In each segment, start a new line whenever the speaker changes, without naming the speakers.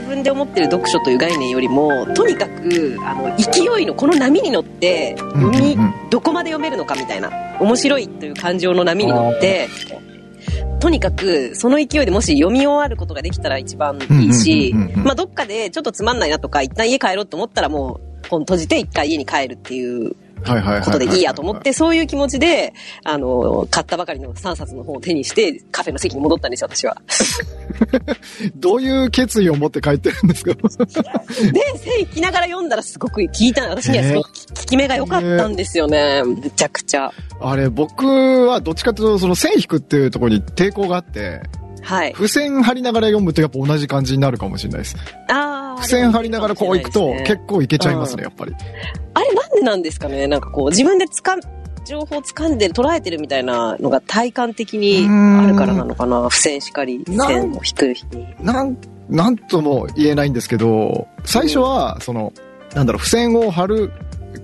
る読書という概念よりもとにかくあの勢いのこの波に乗って読み、
うんうん
どこまで読めるのかみたいな面白いという感情の波に乗ってとにかくその勢いでもし読み終わることができたら一番いいし
うんうんうんうんうん
まあどっかでちょっとつまんないなとか一旦家帰ろうと思ったらもう本閉じて一回家に帰るっていう
はいはいはい。
ことでいいやと思っ。て、そういう気持ちで、あの、買ったばかりの3冊の本を手にして、カフェの席に戻ったんですよ、私は。
どういう決意を持って帰ってるんですか
で、背行きながら読んだらすごく聞いた、私にはすごく効き目が良かったんですよね。めちゃくちゃ。
あれ、僕はどっちかというと、その線引くっていうところに抵抗があって、
はい。
付箋貼りながら読むとやっぱ同じ感じになるかもしれないです。
ああ。
付箋貼りながらこう行くと結構いけちゃいますね、やっぱり。
あれなんでなんですかねなんかこう、自分でつか情報を掴んでる、捉えてるみたいなのが体感的にあるからなのかな付箋しかり、付箋を引く日に。
なん、なんとも言えないんですけど、最初は、その、なんだろう、付箋を貼る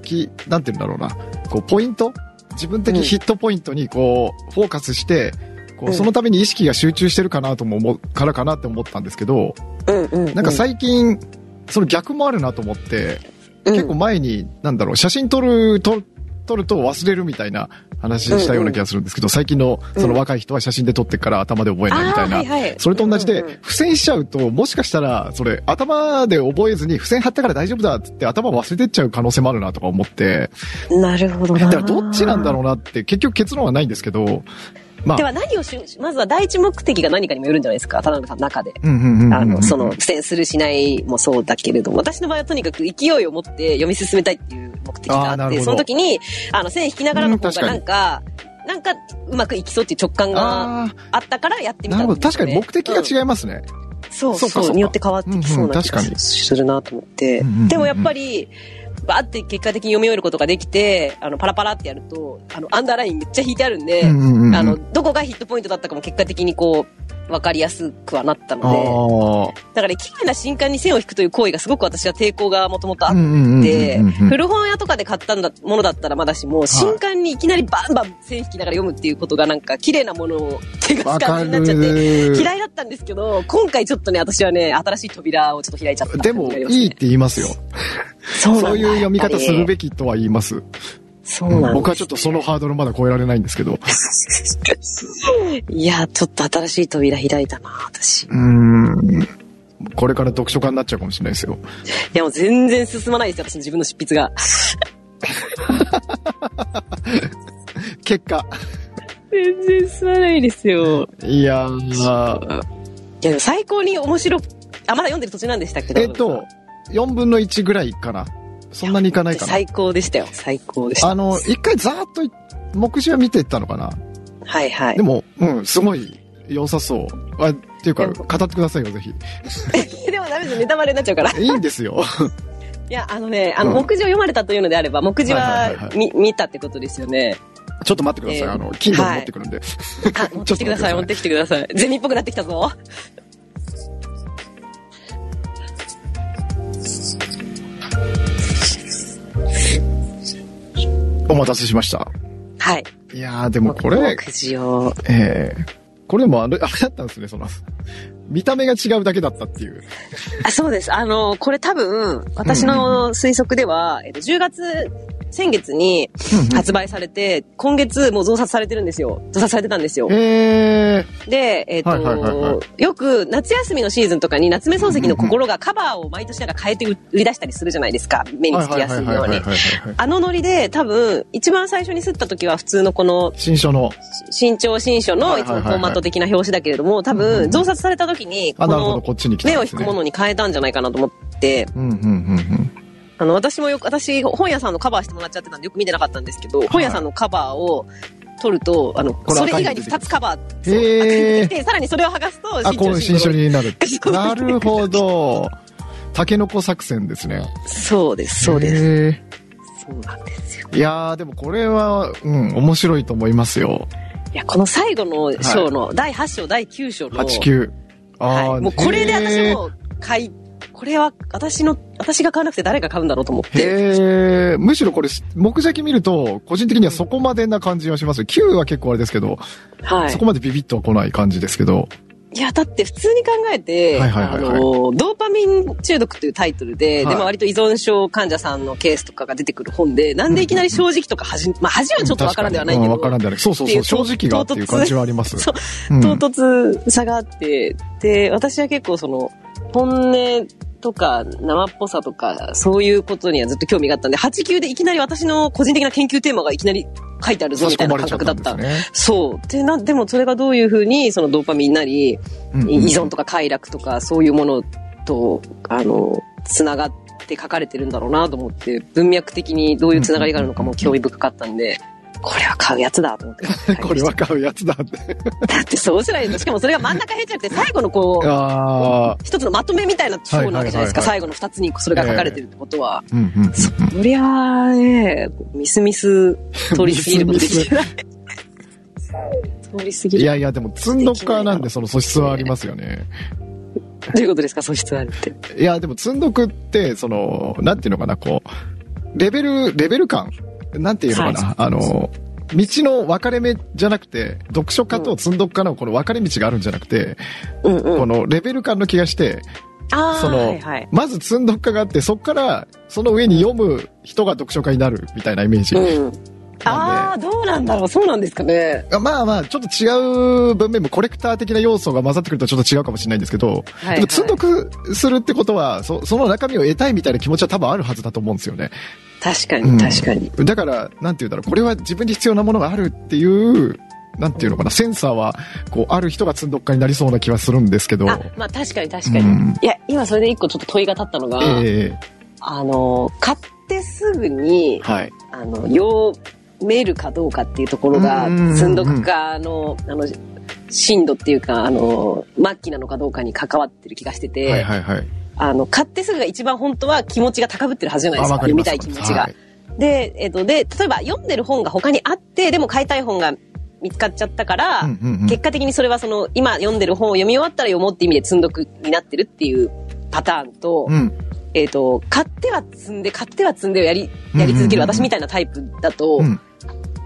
気、なんて言うんだろうな、こう、ポイント自分的ヒットポイントに、こう、フォーカスして、こ
う
う、
ん
そのために意識が集中してるかなとも思う、からかなって思ったんですけど、
うんうん、
なんか最近、その逆もあるなと思って、結構前に、なんだろう、写真撮る、撮る、撮ると忘れるみたいな話したような気がするんですけど、最近のその若い人は写真で撮ってから頭で覚えないみたいな
あーはいはい
それと同じで
うんうん、
付箋しちゃうと、もしかしたら、それ、頭で覚えずに、付箋貼ったから大丈夫だっつって頭忘れてっちゃう可能性もあるなとか思って、
なるほど
だ
な。
からどっちなんだろうなって、結局結論はないんですけど、ま
で
あ、
は何をしまずは第一目的が何かにもよるんじゃないですか田辺さんの中で。
うんうんうんうん
あの、その、苦戦するしないもそうだけれども、私の場合はとにかく勢いを持って読み進めたいっていう目的
あー
があ
な
っ
る
て、
ほど
その時に、あの、線引きながらの方
うん確
が
かに
なんか、なんか、うまくいきそうっていう直感が
あ
あったからやってみ
ー、
た
なる
ん
ほ
で
ど。
す
確
よ
か
ね、
に目的
うん
が違いますね。
そうそ
そ
うう
かそうか
によって変わってきそうな気が
うんうん確かに
するなと思って、
うんうんうん
でもやっぱりバーって結果的に読み終えることができてあのパラパラってやるとあのアンダーラインめっちゃ引いてあるんで、
うんうんうんうん
あのどこがヒットポイントだったかも結果的にこう分かりやすくはなった
あ
の
あ、
でだから綺麗な瞬間に線を引くという行為がすごく私は抵抗がもともとあっ
う
て。
んうんうんうんうん
古本屋とかで買ったんだものだったらまだしも瞬間にいきなりバンバン線引きながら読むっていうことがなんか綺麗なものを手が
わ
つか
か
ず
る
になっちゃって嫌いだったんですけど、今回ちょっとね、私はね、新しい扉をちょっと開いちゃった
で
感じ
も、
がありますね、
いいって言いますよ。
そ
そういう読み方する
べき。
べきとは言います。
そううんなん
僕
だ。
はちょっとそのハードルまだ超えられないんですけど。
いや、ちょっと新しい扉開いたな、私。い
うん。これから読書家になっちゃうかもしれないですよ。
や、もう全然進まないですよ、私の自分の執筆が。
結果。
全然進まないですよ。
いやー。
いや、でも最高に面白く、あ、まだ読んでる途中なんでしたっけど。
えっと、、4分の1ぐらいかな。そんなにいかないかな。
最高でしたよ、最高でした。
あの、一回ざーっとい、目次は見ていったのかな。
はいはい
で。も、うん、すごい良さそう。あ、っていうか、語ってくださいよ、ぜひ。
でもダメですよ、ネタバレになっちゃう から。
いいんですよ。
いや、あのね、あの、
うん
目次を読まれたというのであれば、目次
はいは
はい
はいは
見、見たってことですよね。
ちょっと待ってください。
えー
あの、金魚持ってくるんで。
あ、持ってきてください、 持
ちょっと待ってください
ってきてください。ゼミっぽくなってきたぞ。
お待たせしました。
はい。
いやー、でもこれ、
目次を。
ええこれもあれ、あれだったんですね、その、見た目が違うだけだったっていう。
あ、そうです。あの、これ多分、私の推測では、えっと、10月、先月に発売されて、今月もう増刷されてるんですよ。増刷されてたんですよ。
ええ
で、えっ、と、
はいはいはいは
よく夏休みのシーズンとかに夏目漱石の心がカバーを毎年なんか変えて売り出したりするじゃないですか。目につきやすいように。あのノリで多分、一番最初に吸った時は普通のこの
新書の、
新潮新書の
はいい
つ
はいはいはい
もフォーマット的な表紙だけれども、多
うんうん
分増刷された時に、
あ、
こ
なるほど、
の
こっちに来た
目を
んで
引
す
く
ね
ものに変えたんじゃないかなと思って、
うんうんうんうん。
あの、私もよく、私、本屋さんのカバーしてもらっちゃってたんで、よく見てなかったんですけど、本屋さんのカバーを、取ると、あの、
れ
それ以外
赤いの
に
出てくる
2つカバーそう赤いの
へ
出
え
てきて、さらにそれを剥がすと、。
あ、こう新書になる
そう
なるほど。タケノコ作戦ですね。
そうです、そうです。
す。
そうなんですよ。
いやー、でもこれは、うん、面白いと思いますよ。
いや、この最後の章の、第8章、第9章の、
8、9。あー
はい、もうこれで
へ
私
ー
もう買い、これは私の、私が買わなくて誰が買うんだろうと思って。
へえ、むしろこれ、目的見ると、個人的にはそこまでな感じはします。9は結構あれですけど、
はい
そ。こまでビビッとは来ない感じですけど。
いや、だって普通に考えて、
は
あ
いはいはいはい
の、ドーパミン中毒というタイトルで、
は
で
い
も割と依存症患者さんのケースとかが出てくる本で、なんでいきなり正直とか恥じ、まあ恥はちょっとわからんではないけ
う
ど、
わからんではない。そうそうそう、正直がっていう感じはあります。
そう
うん
唐突さがあって、で、私は結構その、本音とか生っぽさとか、そういうことにはずっと興味があったんで、8級でいきなり私の個人的な研究テーマがいきなり書いてあるぞ
差
み
した込
い
ま
な
れ
感
ちゃっ
覚だ
た
っ
んです
た。
ね。
そう。で、な、でもそれがどういうふうに、そのドーパミンなり、
うん
依存とか快楽とか、そういうものと、あの、つながって書かれてるんだろうなと思って、文脈的にどういうつながりがあるのかも興味深かったんで、これは買うやつだと思って買いました。
これわかるやつだって。
だってそうじゃないと。しかもそれが真ん中へじゃなくて、最後のこう、
ああ。
一つのまとめみたいな章なわけじゃないですか。
は
最後の二つにそれが書かれてるってことは。
うんうんうん。
そりゃあね、ミスミス通り過ぎることできない。通り過ぎ
い
る。
やいや、でも、ツンドッカーなんで、その素質はありますよね。
どういうことですか、素質あるって。
いや、でも、ツンドクって、その、なんていうのかな、こう、レベル、レベル感なんていうのかな、
は
あの、道の分かれ目じゃなくて、読書家とツンドッカーのこの分かれ道があるんじゃなくて、
うんう
こ
ん。
のレベル感の気がして、
ああ、
その、
はいはい。
まず積んどっかがあって、そこから、その上に読む人が読書家になるみたいなイメージ。
うん。ああ、どうなんだろう、そうなんですかね。
まあまあ、ちょっと違う文面もコレクター的な要素が混ざってくるとちょっと違うかもしれないんですけど、
はい、
で
はい
も。積んどくするってことはそ、その中身を得たいみたいな気持ちは多分あるはずだと思うんですよね。
確か
うん
に、確かに。
だから、なんて言うんだろう、これは自分に必要なものがあるっていう、なんていうのかな、センサーは、こう、ある人が積んどっかになりそうな気はするんですけど、
あ、まあ確かに確かに。
うん
いや、今それで一個ちょっと問いが立ったのが、
ええ
あの、買ってすぐに、
はい。
あの読めるかどうかっていうところが
うんうんうんうん
積んどくかのあの深度っていうかあの末期なのかどうかに関わってる気がしてて、
はいはいはい。
あの買ってすぐが一番本当は気持ちが高ぶってるはずじゃないですか読みたい気持ちが。
はい
で,、えっとで例えば読んでる本が他にあってでも買いたい本が見つかっちゃったから、
うんうんうん
結果的にそれはその今読んでる本を読み終わったら読もうって意味で積んどくになってるっていうパターンと。
うん。
えっ、と、買っては積んで、買っては積んでをやり、やり続ける
うんうんうんうん
私みたいなタイプだと、
うん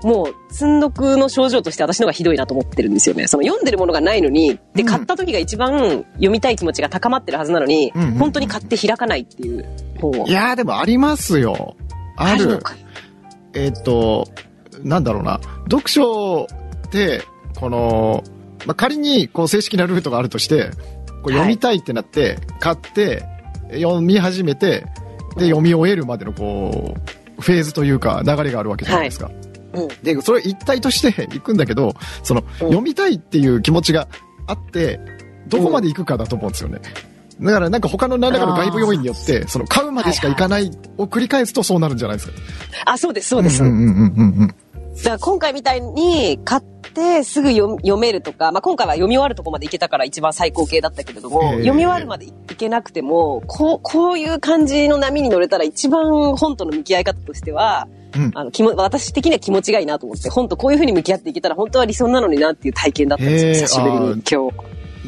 もう、積んどくの症状として私の方がひどいなと思ってるんですよね。その読んでるものがないのに、
う
で、
ん
買った時が一番読みたい気持ちが高まってるはずなのに、
うんうんうん
本当に買って開かないっていう本を。
いやーでもありますよ。あ
ある
る
の。か。
えっ、と、なんだろうな。読書って、この、まあ、仮にこう正式なルートがあるとして、こう読みたいってなって、買って、読み始めて、で、読み終えるまでのこう、フェーズというか流れがあるわけじゃないですか。
うん。
で、それ一体として 行くんだけど、その、読みたいっていう気持ちがあって、どこまで行くかだと思うんですよね。だからなんか他の何らかの外部要因によって、その買うまでしか行かないを繰り返すとそうなるんじゃないですか。
あ、そうです、そうです。
うんうんうんうんうん。
だから今回みたいに買ってすぐ読読めるとか、まあ、今回は読み終わるとこまでいけたから一番最高形だったけれども、
ええ
読み終わるまでいけなくてもこうこういう感じの波に乗れたら一番本との向き合い方としては、
うん
あの気も私的には気持ちがいいなと思って本とこういうふうに向き合っていけたら本当は理想なのになっていう体験だったんですよ、
ええ
久しぶりに今日。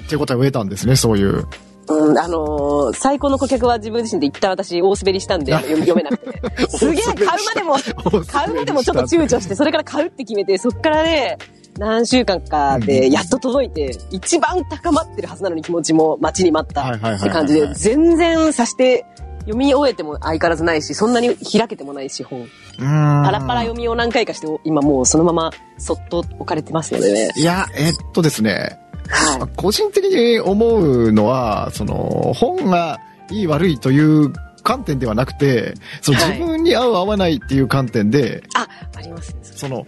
ってことは植えたんですね、そういう。
うん、あのー最高の顧客は自分自身で一旦私大滑りしたんであの読読めなく て、すげえ買うまでも買うまでもちょっと躊躇して、それから買うって決めて、そっからね、何週間かで、やっと届いて、一番高まってるはずなのに気持ちも待ちに待っ
はいはいはい
た
はい
って感じで、全然さして、読み終えても相変わらずないし、そんなに開けてもないし、本。パ
パ
ラパラ読みを何回かして、今もうそのままそっと置かれてますのでね。
いや、えっとですね、
はい。
個人的に思うのは、その、本がいい悪いという観点ではなくて、その
はい
自分に合う合わないっていう観点で、
あ、ありますね。
その、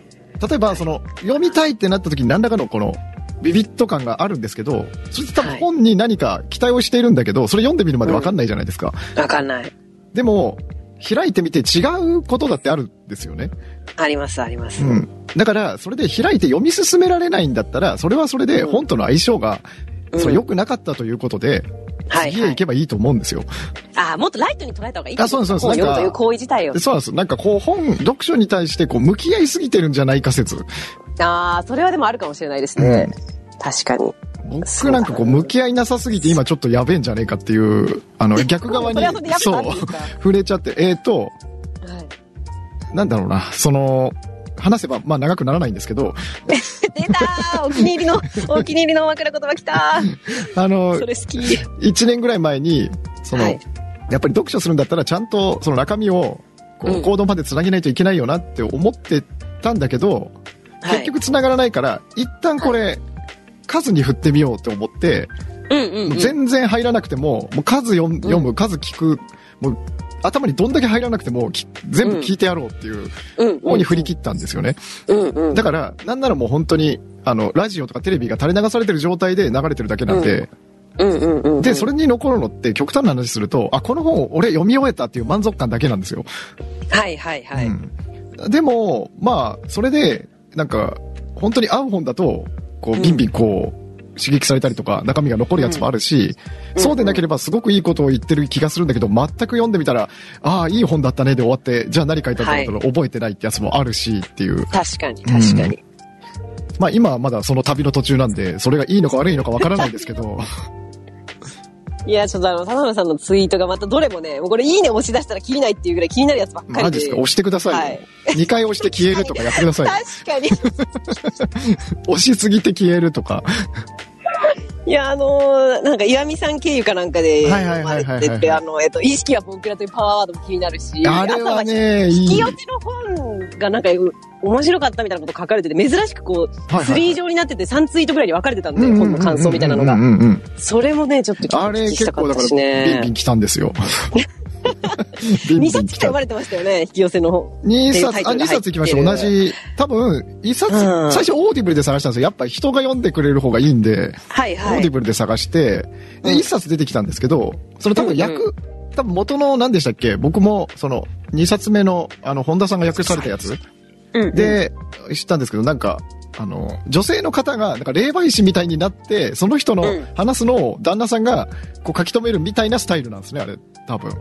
例えばその、読みたいってなった時に何らかのこの、ビビッと感があるんですけど、それって多分
はい
本に何か期待をしているんだけど、それ読んでみるまでわかんないじゃないですか。
わかんない。
でも、開いてみて違うことだってあるんですよね。
あります、あります。
うん、だからそれで開いて読み進められないんだったらそれはそれで
うん
本との相性が、
うん
その良くなかったということで、
はい、
次へ
は
行
い。
けばいいと思うんですよ。
あ、もっとライトに捉えた方がいい
あそうですそうです
本を読
なん
む
か
という行為自体を
で。そうなんです。なんかこう本、読書に対してこう向き合いすぎてるんじゃないか説。
ああ、それはでもあるかもしれないですね。確かに。
僕なんかこう向き合いなさすぎて今ちょっとやべえんじゃねえかっていう、あの逆側に
これはそれでや、め
そ
た
うん
です、か
触れちゃって、えーと、
はい
なんだろうな、その、話せば、まあ長くならないんですけど、
出た ーお気に入りの、お気に入りの枕言葉来た
あの
ーそ、れ好き。
1年ぐらい前に、その、
はい
やっぱり読書するんだったら、ちゃんとその中身を、こ
う
う、
ん
行動までつなげないといけないよなって思ってたんだけど、
はい
結局つながらないから、一旦これ、数に振ってみようって思って、
うんうん、う。
もうん全然入らなくても、もう数読む、読む数聞く、もう頭にどんだけ入らなくても、き全部聞いてやろうっていう
うん
方に振り切ったんですよね。
うんうん。
だから、なんならもう本当に、あの、ラジオとかテレビが垂れ流されてる状態で流れてるだけなんで、
うんうんうんうん。
で、それに残るのって極端な話すると、あ、この本を俺読み終えたっていう満足感だけなんですよ。
はいはいはい。
うん、でも、まあ、それで、なんか、本当に合う本だと、こ
う
う、
ん
ビンビンこう、刺激されたりとか、中身が残るやつもあるし、
うん
そうでなければすごくいいことを言ってる気がするんだけど、全く読んでみたら、ああ、いい本だったねで終わって、じゃあ何書いたんだろうと覚えてないってやつもあるし、っていう。
確かに確かに。
まあ今はまだその旅の途中なんで、それがいいのか悪いのかわからないですけ ど、
いや、ちょっとあの、田辺さんのツイートがまたどれもね、もうこれいいね押し出したら切りないっていうぐらい気になるやつばっかりで。
マジですか押してくださいよ。2回押して消えるとかやってくださいよ。
確かに。
押しすぎて消えるとか。
いや、あのーなんか岩見さん経由かなんかで
はいはいはいはいはい
読まれてて、あの、えっと、意識は僕らというパワーワードも気になるし、
あれは
朝
ね、
引
い
き
い
寄。せの本がなんかう面白かったみたいなこと書かれてて、珍しくこ
はいは
う、
い
ツリー状になってて3ツイートぐらいに分かれてたんで、本の感想みたいなの
う
が。
んうんうんうん
それもね、ちょっと
あ
聞
れ
きし
結
たか
構
っ
だ
た
から、
し
ビンビ
ね
ン。来た んですよ。ビンビ
2
ン
冊く
来
らい
た
呼。ばれてましたよね、引き寄せの本。
2冊
っていうタイ、ト
あ、
ルが入
二
っ
冊
てる
行きました。同じ。多分、一冊、
うん
最初オーディブルで探したんですよ。やっぱ人が読んでくれる方がいいんで、
はい
オ
は
ーディ
い。
ブルで探して、で、一冊出てきたんですけど、その多分役、
うん
多分元の何でしたっけ僕も、その、2冊目の、あの、本田さんが訳されたやつ
うん、
で、知ったんですけど、なんか、あの、女性の方が、なんか霊媒師みたいになって、その人の
うん
話すのを旦那さんが、こう書き留めるみたいなスタイルなんですね、あれ、多分。
あ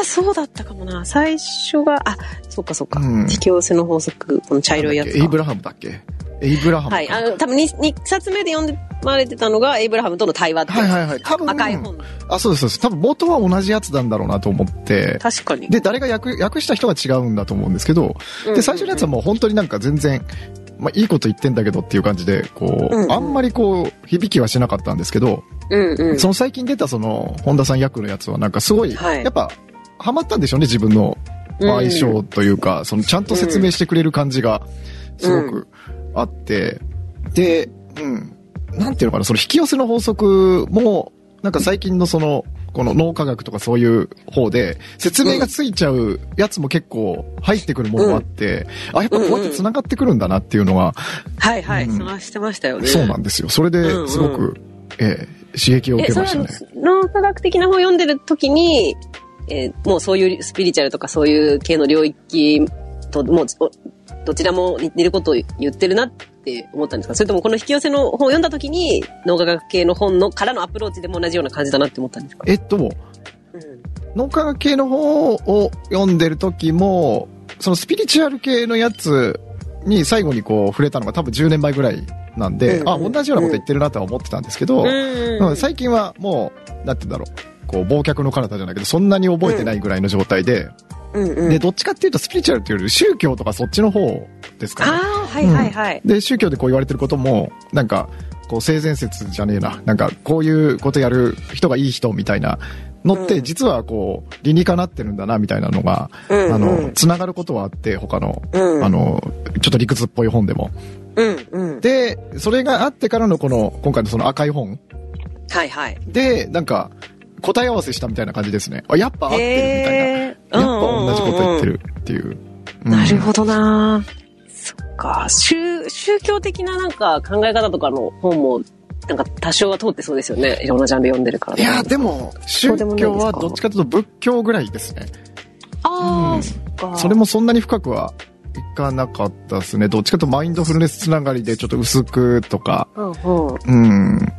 あ、そうだったかもな。最初が、あ、そっかそっか。
うん
引き寄せの法則、この茶色いやつ
エイ
か
ブ。ラハムだっけエイブラハムか。
はい。あの、多分 2, 2冊目で読んでまれてたのが、エイブラハムとの対話って。
はいはいはい。多分、
赤い本。
あ、そうです、そうです。多分元は同じやつなんだろうなと思って。
確かに。
で、誰が訳、訳した人が違うんだと思うんですけど、で、最初のやつはもう本当になんか全然、まあ、いいこと言ってんだけどっていう感じで、こ
うんうん
う、あんまりこう、響きはしなかったんですけど、
うんうん。
その最近出たその、本田さん役のやつはなんかすごい、
はい
やっぱ、ハマったんでしょうね、自分の
うん
相性というか、その、ちゃんと説明してくれる感じが、すごくあって、で、うん、なんていうのかな、その引き寄せの法則も、なんか最近のその、この脳科学とかそういう方で、説明がついちゃうやつも結構入ってくるものもあって、あ、やっぱこうやって繋がってくるんだなっていうのが、
はいはい。
うん
探してましたよね。
そうなんですよ。それですご
うんう
く、ええ刺激を受
え、
け
そ
ま
れ
した
は
ね。
脳科学的な本を読んでる時に、えーもうそういうスピリチュアルとかそういう系の領域と、もうおどちらも似てることを言ってるなって思ったんですかそれともこの引き寄せの本を読んだ時に、脳科学系の本のからのアプローチでも同じような感じだなって思ったんですか
えっと、脳科学系の方を読んでる時も、そのスピリチュアル系のやつに最後にこう触れたのが多分10年前ぐらいなんで、
うんうん
あ、同じようなこと言ってるなとは思ってたんですけど、
う。
うんん最近はもう、なんて言うんだろう。こう、忘却の彼方じゃないけど、そんなに覚えてないぐらいの状態で、
うんうん
で、どっちかっていうとスピリチュアルというより宗教とかそっちの方ですかね。
ああ、はいはいはい。
で、宗教でこう言われてることも、なんか、こう、性善説じゃねえな。なんか、こういうことやる人がいい人みたいなのっ
う
て、
ん
実はこう、理にかなってるんだな、みたいなのが、
うんうん
あの、つながることはあって、他の、
うん
あの、ちょっと理屈っぽい本でも。
うんうん。
で、それがあってからのこの、今回のその赤い本
はいはい。
で、なんか、答え合わせしたみたいな感じですね。あ、やっぱ合ってるみたいな。や
え。
っぱ同じこと言って
る。
るっていう。うん
なるほどなそっか。宗、宗教的ななんか考え方とかの本も、なんか多少は通ってそうですよね。いろんなジャンル読んでるから
い
ね。
や、でも、宗
でもないですか
教はどっちかというと仏教ぐらいですね。
あ
う
あ、
ん
そっか。
それもそんなに深くはいかなかったですね。どっちかというとマインドフルネスつながりでちょっと薄くとか。
うんうん。
うん。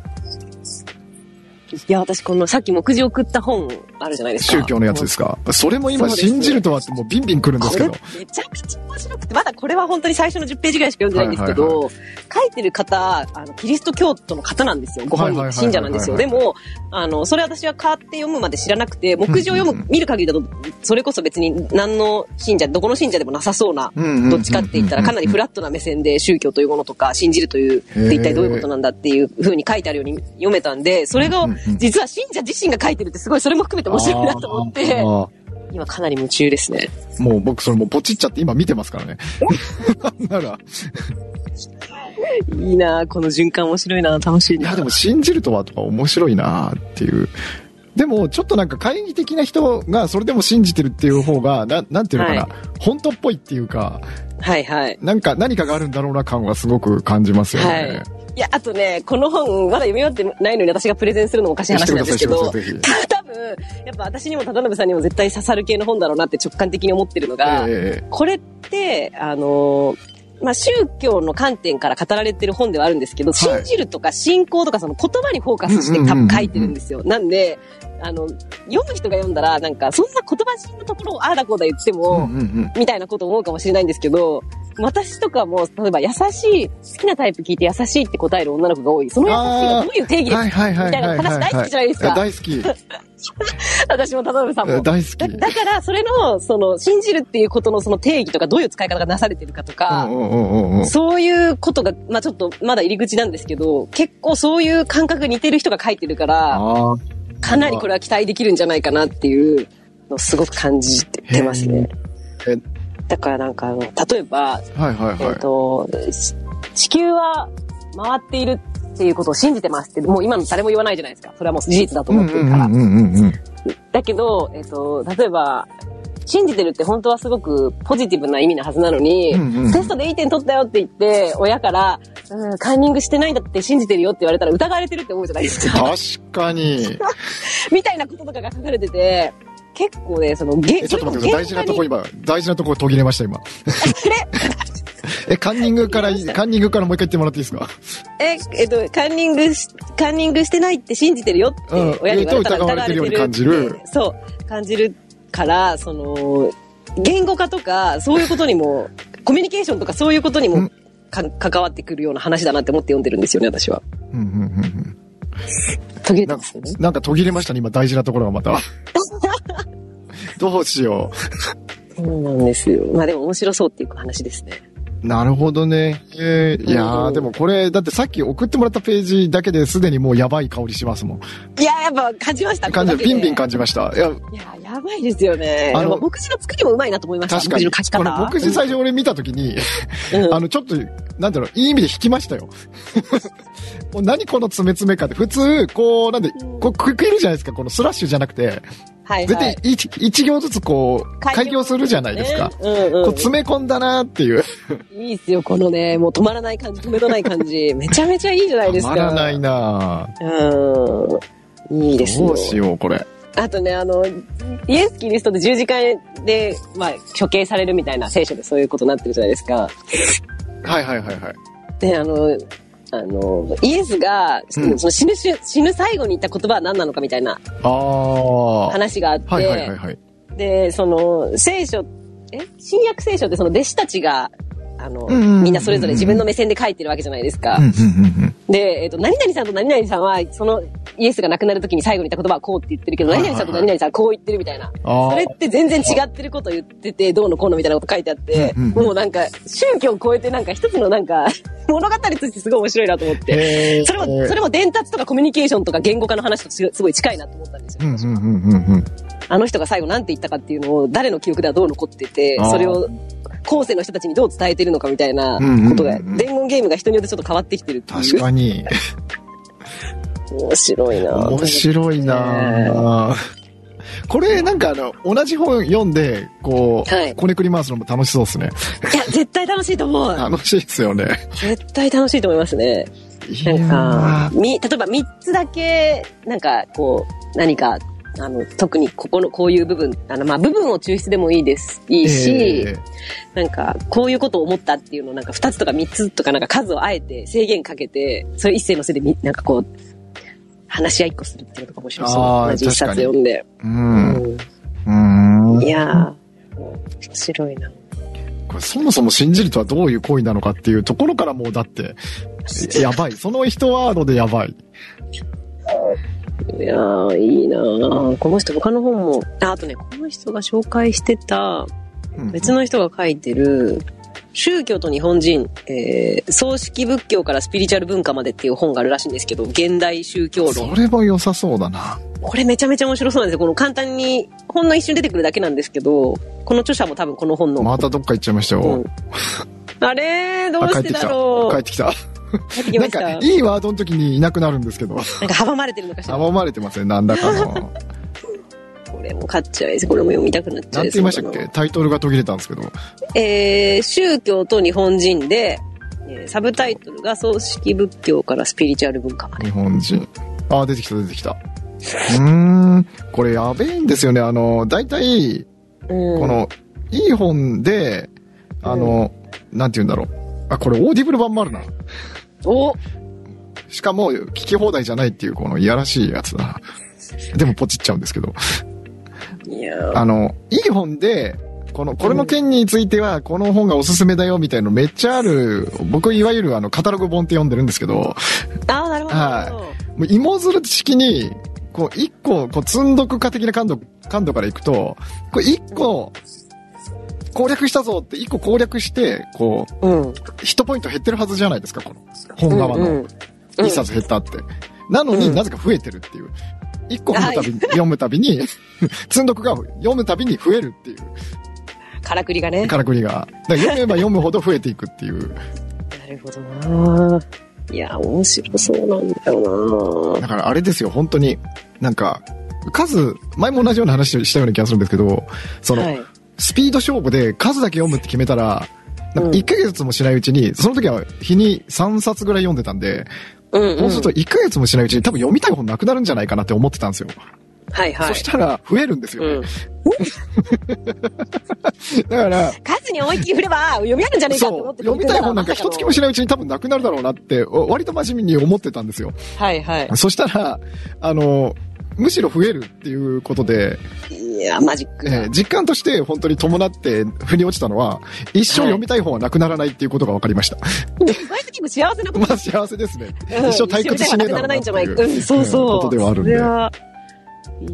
いや、私このさっき目次送った本あるじゃないですか。
宗教のやつですか。それも今、
そうです
信じるとはってもうビンビン来るんです
こ
け
れ
ど。
めちゃくちゃ面白くて、まだこれは本当に最初の10ページぐらいしか読んでないんですけど、
はいは
書いてる方あの、キリスト教徒の方なんですよ。ご本
はいはいはい
人、
は
信
い
者なんですよ。でも、あの、それ私は買って読むまで知らなくて、目次を読
うんうんう
む、見る限りだと、それこそ別に何の信者、どこの信者でもなさそうな、どっちかって言ったらかなりフ
ラ
ラットな目線で宗教というものとか信じるという
へー
一体どういうことなんだっていうふうに書いてあるように読めたんでそれが
うんうんうん
実は信者自身が書いてるってすごいそれも含めて面白いなと思って
も
今かなり夢中ですね
う僕それもうポチっちゃって今見てますか らね。なら、
いいなあこの循環面白いな楽しい
いや
な
でも信じるとはとか面白いなっていう。でもちょっとなんか懐疑的な人がそれでも信じてるっていう方が、ななんていうのかな、
は
本当っぽいっていうか、
はいはい
なんか何かがあるんだろうな感はすごく感じますよね。
はいいやあとねこの本まだ読み終わってないのに私がプレゼンするのもおかしい
して
話
く
なんで
ださ
す
い、
け
してく
ど
ださい、ぜひ。
多分やっぱ私にも忠信さんにも絶対刺さる系の本だろうなって直感的に思ってるのが、
え
これって、あのまあ、宗教の観点から語られてる本ではあるんですけど、
はい
信じるとか信仰とかその言葉にフォーカスして
うんうんうんうん
多分書いてるんですよ。なんで、あの、読む人が読んだら、なんか、そんな言葉尻のところをああだこうだ言って
え
も、
うんうん
みたいなこと思うかもしれないんですけど、私とかも、例えば優しい、好きなタイプ聞いて優しいって答える女の子が多い。その優しいがどういう定義
うん。
です
はいはいはいはいはい、
みたいな話大好きじゃないですか
や大 好き。
か、私も、田辺さんも。
大好
だ
き。
だから、それの、その、信じるっていうことのその定義とか、どういう使い方がなされてるかとか、
うんうんうんうんうん。
そういうことが、まあちょっとまだ入り口なんですけど、結構そういう感覚が似てる人が書いてるから、
ああ。
かなりこれは期待できるんじゃないかなっていうのをすごく感じてますね。
へーえ
だからなんかあの、例えば、
はいはい
えっ、
はい。
と、し地球は回っているっていうことを信じてますって、もう今の誰も言わないじゃないですか。それはもう事実だと
うん
思
う
ってる
ん
から。
うんうんうん。
だけど、えっ、と、例えば、信じてるって本当はすごくポジティブな意味なはずなのに、
うんうん
テストでいい点取ったよって言って、親から、うん、カンニングしてないんだって信じてるよって言われたら疑われてるって思うじゃないですか。
確かに。
みたいなこととかが書かれてて、結構ね、その、げ
え、ちょっと待ってください。大事なとこ今、大事なとこ途切れました今。え、カンニングから、カンニングからもう一回言ってもらっていいですか
え、えっと、カンニングし、カンニングしてないって信じてるよって
うん、
親に言われたら
言うと疑
疑
わ
われ
れて
てる
るように感じる
ってそう、感じるから、その、言語化とか、そういうことにも、コミュニケーションとかそういうことに
うん
も、か、関わってくるような話だなって思って読んでるんですよね、私は。
うんうんうんうん。
途切れ
な
たん
んか
ですよね。
なんか途切れましたね今、大事なところが また。どうしよ
そうなんですよ。まあでも面白そうっていう話ですね。
う。なるほどね。えーいやー、
うん
でもこれ、だってさっき送ってもらったページだけですでにもうやばい香りしますもん。
いやー、やっぱ感じました。
感じ、
これだけ
ピ
で
ンピン感じました。
い
いや、
やー、やばいですよね。
あの
やっぱ目次の作りもうまいなと思いました。
確かに。
目次の書き方。
これ、僕最初俺見たときに、
うん
あの、ちょっと、なんだろう、いい意味で引きましたよ。 もう何この詰め詰めかって、普通、こう、なんで、こう、区切るじゃないですか、このスラッシュじゃなくて、
はい
絶
は
対
い。
一一行ずつこう、開業するじゃないですか。
ね。うん
こ
う。
うん詰め込んだなっていう。
いいっすよ、このね、もう止まらない感じ、止めどない感じ。めちゃめちゃいいじゃないですか。
まらないな
うん。いいです
ど
よ
う。しよう、これ。
あとね、あの、イエス・キリストで十字架で、まあ、処刑されるみたいな聖書でそういうことになってるじゃないですか。
はいはいはいはい。
で、あの、あの、イエスが、
うん
その死ぬ瞬、死ぬ最後に言った言葉は何なのかみたいな
ああ。は
話があって、
いはいはいはい。
で、その、聖書、え新約聖書ってその弟子たちが、あの、
うんうんうんうん
みんなそれぞれ自分の目線で書いてるわけじゃないですか。
うんうんうんうん。
で、えっ、と、何々さんと何々さんは、その、イエスが亡くなるときに最後に言った言葉はこうって言ってるけど、
はい
何
はい
々さんと何々さんはこう言ってるみたいな。
あ
そ
あ
れ。って全然違ってることを言ってて、どうのこうのみたいなこと書いてあって、
うんうん
もうなんか、宗教を超えてなんか一つのなんか、物語としてすごい面白いなと思って。
へー
それも、それも伝達とかコミュニケーションとか言語化の話とすすごい近いなと思ったんですよ。
うんうんうんうんうん。
あの人が最後なんて言ったかっていうのを、誰の記憶ではどう残ってて
あー、
それを後世の人たちにどう伝えてるのかみたいな
うんうんうん
ことが、伝言ゲームが人によってちょっと変わってきてるっていう。
確かに。
面白いなぁ
面白いなあこれ、なんかあの、同じ本読んで、こう、
はい
こねくり回すのも楽しそうですね。
いや、絶対楽しいと思う。
楽しいですよね。
絶対楽しいと思いますね。
いや
なんか
ー、
み、例えば3つだけ、なんか、こう、何か、あの、特にここの、こういう部分、あの、まあ、部分を抽出でもいいです、いいし、
えー
なんか、こういうことを思ったっていうのを、なんか2つとか3つとか、なんか数をあえて制限かけて、それ一斉のせいでみ、なんかこう、話し合いっこするっていうのとか面白
あ
そう。
ー
同じ一冊読んで。
うん。
うん
うん。
いやー、面白いな。
これそもそも信じるとはどういう行為なのかっていうところからもうだって、 やばい。その一ワードでやばい。
いやー、いいなーこの人、他の本も、ああとね、この人が紹介してた、
うん
別の人が書いてる、宗教と日本人、えー、葬式仏教からスピリチュアル文化までっていう本があるらしいんですけど、現代宗教
そ
論。
れは良さそうだな。
これめちゃめちゃ面白そうなんですよ。この簡単に、ほんの一瞬出てくるだけなんですけど、この著者も多分この本の。
またどっか行っちゃいました
うん
よ。
あれー、どう
あ帰
し
っててき
だ
た。
ろ
帰
う
っ。てきた。
帰ってきま
なん
した。な
か
ん、
いいワードの時にいなくなるんですけど。
か阻まれてるのかしら。
阻まれてま せん、何らかの。
これも買っちゃいです。これも読みたくなっちゃ
ない
で
んて
す。
言いましたっけタイトルが途切れたんですけど。
えー宗教と日本人で、えーサブタイトルが葬式仏教からスピリチュアル文化まで。
日本人。あー、出てきた、出て きた。うーん。これやべえんですよね。あの、大体、
うん
こ、の、いい本で、あの、なんて言うんだろう。あ、これオーディブル版もあるな。
お
しかも、聞き放題じゃないっていう、このいやらしいやつだ。でもポチっちゃうんですけど。
いやー
あの、いい本で、この、これの件については、この本がおすすめだよ、みたいのめっちゃある。僕、いわゆるあの、カタログ本って読んでるんですけど、
あー、なるほど。
はもう芋づる式に、こう、一個、こう、積んどく化的な感度、感度からいくと、こう、一個、攻略したぞって、一個攻略して、こう、
うん。
ヒットポイント減ってるはずじゃないですか、この、本側
うん
の。
うん
一冊減ったって。なの
う
に
ん
なぜか増えてるっていう。一個読むたびに、読むたびに、 積んどくが読むたびに増えるっていう、
からくりがね。
からくりが。だから読めば読むほど増えていくっていう。
なるほどなーいやー、面白そうなんだよ
だからあれですよ、本当に、なんか、数、前も同じような話をしたような気がするんですけど、そ
な
の、
はい。
スピード勝負で数だけ読むって決めたら、なん
うん
か1ヶ月もしないうちに、その時は日に3冊ぐらい読んでたんで、
うん、
そうすると1ヶ月もしないうちに多分読みたい本なくなるんじゃないかなって思ってたんですよ。
はいはい。
そしたら増えるんですよね、
うん、
だから、
数に思いっきり振れば読みあるんじゃねえかと
そ
思っ
う、
て
読みたい本なんか一月もしないうちに多分なくなるだろうなって、お割と真面目に思ってたんですよ。
はいは
そしたら、あの、むしろ増えるっていうことで、
い。いやー、マジックだ。
えー実感として本当に伴って腑に落ちたのは、一生読みたい本はなくならないっていうことが分かりました。
毎月結構幸せなこと
まあ幸せですね。
うん
一生退屈しねえだろうなって
一緒に
いう
ねうん、そうそう。
うんことではあるん
そ
で
れ。は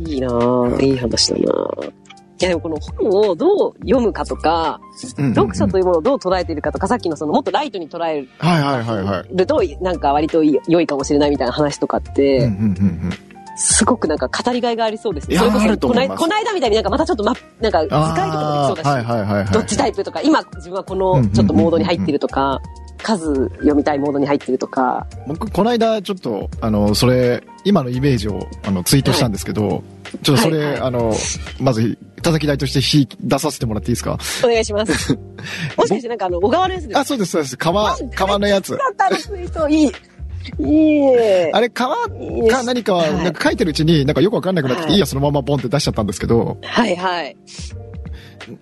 いいなぁ、いい話だなぁ。いやでもこの本をどう読むかとか、
うんうん
読書というものをどう捉えているかとか、さっきのそのもっとライトに捉え
はいはいはいはい。
ると、なんか割といい良いかもしれないみたいな話とかって、
うんうんうんうん
すごくなんか語りがいがありそうですね。
いや
それこ
あ
そ
ると
こ
思
ないい
ます
この間みたいになんかまたちょっとま、なんか図解とかもできそうだし、
あーはいはいはいはい。
どっちタイプとか、今自分はこ
うんうん
の
うんうん
ちょっとモードに入ってるとか、数読みたいモードに入ってるとか、
僕、この間、ちょっと、あの、それ、今のイメージを、あの、ツイートしたんですけど、ちょっとそれ、
はいはい
あの、まず、叩き台として引き出させてもらっていいですか
お願いし ます。もしかしてなんかあの、小川のやつですか
あ、そうです、そうです。川、川のやつ。
だったらツイートいい。いい。
あれ、川
いい
か何かは、
はい
なんか書いてるうちに、なんかよくわかんなくなってきて、
はい
い、や、そのままボンって出しちゃったんですけど、
はいはい。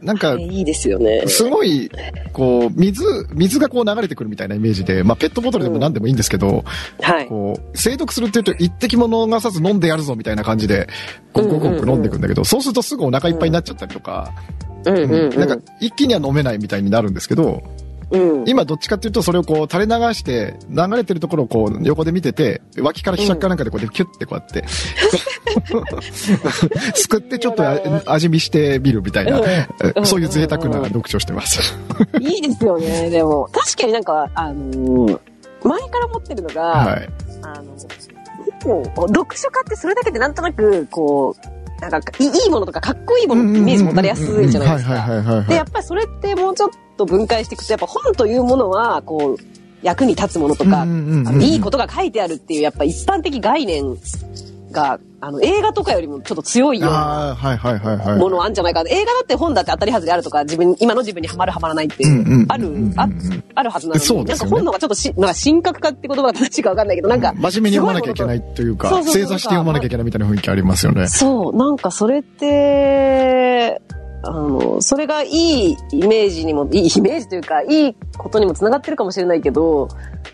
なんか、
いいですよね。
すごい、こう、水、水がこう流れてくるみたいなイメージで、まあ、ペットボトルでも何でもいいんですけど、
はい。
こう、精読するって言うと、一滴も逃さず飲んでやるぞみたいな感じで、こう、
うんうん
ご
うん
くごく飲んでいくんだけど、そうするとすぐお腹いっぱいになっちゃったりとか、
うんうんうん。
なんか、一気には飲めないみたいになるんですけど、
うん。
今どっちかっていうと、それをこう、垂れ流して、流れてるところをこう、横で見てて、脇からひしゃくかなんかでこうやって、キュッてこうやって、 すくってちょっと味見してみるみたいな、
うん
そういう贅沢な読書をしてます。
いいですよね、でも。確かになんか、あのー、前から持ってるのが、
はい。
あの、もう、読書家ってそれだけでなんとなく、こう、なんかいい、いいものとかかっこいいものってイメージ持たれやすいじゃないです
うんうんうん
か。
うんはいはいはいはいはい。
で、やっぱりそれってもうちょっと分解していくと、やっぱ本というものは、こう、役に立つものとか、
うんうんうんうん
あのいいことが書いてあるっていう、やっぱ一般的概念が、あの、映画とかよりもちょっと強いような
ああ、はいはいはいはい。
ものあんじゃないかな。映画だって本だって当たり外れあるとか、自分、今の自分にはまるはまらないって
うんうんうんう、ん
ある、ああるはずなのに、
そう
な
で
ん
す
か
よね
本の方がちょっとし、なんか神格化って言葉が正しいかわかんないけど、なんか、
真面目に読まなきゃいけないという
そう
か、
そうそう
正座して読まなきゃいけないみたいな雰囲気ありますよね。
そう、なんかそれって、あの、それがいいイメージにも、いいイメージというか、いいことにもつながってるかもしれないけど、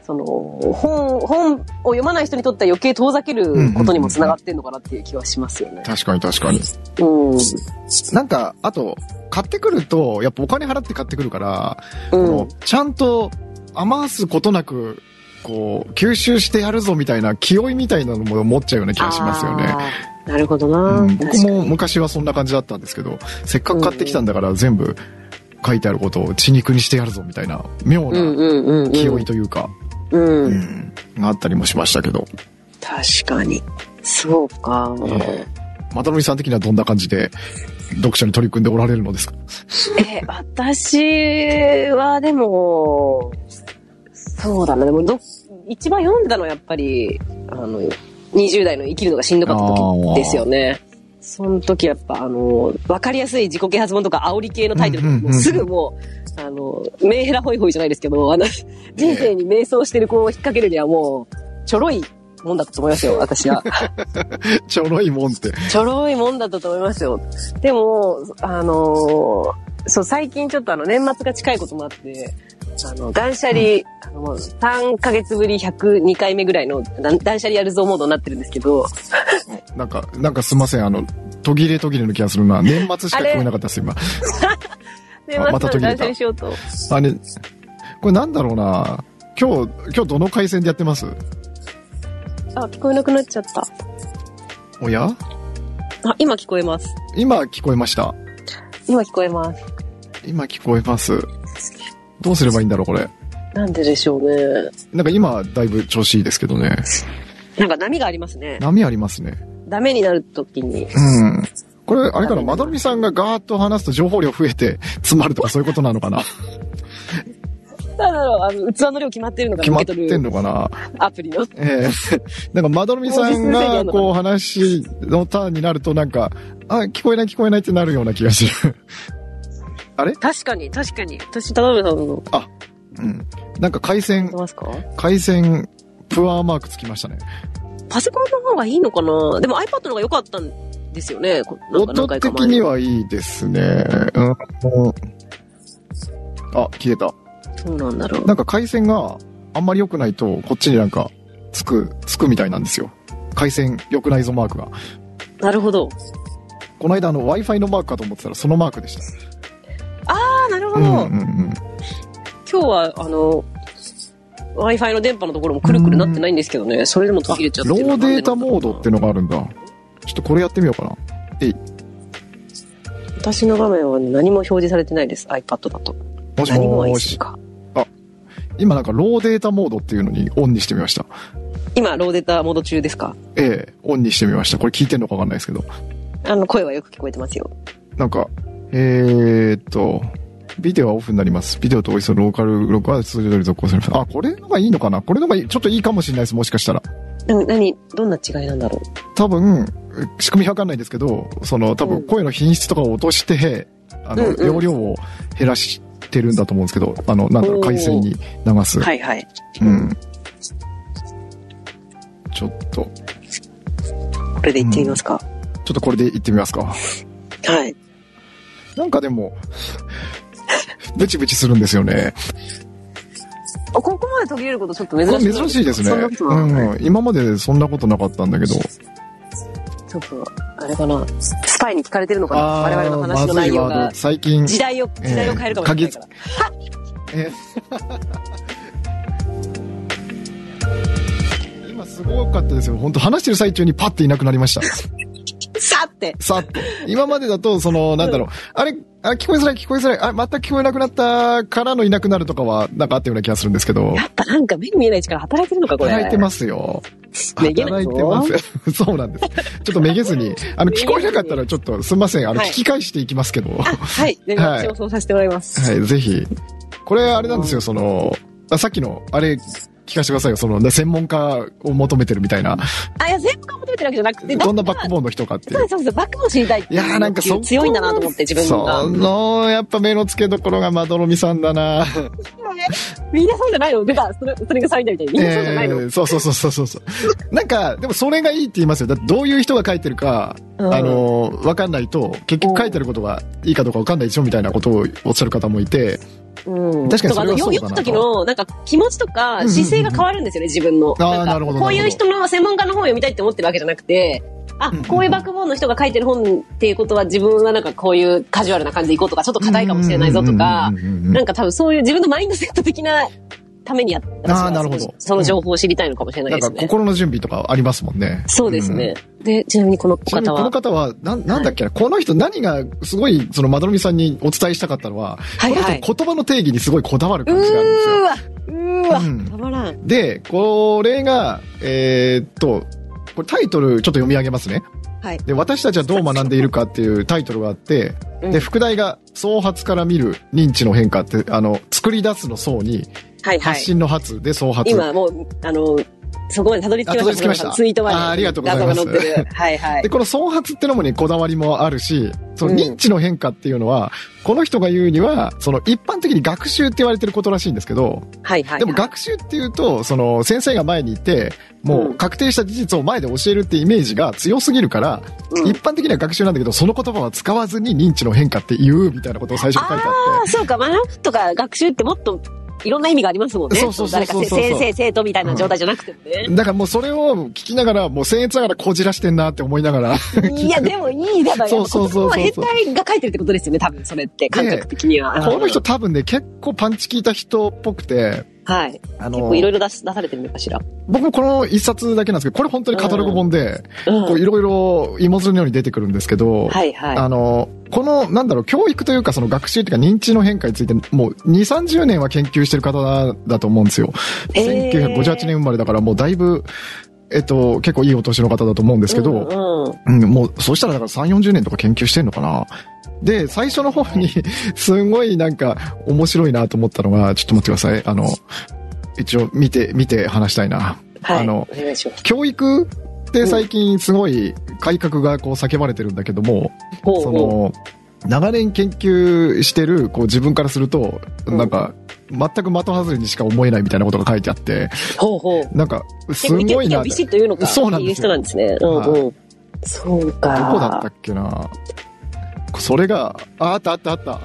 その、本、本を読まない人にとっては余計遠ざけることにもつながってるのかなっていう気はしますよね。
確かに確かに。
うん。うん。
なんか、あと、買ってくると、やっぱお金払って買ってくるから、あのちゃんと余すことなく、こう、吸収してやるぞみたいな、気負いみたいなのも持っちゃうような気がしますよね。
あー。なるほどな。
うん、
確
僕
かに
も昔はそんな感じだったんですけど、せっかく買ってきたんだから全部書いてあることを血肉にしてやるぞみたいな、妙
うん
な
うんうんうん。
気負いというか、
うん。
うんがあったりもしましたけど、
確かに。そうか。
えまたのりさん的にはどんな感じで読書に取り組んでおられるのですか
え、私はでも、そうだな、でもど、一番読んでたのはやっぱり、あの、20代の生きるのがしんどかった時ですよね。その時やっぱ、あの、わかりやすい自己啓発本とか煽り系のタイトルとか
うんうんう
も
ん
うすぐもう、あの、メンヘラホイホイじゃないですけど、あの、人生に迷走してる子を引っ掛けるにはもう、ちょろいもんだったと思いますよ、私は。
ちょろいもんって。
ちょろいもんだったと思いますよ。でも、あのーそう、最近ちょっとあの、年末が近いこともあって、あの、断捨離、あの、もう3ヶ月ぶり102回目ぐらいのだ断捨離やるぞモードになってるんですけど、
なんか、なんかすいません、あの、途切れ途切れの気がするな。年末しか聞こえなかったです、今。
年末ま
また途
で
切
断
れた
捨離しようと。
あれ、これなんだろうな今日、今日どの回線でやってます
あ、聞こえなくなっちゃった。
おや
あ、今聞こえます。
今聞こえました。
今聞こえます。
今聞こえます。どうすればいいんだろう、これ。
なんででしょうね。
なんか今、だいぶ調子いいですけどね。
なんか波がありますね。
波ありますね。
ダメになる時に。
うん。これ、あれかな、まどろみさんがガーッと話すと情報量増えて詰まるとかそういうことなの かな
なんだろう、あの、器の量決まってるのが
決
受
まっ
け
て
取る
んのかな
アプリの。
ええ なんか、まどろみさんが、こう、話のターンになると、なんか、あ、聞こえない聞こえないってなるような気がする。
確かに、確かに。私、田辺さんの、
うん。なんか、回線
出、ますか
回線、プアーマークつきましたね。
パソコンの方がいいのかなでも iPad の方が良かったんですよね。こなんか
音
何回か
的
前
にはいいですね。うん。あ、消えた。
そうなんだろう。
なんか回線があんまり良くないと、こっちになんか、つく、つくみたいなんですよ。回線良くないぞマークが。
なるほど。
この間あの Wi-Fi のマークかと思ってたらそのマークでした。
ああ、なるほ
う
ど。
んうんうん。
今日は、あの、Wi-Fi の電波のところもくるくるなってないんですけどね。それでも途切れちゃって
ロ
るのは
ー
なん
デ
で
ータモードってのがあるんだ。ちょっとこれやってみようかな。
私の画面は何も表示されてないです。iPad だと。
もし
何も
も
は
ー
いす
し
る。か。
今なんかローデータモードっていうのにオンにしてみました。
今、ローデータモード中ですか
ええ、オンにしてみました。これ聞いてんのかわかんないですけど。
あの、声はよく聞こえてますよ。
なんか、えー、っと、ビデオはオフになります。ビデオとおいそローカル録画は通常通り続行されます。あ、これのがいいのかなこれのがいいちょっといいかもしれないです。もしかしたら。
な何、どんな違いなんだろう。
多分、仕組みわかんないですけど、その、多
う
分
ん
声の品質とかを落として、あの、
うんうん
容量を減らしてるんだと思うんですけど、あの、なんだろ
お
う、
ー
回線に流す。
はいはい。
うん。ちょっと、ちょ
これで行ってみますか。
っとこれで行ってみますか。
はい。
なんかでも、ブチブチするんですよね。
あここまで途切れることちょっと珍
こ
しい
れ。珍しいですね。
そんなことはない
うん。今までそんなことなかったんだけど。
ちょっと、あれかな、スパイに聞かれてるのかな我々の話の内容
まずいワー
が
ド。最近、
時代を、時代を変えるかもしれないから。
え今すごかったですよ。本当話してる最中にパッていなくなりま した。
さって
さっと。今までだと、その、なんだろう。あれ、あ聞こえづらい、聞こえづらい。あ、全く聞こえなくなったからのいなくなるとかは、なんかあったような気がするんですけど。
やっぱなんか目に見えない力働いてるのか、これ。
働いてますよ。
め
働い
げないぞ
てます。 そうなんです。ちょっとめげずに。あの、聞こえなかったらちょっと、すみません。あの、
はい
聞き返していきますけど。
あ、はい。で、
はい
私もそうさせてもらいます。
はい、ぜひ。これ、あれなんですよ、その、あさっきの、あれ、聞かせてくださいよ。その、ね、専門家を求めてるみたいな。
あ、いや、全部が求めてるわけじゃなくて、
どんなバックボーンの人かってい
そう
う
で。す、そうです。バックも知りたいって
いやーなんかそこ
強いんだなと思って、自分が。
その、やっぱ目の付けどころがまどろみさんだ な。
みんなそうじゃないの出た。それ、それがサインだみたいな。みんなそうじゃないの、
えーそうそうそうそうそうそう。 なんか、でもそれがいいって言いますよ。だってどういう人が書いてるか、
うん
あの、わかんないと、結局書いてることがいいかどうかわかんないでしょみたいなことをおっしゃる方もいて、
うん
確かにそれはそ
と
うだな
かあの読む時の、なんか気持ちと
うんうん
か
うん
姿勢が変わるんですよね、自分の。
あー
んか
なるほど
こうい
な
う
るほ
人の専門家の本を読みたいって思ってるわけじゃなくて、あ
うんうん、
こういうバックボーンの人が書いてる本っていうことは自分はなんかこういうカジュアルな感じでいこうとか、ちょっと硬いかもしれないぞとか
うん、うんうんうんうん
なんか多分そういう自分のマインドセット的なためにやった
あーなるほど
その情報を知りたいのかもしれない
なん
です
か
ね。
心の準備とかありますもんね。
そうです
ん
ね。で、ちなみにこの
ちなみ
方
にこの
は。
方は、なんなんだっけな、この人何がすごい、その、まどろみさんにお伝えしたかったのは、
はいはい。
言葉の定義にすごいこだわる
う
感じがあるんですよ。
ーわ、う
うん
ーわ、たまらん。
で、これが、えーっと、これタイトルちょっと読み上げますね。
はい。
で、私たちはどう学んでいるかっていうタイトルがあって、
うん
で、副題が、創発から見る認知の変化って、あの、作り出すの層に、
はいは
発
い。
信の発で創発。
今もう、あの、そこまでたどり着きました。
あたどり着きました
ツイートまで。
あありがとうございま
画
す
像が載ってる。はいは
で、
い。
この創発ってのもにこだわりもあるし、その
うん
認知の変化っていうのは、この人が言うには、その一般的に学習って言われてることらしいんですけど、
はいはい。
でも学習っていうと、その先生が前にいて、もう確定した事実を前で教えるってイメージが強すぎるから、
うん
一般的には学習なんだけど、その言葉は使わずに認知の変化って言うみたいなことを最初に書いてあ
あ
っ
あ、そうか。学ぶとか学習ってもっといろんな意味がありますもんね。
そうそうそうそ
誰
う
かせ先生、生徒みたいな状態じゃなくても
て、
ね。
だからもうそれを聞きながら、もう僭越ながらこじらしてんなって思いながら、
いや、でもいいだから、
そうそうそうそう
やっぱ言葉は変態が書いてるってことですよね、多分それって、感覚的には。
この人多分ね、結構パンチ効いた人っぽくて、
はい。結
あの
構、いろいろ出し出されてるのかしら。
僕もこの一冊だけなんですけど、これ本当にカタログ本で、
うん
こういろいろ芋づるのように出てくるんですけど、
はいはい。
あの、この、なんだろう、教育というか、その学習というか認知の変化について、もう2、30年は研究してる方だと思うんですよ。
えー
1958年生まれだから、もうだいぶ、えっと、結構いいお年の方だと思うんですけど、
うんうん
うんもう、そうしたらだから3、40年とか研究してんのかな。で、最初の方に、 すごいなんか、面白いなと思ったのが、ちょっと待ってください。あの、一応見て、見て話したいな。
はい。
あの
お願いします。
教育って最近すごい改革がこう叫ばれてるんだけども、
ほうほ
そ
う
の長年研究してるこう自分からすると
うん
なんか全く的外れにしか思えないみたいなことが書いてあって
ほうほう。
なんかす
結構意
ごい
見
な
を
って
ビ
ど
シッと言うのか
そうなんです
言う人
よ
なんですね。うんうん。そうか。
こだったっけなそれがああったあったあった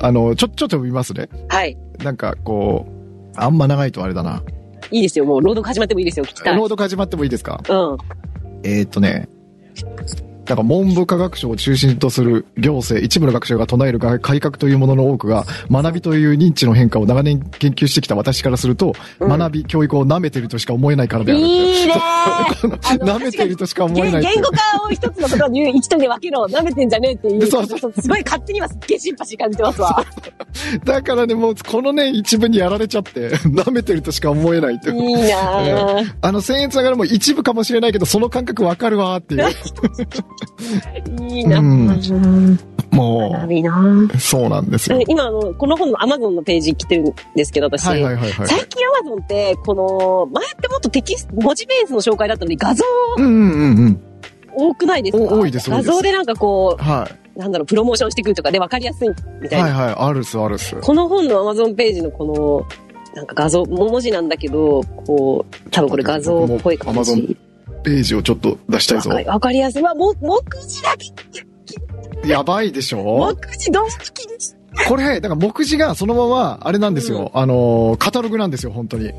あのちょちょっと読みますね
はい。
なんかこうあんま長いとあれだない
いですよ。もう朗読始まってもいいですよ。聞きたい。
朗読始まってもいいですか
うん。
えーっとね、なんか文部科学省を中心とする行政、一部の学者が唱える改革というものの多くが、学びという認知の変化を長年研究してきた私からすると、
うん
学び、教育を舐めてるとしか思えないからである。
いいねあの
舐めてるとし か思え
言
ないって
言語化を一つのことに一人で分けろ。舐めてんじゃねえっていう。
そうそう
ちょっとすごい勝手にはすっげえシンパシー感じてますわ。
だからね、もうこのね、一部にやられちゃって、 舐めてるとしか思えないって
い
いう。
いなぁ。
あの、僭越ながらも一部かもしれないけど、その感覚わかるわーっていう。
いいなぁ。
も
いいな
う、そうなんですよ。
今、あの、この本の Amazon のページ来てるんですけど、私。
はいはいはいはい。
最近 Amazon って、この、前ってもっとテキスト、文字ベースの紹介だったのに画像
うんうんうんうん。
多くないですか
お多いです多い
画
です
像でなんかこ
は
う、なんだろう、プロモーションしてくるとかで分かりやすいみ
い。
たいな。
はいはい。あるっすあるっす。
この本の Amazon ページのこの、なんか画像、文字なんだけど、こう、多分これ画像っぽい感
ちょっと待
じ。
ページをちょっと出したい
わ
ぞ。
かりわかりやすい。まあ、も目次だけ、
やばいでしょ
目次どうして気にし
これ、だから目次がそのまま、あれなんですよ。あのー、カタログなんですよ、本当に。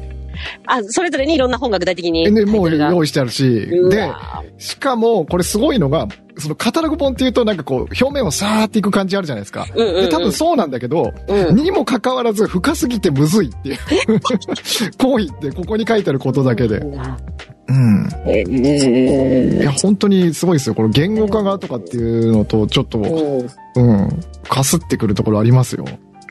あ、それぞれにいろんな本が具体的に。
えねもう
タイトルが
用意してあるし。
う
で、
わ
しかも、これすごいのが、そのカタログ本っていうと、なんかこう、表面をさーっていく感じあるじゃないですか。
うんうん、う
で
ん。
多分そうなんだけど、
うん。
にもかかわらず深すぎてむずいっていう 行為ってここに書いてあることだけで。うん。
え
い
ー
や、本当にすごいですよ。この言語化がとかっていうのと、ちょっと、
うん
うん、かすってくるところありますよ。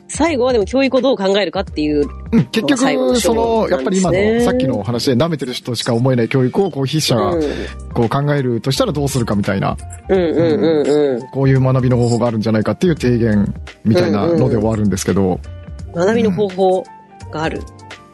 最後はでも教育をどう考えるかっていう。
うん結
最後
局、
の
その、やっぱり
そうなんです
今の、
ね
さっきの話で舐めてる人しか思えない教育を、こう、筆者
うん
が、こう、考えるとしたらどうするかみたいな、
うんうんうんう
こういう学びの方法があるんじゃないかっていう提言みたいな
うんうん
ので終わるんですけど、
ん。学びの方法がある。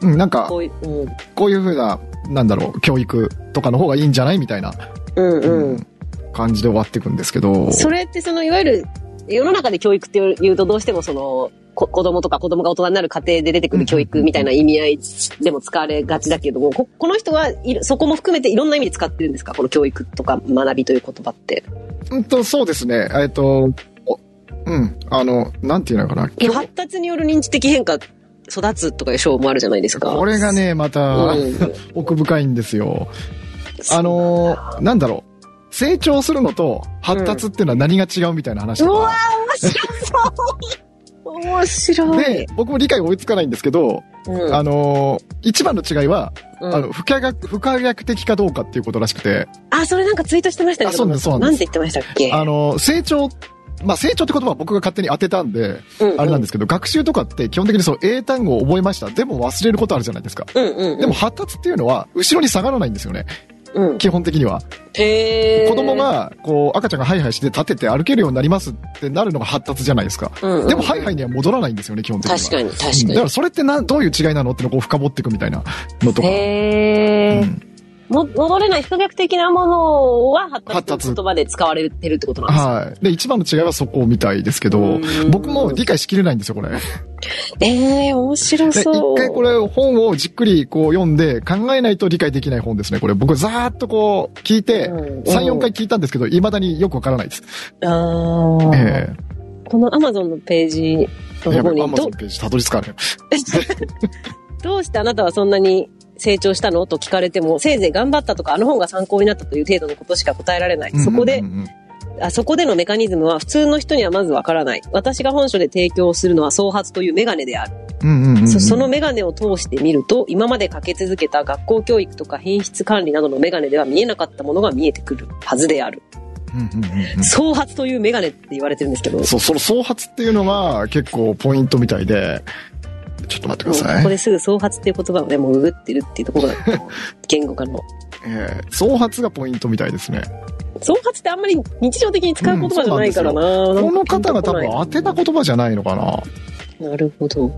うん、なんか
こ、ういう、うん。
こういう風な、なんだろう、教育とかの方がいいんじゃないみたいな、
うんう。
うんん感じで終わっていくんですけど。
それってその、いわゆる、世の中で教育っていうとどうしてもその、こ子供とか子供が大人になる過程で出てくる教育みたいな意味合いでも使われがちだけども、ここの人はいるそこも含めていろんな意味で使ってるんですかこの教育とか学びという言葉って。
うんと、そうですね。えっと、おうん、あの、なんていうのかな。
発達による認知的変化、育つとかいう章もあるじゃないですか。
これがね、ま
う
た、
ん、
奥深いんですよ。あのーなんだろう。成長するのと発達っていうのは何が違うみたいな話
う
と
わ
か。
ー面白い。面白い。
で、僕も理解が追いつかないんですけど、
うん、
あのー一番の違いは、
うん
あの、不可逆、不可逆的かどうかっていうことらしくて、
あ、それなんかツイートしてましたね。
あそうなんですそうなんです
て言ってましたっけ
あのー成長、まあ、成長って言葉は僕が勝手に当てたんで、あれなん
で
ですけど、学習とかって基本的にそう、英単語を覚えました。でも忘れることあるじゃないですか。
す。うんうんうん。
でも、発達っていうのは、後ろに下がらないんですよね。
うん、
基本的には。
へー
子供、が、こう、赤ちゃんがハイハイして立てて歩けるようになりますってなるのが発達じゃないですか。
うんうん
でも、ハイハイには戻らないんですよね、基本的には。
確かに、確
うんだ
か
から、それってな、どういう違いなのってのをこう深掘っていくみたいなのと
に。
か。
へー
うん
も戻れない、比較的なものは発達
発
とい
達
う言葉で使われてるってことなんですか
はい。で、一番の違いはそこみたいですけ
う
ど
ー、ん
僕も理解しきれないんですよ、これ。で、
えー、面白そう。
一回これ本をじっくりこう読んで考えないと理解できない本ですね、これ。僕ざーっとこう聞いて、
うん
3、4回聞いたんですけど、未だによくわからないです。
あー
ええ
この Amazon のページの
や
とこ
べ、
に
アマゾ
ど
ン、ページたどり着かない。
どうしてあなたはそんなに成長したのと聞かれても、せいぜい頑張ったとか、あの本が参考になったという程度のことしか答えられない。そこで
うん、うんうん
あそこでのメカニズムは普通の人にはまずわからない。私が本書で提供するのは創発というメガネである。
うんうんうんうん
そそのメガネを通して見ると、今までかけ続けた学校教育とか品質管理などのメガネでは見えなかったものが見えてくるはずである。
うんうんうんうん
創発というメガネって言われてるんですけど。
そう、その創発っていうのが結構ポイントみたいで、ちょっと待ってく
も
だ
う
さ
ここ
い。
ですぐ創発っていう言葉をね、もうググってるっていうところが、 言語化の。
えー創発がポイントみたいですね。
創発ってあんまり日常的に使う言葉じゃないからな。
こ
なん
の
かピンと
方が多
こな
分
い
当てた言葉じゃないのかな。
なるほど。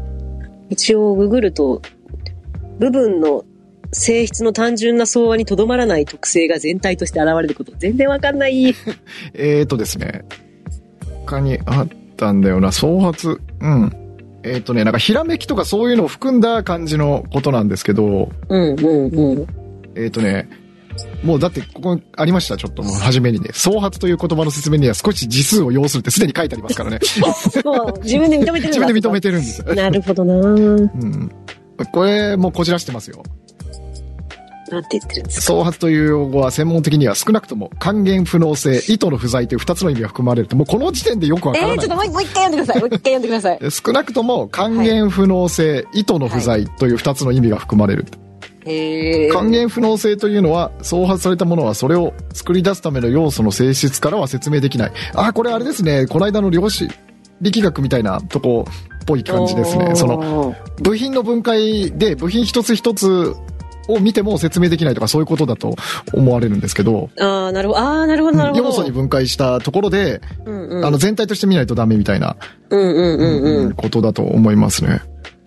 一応ググると、部分の性質の単純な相和にとどまらない特性が全体として現れること。全然わかんない。
えーとですね。他にあったんだよな、創発。うん。えーとね、なんかひらめきとかそういうのを含んだ感じのことなんですけど、
うんうんうん。
えーとね、もうだってここにありました、ちょっともう初めにね。創発という言葉の説明には少し字数を要するってすでに書いてありますからね。
もう自分で 認めてるんだ
自分で認めてるんです。
なるほどなぁ
うん。これもこじらしてますよ。
なんて言ってるんですか。
創発という用語は専門的には少なくとも還元不能性、意図の不在という2つの意味が含まれると、もうこの時点でよくわ
え
からない。
ー、ちょっともうもう一回読んでください。もう一回読んでください。
え少なくとも還元不能性、意図の不在という2つの意味が含まれる、
へ
還元不能性というのは創発されたものはそれを作り出すための要素の性質からは説明できないあーこれあれですねこの間の量子力学みたいなとこっぽい感じですねその
の、
部品の分解で部品一つ一つを見ても説明できないとかそういうことだと思われるんですけど
ああ、なるほど。ああ、なるほど、なるほど。
要素に分解したところで、
うんうん。
あの全体として見ないとダメみたいな
うんうんうんうん。
ことだと思いますね。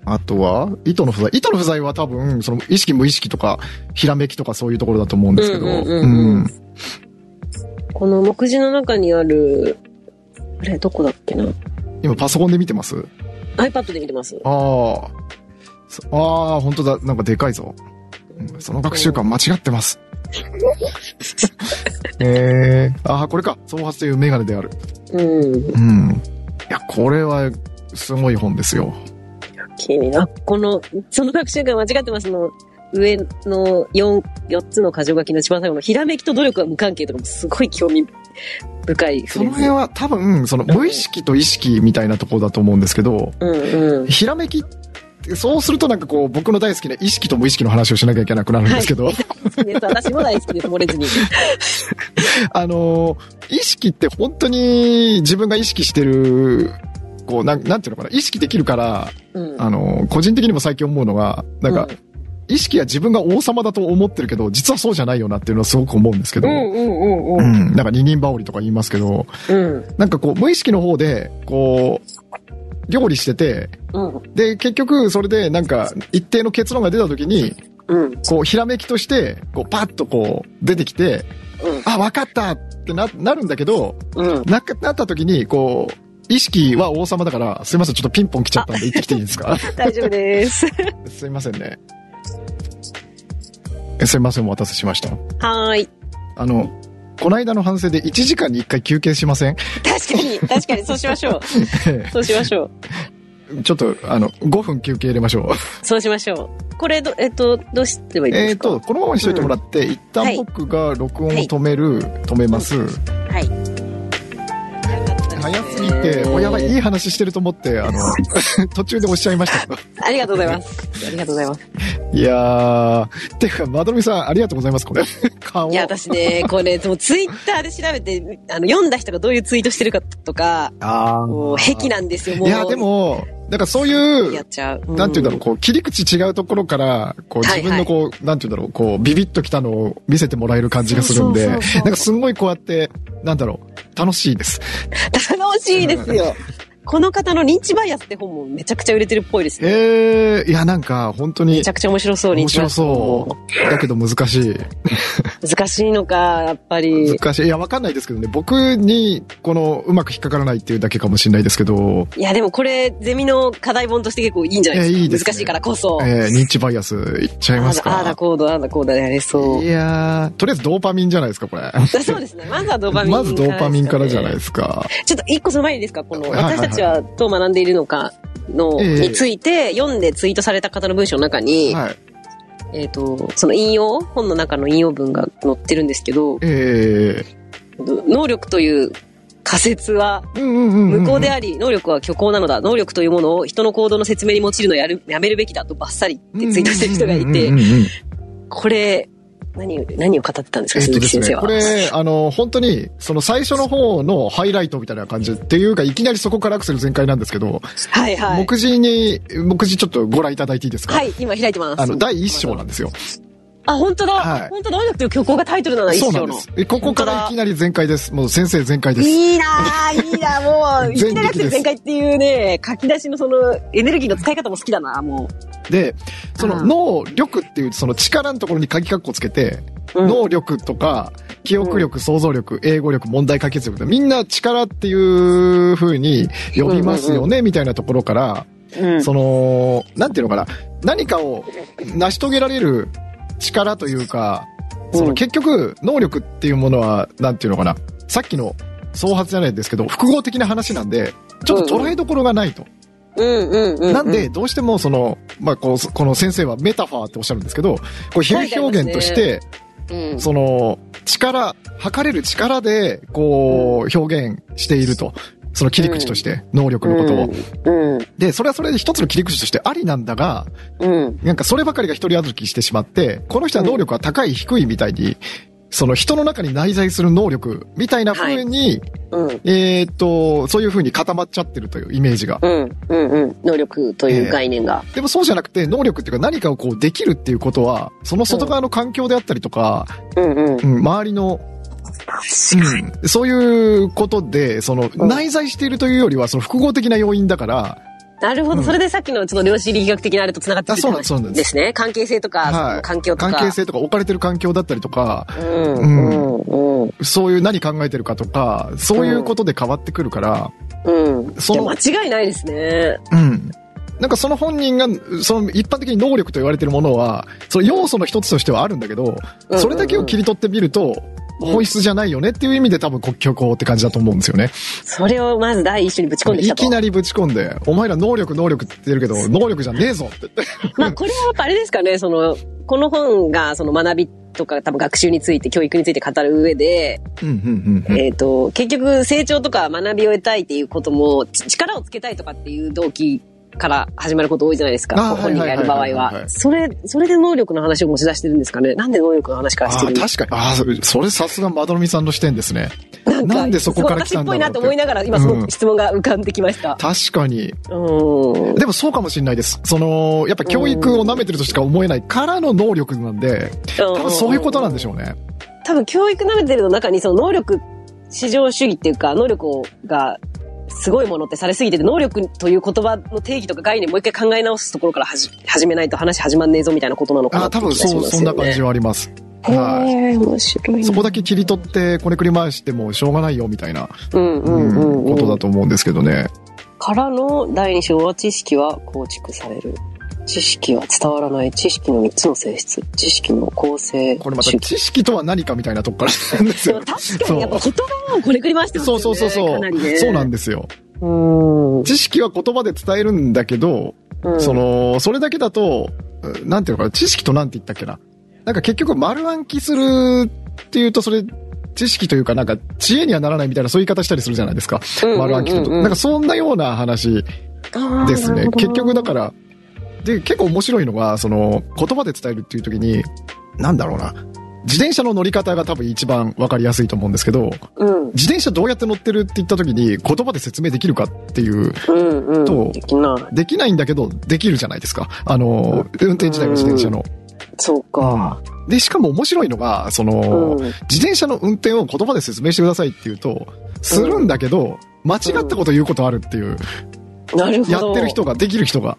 あとは、意図の不在。意図の不在は多分、その意識無意識とか、ひらめきとかそういうところだと思うんですけど。
うんうんうんうん
うん
この目次の中にある、あれ、どこだっけな。
今パソコンで見てます
iPad で見てます。
ああ。そああ、本当だ。なんかでかいぞ。うんその学習感間違って ます。ええああ、これか。創発というメガネである。
うん。
うん。いや、これは、すごい本ですよ。
気になるこの、その学習が間違ってますの、上の4、四つの箇条書きの一番最後の、ひらめきと努力は無関係とかもすごい興味深いフ
そ
レ
の
ー
辺
ズ。
は多分、その無意識と意識みたいなところだと思うんですけど、
うんうん。
ひらめきってそうするとなんかこう僕の大好きな意識と無意識の話をしなきゃいけなくなるんですけど、
好きです。私も大好きです、漏れずに。
あのー意識って本当に自分が意識してるこうなんなんていうのかな意識できるから、
うん。
あのー個人的にも最近思うのがなんか、意識は自分が王様だと思ってるけど実はそうじゃないよなっていうのはすごく思うんですけ
う
ど、
んうんうん
う
うん。
んなんか二人羽織とか言いますけど
うん。
なんかこう無意識の方でこう料理してて、
うん。
で、結局、それで、なんか、一定の結論が出た時に、
うん。うん。
こう、ひらめきとして、こう、パッとこう、出てきて、あ、わかったってな、なるんだけど、
うん。
な、なった時に、こう、意識は王様だから、すいません、ちょっとピンポン来ちゃったんで行ってきていいですか
大丈夫です。
すいませんね。えすいません、お待たせしました。
はーい。
あの、この間の反省で1時間に1回休憩しません
確かに、確かに、そうしましょう。そうしましょう。
ちょっと、あの、5分休憩入れましょう。
そうしましょう。これ、ど、えっと、どうしてばいいんで
え
す
っ
か
と、このままにしといてもらって、一
は
旦
い
僕が録音を止める、止めます。
はい。
早すぎて、おやばい、いい話してると思って、あの、 途中でおっしゃいました。
ありがとうございます。ありがとう ございます。
いやー、てか、まどろみさん、ありがとうございます、これ。顔。
いや、私ね、これ、もうツイッターで調べて、あの、読んだ人がどういうツイートしてるかとか、
あー
もう、癖なんですよ、もう。
いや、で、も、なんかそうい
やっ
う、
ちゃう。
なんていうんだろう、こう、切り口違うところから、こう、
はい
自分のこう、なんていうんだろう、こう、ビビッときたのを見せてもらえる感じがするんで、
そうそ
なん
うそうそう
かすんごいこうやって、なんだろう、楽しいです。
うん。楽しいですよ。この方のリンチバイアスって本もめちゃくちゃ売れてるっぽいですね。
えー、いや、なんか、本当に
めち、ゃくちゃ面白そう、リン
面
チバイ
白
アス。
そう。だけど難しい。
難しいのか、やっぱり。
難しい。いや、わかんないですけどね。僕に、この、うまく引っかからないっていうだけかもしれないですけど、
いや、でもこれ、ゼミの課題本として結構いいんじゃないですか。
いやいいですね
難しいからこそ。
えー、認知バイアスいっちゃい
あ
ま
あ
す
だああだ
か。
こうだ、ああだこうだでやれそう
い。やー、とりあえずドーパミンじゃないですか、これ。
だそうですね。まずはドーパミン、
まずドーパミンからじゃないですすか。
かね。ちょっと一個その前にいいですか、この、
はいはいはい
私たちはどう学んでいるのかの、
ええ
について読んでツイートされた方の文章の中に、
はい。
えっ、と、その引用、本の中の引用文が載ってるんですけど、
え
能力という仮説は
ー、うんうんうんうん。
無効であり、能力は虚構なのだ。能力というものを人の行動の説明に用いるのをやるやめるべきだとバッサリってツイートしてる人がいて、
うんうんうんうんうん
これ、何を、何を語ってたんですか、
えっ
鈴
と
木
です
先生
ね、
は。
これ、あの、本当に、その最初の方のハイライトみたいな感じっていうか、いきなりそこからアクセル全開なんですけど、
はいはい。
目次に、目次ちょっとご覧いただいていいですか
はい、今開いてます。
あの、第1章なんですよ。
あ、本当だ。
はい
本当だ。音楽という曲がタイトルなの、一
そうな
生
んで
の。
す。えここからいきなり全開です。もう先生全開です。
いいなぁ、いいな ぁ、もう、いきなりアクセル全開っていうね、書き出しのその、エネルギーの使い方も好きだなも
で、その
うん
能力っていうその力のところに鍵括弧つけて、
う。うん、
能力とか、記憶力、想像力、英語力、問題解決力みんな力っていう風に呼びますよね、みたいなところから、
うん、
その、なんていうのかな、何かを成し遂げられる力というか、そうの
ん
結局、能力っていうものは、なんていうのかな、さっきの創発じゃないですけど、複合的な話なんで、ちょっと捉えどころがないと。
うんうんうん。
なんで、どうしてもその、まあ、こう、この先生はメタファーっておっしゃるんですけど、こう、比喩表現として、
うん、
その、力、測れる力で、こう、表現していると。その切り口として、能力のことを。
うん、
で、それはそれで一つの切り口としてありなんだが、
うん、
なんかそればかりが一人歩きしてしまって、この人は能力が高い、低いみたいに、その人の中に内在する能力みたいな風に、
うん、
えーっと、そういう風に固まっちゃってるというイメージが。
うん、うん、うん、能力という概念が。
でもそうじゃなくて、能力っていうか何かをこうできるっていうことは、その外側の環境であったりとか、
うん、うん。
うん、周りの、うん、そういうことで、その、
うん
内在しているというよりは、その複合的な要因だから、
なるほど、
うん
それでさっきのちょっと量子力学的なあれと繋がって
あ
る
そうなんですそうなん
話
で
ですすね。関係性とか、
はい
その環境とか。
関係。性とか置かれてる環境だったりとか、
うん、
う
うんん、うん、
そういう何考えてるかとか、そういうことで変わってくるから、
うん。
その
いや間違いないですね。
うん。なんかその本人が、その一般的に能力と言われてるものは、その要素の一つとしてはあるんだけど、
うん
それだけを切り取ってみると、
うん
本質じゃないよねっていう意味で多分国境法って感じだと思うんですよね。
それをまず第一種にぶち込んでき
い
たと
き。なりぶち込んで、お前ら能力能力って言ってるけど、能力じゃねえぞって言って。
まあこれはやっぱあれですかね、その、この本がその学びとか多分学習について、教育について語る上で、
うんうんうんうん。
えっ、と、結局成長とか学びを得たいっていうことも、ち力をつけたいとかっていう動機から始まること多いじゃないですか、
あー
こう本人がやる場
は
合
いはいはいはいはい
は。それ、それで能力の話を持ち出してるんですかね。なんで能力の話から
あ
してる
ー
んです
確かに。ああ、そそれさすがまどろみさんの視点ですね。
か
なんでそこから来たんだ
私っぽ
ろう
いなと思いながら、今その質問が浮かんできました。
確かに。
うん。
でもそうかもしれないです。その、やっぱ教育を舐めてるとしか思えないからの能力なんで、多分そういうことなんでし
ょう
ょうね。
ん。多分教育舐めてるの中に、その能力、至上主義っていうか、能力が、すごいものってされすぎてて、能力という言葉の定義とか概念もう一回考え直すところからはじ始めないと話始まんねえぞみたいなことなのかな
あ、
って
多
気が
分
します
そ
よ、
う、
ね。
そんな感じはあります。はい。
へえ、面白いな
そこだけ切り取って、こねくり回してもしょうがないよみたいな、
うんう
うん
うん、うん、
ことだと思うんですけどね。
からの第二章は知識は構築される。知識は伝わらない。知識の三つの性質。知識の構成。
これまた
主義
知識とは何かみたいなとこからなんです
でも
よ。
確かにやっぱ言葉をこれくり回してます
そ
よ
う
ね。
そうそうそう
かなり。ね。
そうなんですよ。
うん。
知識は言葉で伝えるんだけど、
うん
そ、の、それだけだと、うんなんていうのかな、知識となんて言ったっけな。なんか結局丸暗記するっていうと、それ、知識というかなんか知恵にはならないみたいなそういう言い方したりするじゃないですか。丸暗記すると。なんかそんなような話
か。
ですね。結局だからら、で、結構面白いのが、その、言葉で伝えるっていう時に、なんだろうな。自転車の乗り方が多分一番わかりやすいと思うんですけど、
うん。
自転車どうやって乗ってるって言った時に言葉で説明できるかっていう、
うんうん。
と
できない。
できないんだけど、できるじゃないですか。あの、運転自体が自転車の。
そうか。
で、しかも面白いのが、その、
うん。
自転車の運転を言葉で説明してくださいって言うと、するんだけど、間違ったこと言うことあるっていう、
なるほど。
やってる人が、できる人が。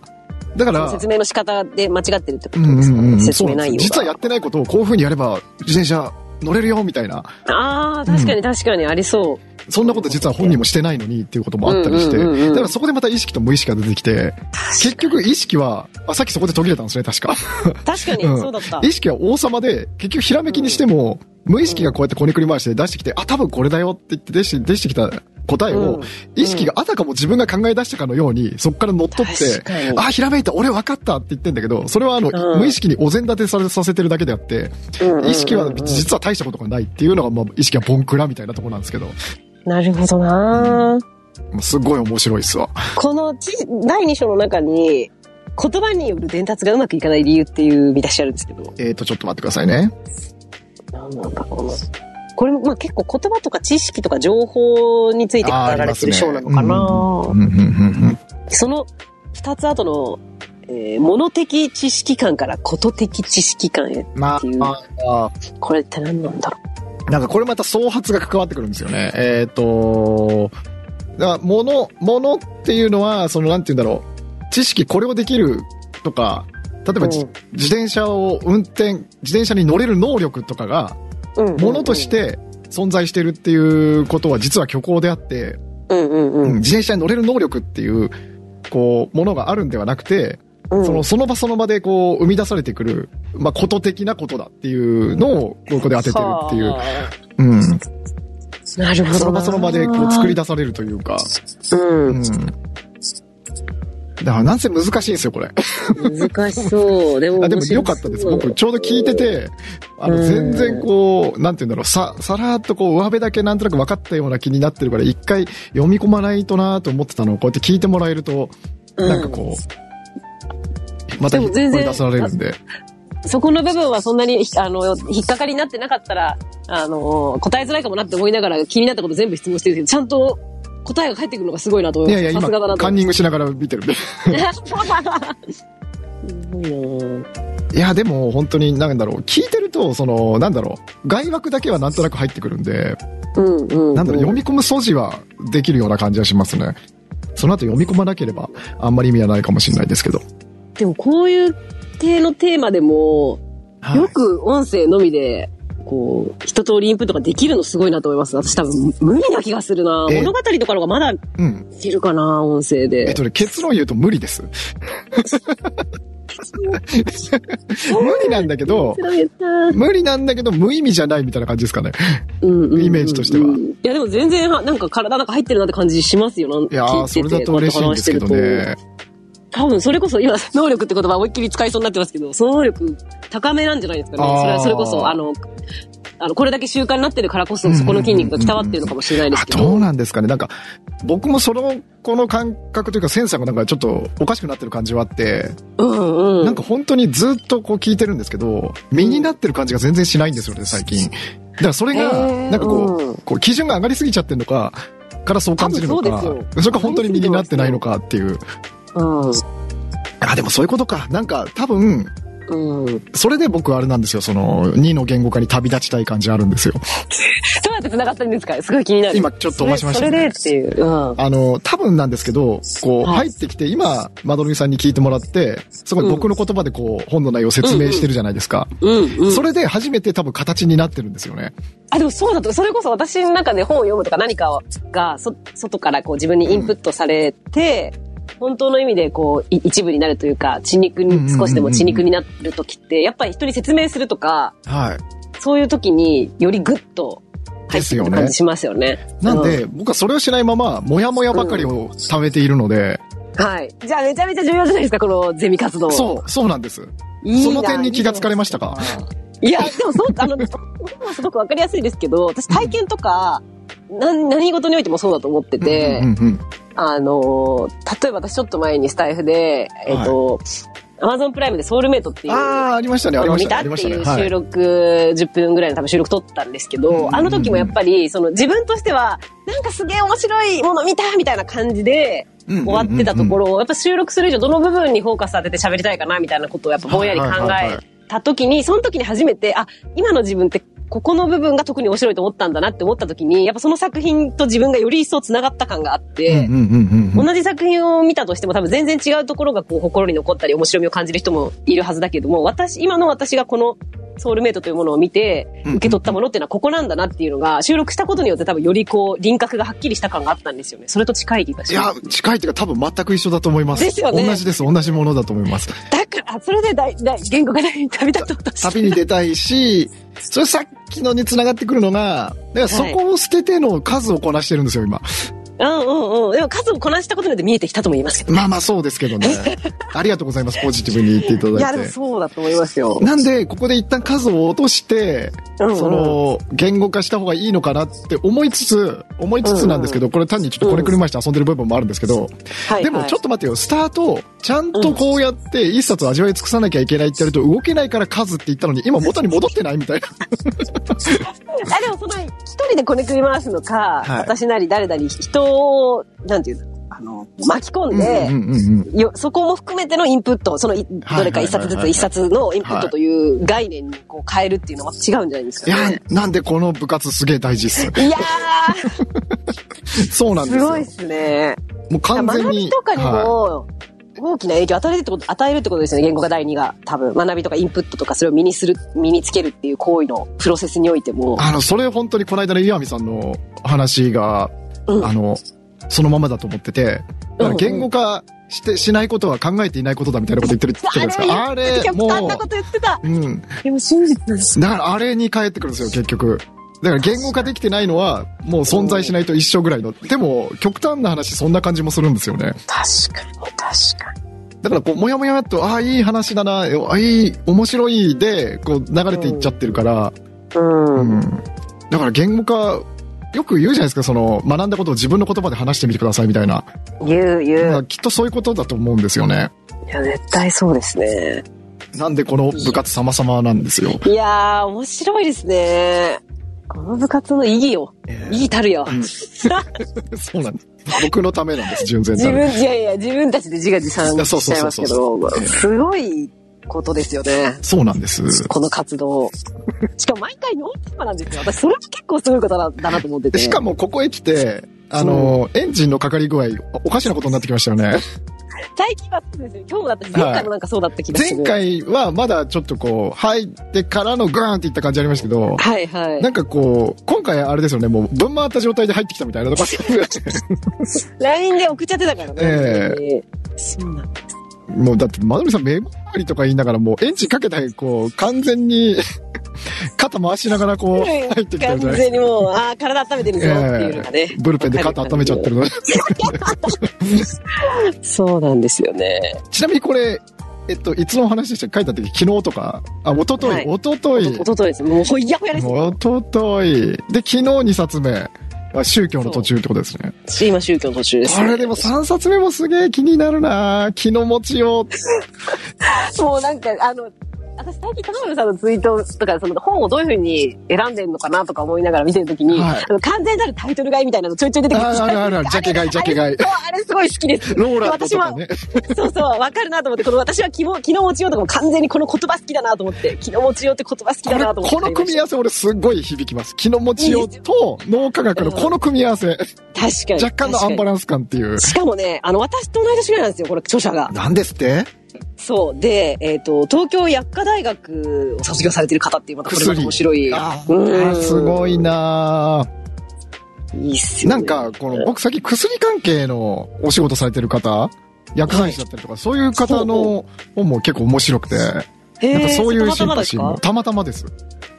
だから、
説明の仕方で間違ってるってこ
う
と
ん
で
う
すか
んうん、
ね。説
そう
明
なん
内
です
容
実はや
が。
ってないことをこういう風にやれば、自転車乗れるよみたいな、
ああ、確かに確かにありそう。
そんなこと実は本人もしてないのにっていうこともあったりして、
うんうんうんうん
だからそこでまた意識と無意識が出てきて、結局意識は、あ、さっきそこで途切れたんですね、確か。
確かに、
うん
そうだった。
意識は王様で、結局ひらめきにしても、無意識がこうやってこねくり回して出してきて、あ、多分これだよって言って出して出してきた答え
う
を
ん、
意識があたかも自分が考え出したかのように、そこから乗っ取って
確、かに
あ、ひらめいた、俺分かったって言ってんだけど、それはあの、
うん
無意識にお膳立てされさせてるだけであって、
うんうんうん
意識は実は大したことがないっていうのが、まあ、意識はボンクラみたいなとこなんですけど、も
なるほどな、
うすごい面白いっすわ。
このち第2章の中に、言葉による伝達がうまくいかない理由っていう見出しあるんですけど、
えーと、ちょっと待ってくださいね。
何なんだこの。これも、まあ、結構言葉とか知識とか情報について語
あー
られてる章なのか
あり
な、
うん、うん、うん、
その2つ後の、えー物的知識観からこと的知識観へ。
うん。ま
っていう
あ、あ
これって何なんだろ
なんかこれまた創発が関わってくるんですよね。えっ、と、だから物、物っていうのは、そのなんて言うんだろう、知識これをできるとか、例えばじ、
うん
自転車を運転、自転車に乗れる能力とかが、
う。うんうんうん
物とし。て存在してるっていうことは実は虚構であって、
うんうんう
うん
ん。
自転車に乗れる能力っていう、こう、ものがあるんではなくて、
うん
その、その場その場でこう、生み出されてくる、まあ、こと的なことだっていうのを、ここで当ててるっていう。
は
うん。
あなるほどな。
その場その場でこう作り出されるというか。
う。
うんん。だからなんせ難しいんですよ、これ。
難しそう。でも面白そ
あ
う、
でも良かったです。僕、ちょうど聞いてて、あの、
うん
全然こう、なんて言うんだろう、さ、さらっとこう、上辺だけなんとなく分かったような気になってるから、一回読み込まないとなと思ってたのを、こうやって聞いてもらえると、
うん
なんかこう、また
で
声
も全然
出されるんで。
そこの部分はそんなに、ひあの、引っかかりになってなかったら、あの、答えづらいかもなって思いながら気になったこと全部質問してるけど、ちゃんと答えが返ってくるのがすごいなと思
い
いま
や
す。
いや、
さ
今
すがだな、と
カ
思
ン
い
ニングしながら見てるんで。
ます。すごいない
や、でも本当に、なんだろう、聞いてると、その、なんだろう、外枠だけはなんとなく入ってくるんで、
うんうん、うん。
なんだろう、読み込む素地はできるような感じはしますね。その後読み込まなければ、あんまり意味はないかもしれないですけど。
でもこういう系のテーマでも、
はい
よく音声のみで、こう、一通りインプットができるのすごいなと思います。私多分無理な気がするな。
ええ
物語とかの方がまだい
うん。
けるかな、音声で。
えっとね、結論言うと無理 です。無理なんだけど、無理なんだけど、無意味じゃないみたいな感じですかね。
うんうんうん
イメージとしては
うんいや、でも全然は、なんか体なんか入ってるなって感じしますよ。なん
いや
聞い
ー、
て
そ
て
れだと嬉しいんですけど。
こうやって話してる。
ね
と多分それこそ今、能力って言葉思いっきり使いそうになってますけど、その能力高めなんじゃないですか
あ
ね。それは
ー
それこそ、あの、あの、これだけ習慣になってるからこそ、そこの筋肉が鍛わってるのかもしれないです
あ
けど。
どうなんですかねなんか、僕もその、この感覚というかセンサーがなんかちょっとおかしくなってる感じはあって、
うんうん。
なんか本当にずっとこう聞いてるんですけど、身になってる感じが全然しないんですよね、最近。だからそれが
へー、
なんかこ
うん
う、こう基準が上がりすぎちゃってるのか、からそう感じるの
多
か、
分そ
そう
です
れか本当に身になってないのかっていう。
う
あ、でもそういうことか。なんか多分、
ん。うん。
それで僕あれなんですよ、その、2の言語化に旅立ちたい感じあるんですよ。
それうやって繋がったんですかすごい気になる。
今ちょっとお待ちしました
そ
ね
れそれでっていう。うん。
あの、多分なんですけど、こう、
はい
入ってきて、今、まどろみさんに聞いてもらって、そこに僕の言葉でこう、本の内容を説明してるじゃないですか。
うん、うん。
それで初めて多分形になってるんですよね。
あ、でもそうだと、それこそ私の中で本を読むとか何かをが、そ、外からこう自分にインプットされて、本当の意味でこう、い一部になるというか、血肉
うんうんうん
に、
うん
少しでも血肉になるときって、やっぱり人に説明するとか、
はい。
そういうときによりグッと入ってくる感じしますよね。
なんで、僕はそれをしないまま、もやもやばかりを貯めているので、
うん、はい。じゃあめちゃめちゃ重要じゃないですか、このゼミ活動。
そう、そうなんです。
いいな
その点に気がつかれましたか
いや、でもそう、あの、 僕もすごくわかりやすいですけど、私体験とか、なん何事においてもそうだと思ってて、
うんうんうん。
あのー例えば私ちょっと前にスタイフで、えっ、と、アマゾンプライムでソウルメイトっていう、
ああ、ありましたね、ありまし
見
たね。
た
あ
って
りまし
い
たね。
う
は
収
い。
録、10分ぐらいの多分収録撮ったんですけど、
うんうんうん
あの時もやっぱり、その自分としては、なんかすげえ面白いもの見たみたいな感じで、
終
終わってたところを、やっぱ収録する以上どの部分にフォーカス当てて喋りたいかなみたいなことをやっぱぼんやり考
はいはいはいは
えた時に、その時に初めて、あ、今の自分ってここの部分が特に面白いと思ったんだなって思った時に、やっぱその作品と自分がより一層繋がった感があって、
うんうんうんうんうん。
同じ作品を見たとしても多分全然違うところがこう心に残ったり面白みを感じる人もいるはずだけども、私、今の私がこのソウルメイトというものを見て
うん
受け取ったものっていうのはここなんだなっていうのが収録したことによって多分よりこう輪郭がはっきりした感があったんですよね。それと近い気が
い
しま
や
す。、
近いというか多分全く一緒だと思います。
ですよね
同じです、同じものだと思い ます。
だから、それで大、大、言語がない旅立とうとして
旅に出たいし、それさっきのに繋がってくるのが、だからそこを捨てての数をこなしてるんですよ、今。
うんうんうん。でも数をこなしたことによって見えてきたとも言いますけど。
まあまあそうですけ どね。ありがとうございます、ポジティブに言っていた
い
だ
や、
い
でも
て。
そうだと思いますよ。
なんで、ここで一旦数を落として、
うんうん
その、言語化した方がいいのかなって思いつつ、思いつつなんですけど、これ単にちょっとこれくりまして遊んでる部分もあるんですけど、
はい
でもちょっ
と、
と待ってよ、スタート、ちゃんとこうやって一冊味わい尽くさなきゃいけないってやると動けないから数って言ったのに、今元に戻ってないみたいな。
あ、でもその、一人でこねくり回すのか、
はい
私なり誰なり人を、なんていうの、あの、巻き込んで、
うんうんうんうん
よそこも含めてのインプット、そのい
はい
どれか一冊ず
はいはいはいはい
つ一冊のインプッ
はい
トという概念にこう変えるっていうのは違うんじゃないです
い
か
や
ね。
ー、なんでこの部活すげえ大事っす。
いや
そうな
ー、
んです
す
よ。
ごいですね。
もう完全
学
に。
びとかに
は
も大きな影響を与えるってこと、与えるってことですよね。言語が第二が多分学びとかインプットとかそれを身にする、身につけるっていう行為のプロセスにおいても
い、あの、それ本当にこの間の岩見さんの話が、
うん
あの、そのままだと思ってて、だか
うんう
ら
ん
言語化して、しないことは考えていないことだみたいなこと言ってるじゃないですか。あれ、も
極端なこ
う、
と言ってた。
うん。
でも真実なんです。
だからあれに帰ってくるんですよ、結局。だから言語化できてないのは、もう存在しないと一緒ぐらいの。でも、極端な話、そんな感じもするんですよね。
確かに、確かに。
だからこう、もやもやっと、ああ、いい話だな、あいい、面白いで、こう、流れていっちゃってるから、
う。
うんん。だから言語化、よく言うじゃないですか、その、学んだことを自分の言葉で話してみてくださいみたいな。
言う、
だか
言う。
らきっとそういうことだと思うんですよね。
いや、絶対そうですね。
なんでこの部活様々なんですよ。
いやー、面白いですね。この部活の意義を、意義たるや。
そうなんです。僕のためなんです、純然
自
たる。
分、いやいや、自分たちで自画自賛しちゃいますけ
そう
ど
そうそうそう、
すごいことですよね。
そうなんです。
この活動。しかも毎回ノーテーマなんですよ。私、それも結構すごいことだだなと思ってて。
しか
も、
もここへ来て、あの、エンジンのかかり具合、おかしなことになってきましたよね。
最近はそうですよ。今日もだったし、前回もなんかそうだった気がする。
前回はまだちょっとこう、入ってからのグーンっていった感じありましたけど、
はいはい
な。んかこう、今回あれですよね、もう、ぶん回った状態で入ってきたみたいなと か、
LINE で送っちゃってたからね。
え
そうなんだ。
もうだって、まどりさん、目回りとか言いながら、もうエンジンかけたこう、完全に、 肩回しながらこう、入ってきた
完
みたいな。
全にもう、ああ、体温めてるぞっていうのがね。
ブルペンで肩温めちゃってるの。
そうなんですよね。
ちなみにこれ、えっと、いつのお話でした書いた時、昨日とか、あ、一昨
はい
日一昨日
おとといです。もう、ほいやほやです。
おととい。で、昨日2冊目。あ宗教の途中ってことですね。
今、宗教の途中です。
これでも3冊目もすげえ気になるな気の持ちよう。
もうなんか、あの、私最近田辺さんのツイートとか、その本をどういうふうに選んでんのかなとか思いながら見てるときに、
はい
あの完全なるタイトル買いみたいなのちょいちょい出てくる
あーあるあるあるジャケ買いジャケ買い
あれあれすごい好きです。
ローラーとかね
で私も、そうそう、わかるなと思って、この私は昨日、昨日持ちようとかも完全にこの言葉好きだなと思って、昨日持ちようって言葉好きだなと思
これ
って。
この組み合わせ俺すっごい響きます。気の持ちようと脳科学のこの組み合わせ。
確かに。
若干のアンバ
ラ
ランス感ってい う。
しかもね、あの、私と同い年ぐらいなんですよ、これ、著者が。
なんですって
そう。で、えっ、と、東京薬科大学を卒業されてる方っていう、またこれまた面白い。
あ
うん
ーすごいなー
いいっすよ、
な
ね。
んか、この、僕先薬剤関係のお仕事されてる方、薬剤師だったりとか、そういう方の本も結構面白くて、
へー、
なんかそういうシ
た
ン
またま
パ
です
シーも、
か
たまたまです。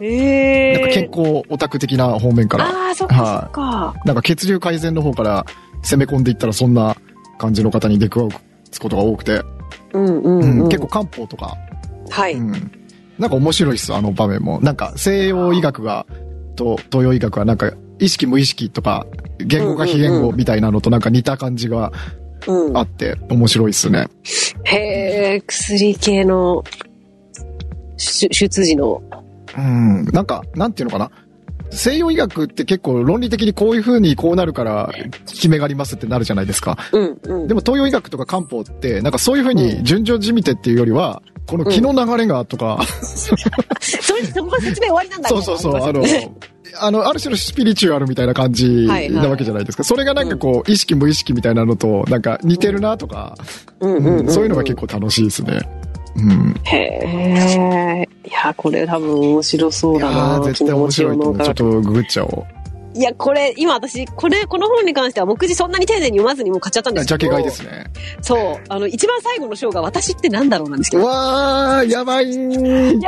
へ
なんか健
ー。
康オタク的な方面から、
ああ、そっかそっか。
なんか血流改善の方から攻め込んでいったらそんな感じの方に出くわすことが多くて、
うんうん、
うん
うん、
結構漢方とか、
はい、
うん、なんか面白いっす、あの場面も。なんか西洋医学が、と東洋医学はなんか意識無意識とか、言語が非言語みたいなのとなんか似た感じが
うん
あ。って面白いっすね。
へえ、薬系の、し出自の。
うん、なんか、なんていうのかな。西洋医学って結構論理的にこういう風にこうなるから決めがありますってなるじゃないですか。
うんうん。
でも東洋医学とか漢方って、なんかそういう風に順序じみてっていうよりは、この気の流れがとか、
それ、そこが説明終わりなんだ
そうそうそう、あの
みたいな、
あの、ある種のスピリチュアルみたいな感じ
はいはい
なわけじゃないですか。それがなんかこう、意識無意識みたいなのと、なんか似てるなとか、
うん
うん
うんうんん
そういうのが結構楽しいですね。うん。
へえ。いや、これ多分面白そう
い
だ
や
な
ー絶対面白いと思う。ちょっとググっちゃおう。
いや、これ、今私、これ、この本に関しては、目次そんなに丁寧に読まずにもう買っちゃったんです
ジ
け
ャ
ど。
ケ買いですね。
そう。あの、一番最後の章が、私ってなんだろうなんですけ
う
ど。
わー、やばい。
やばい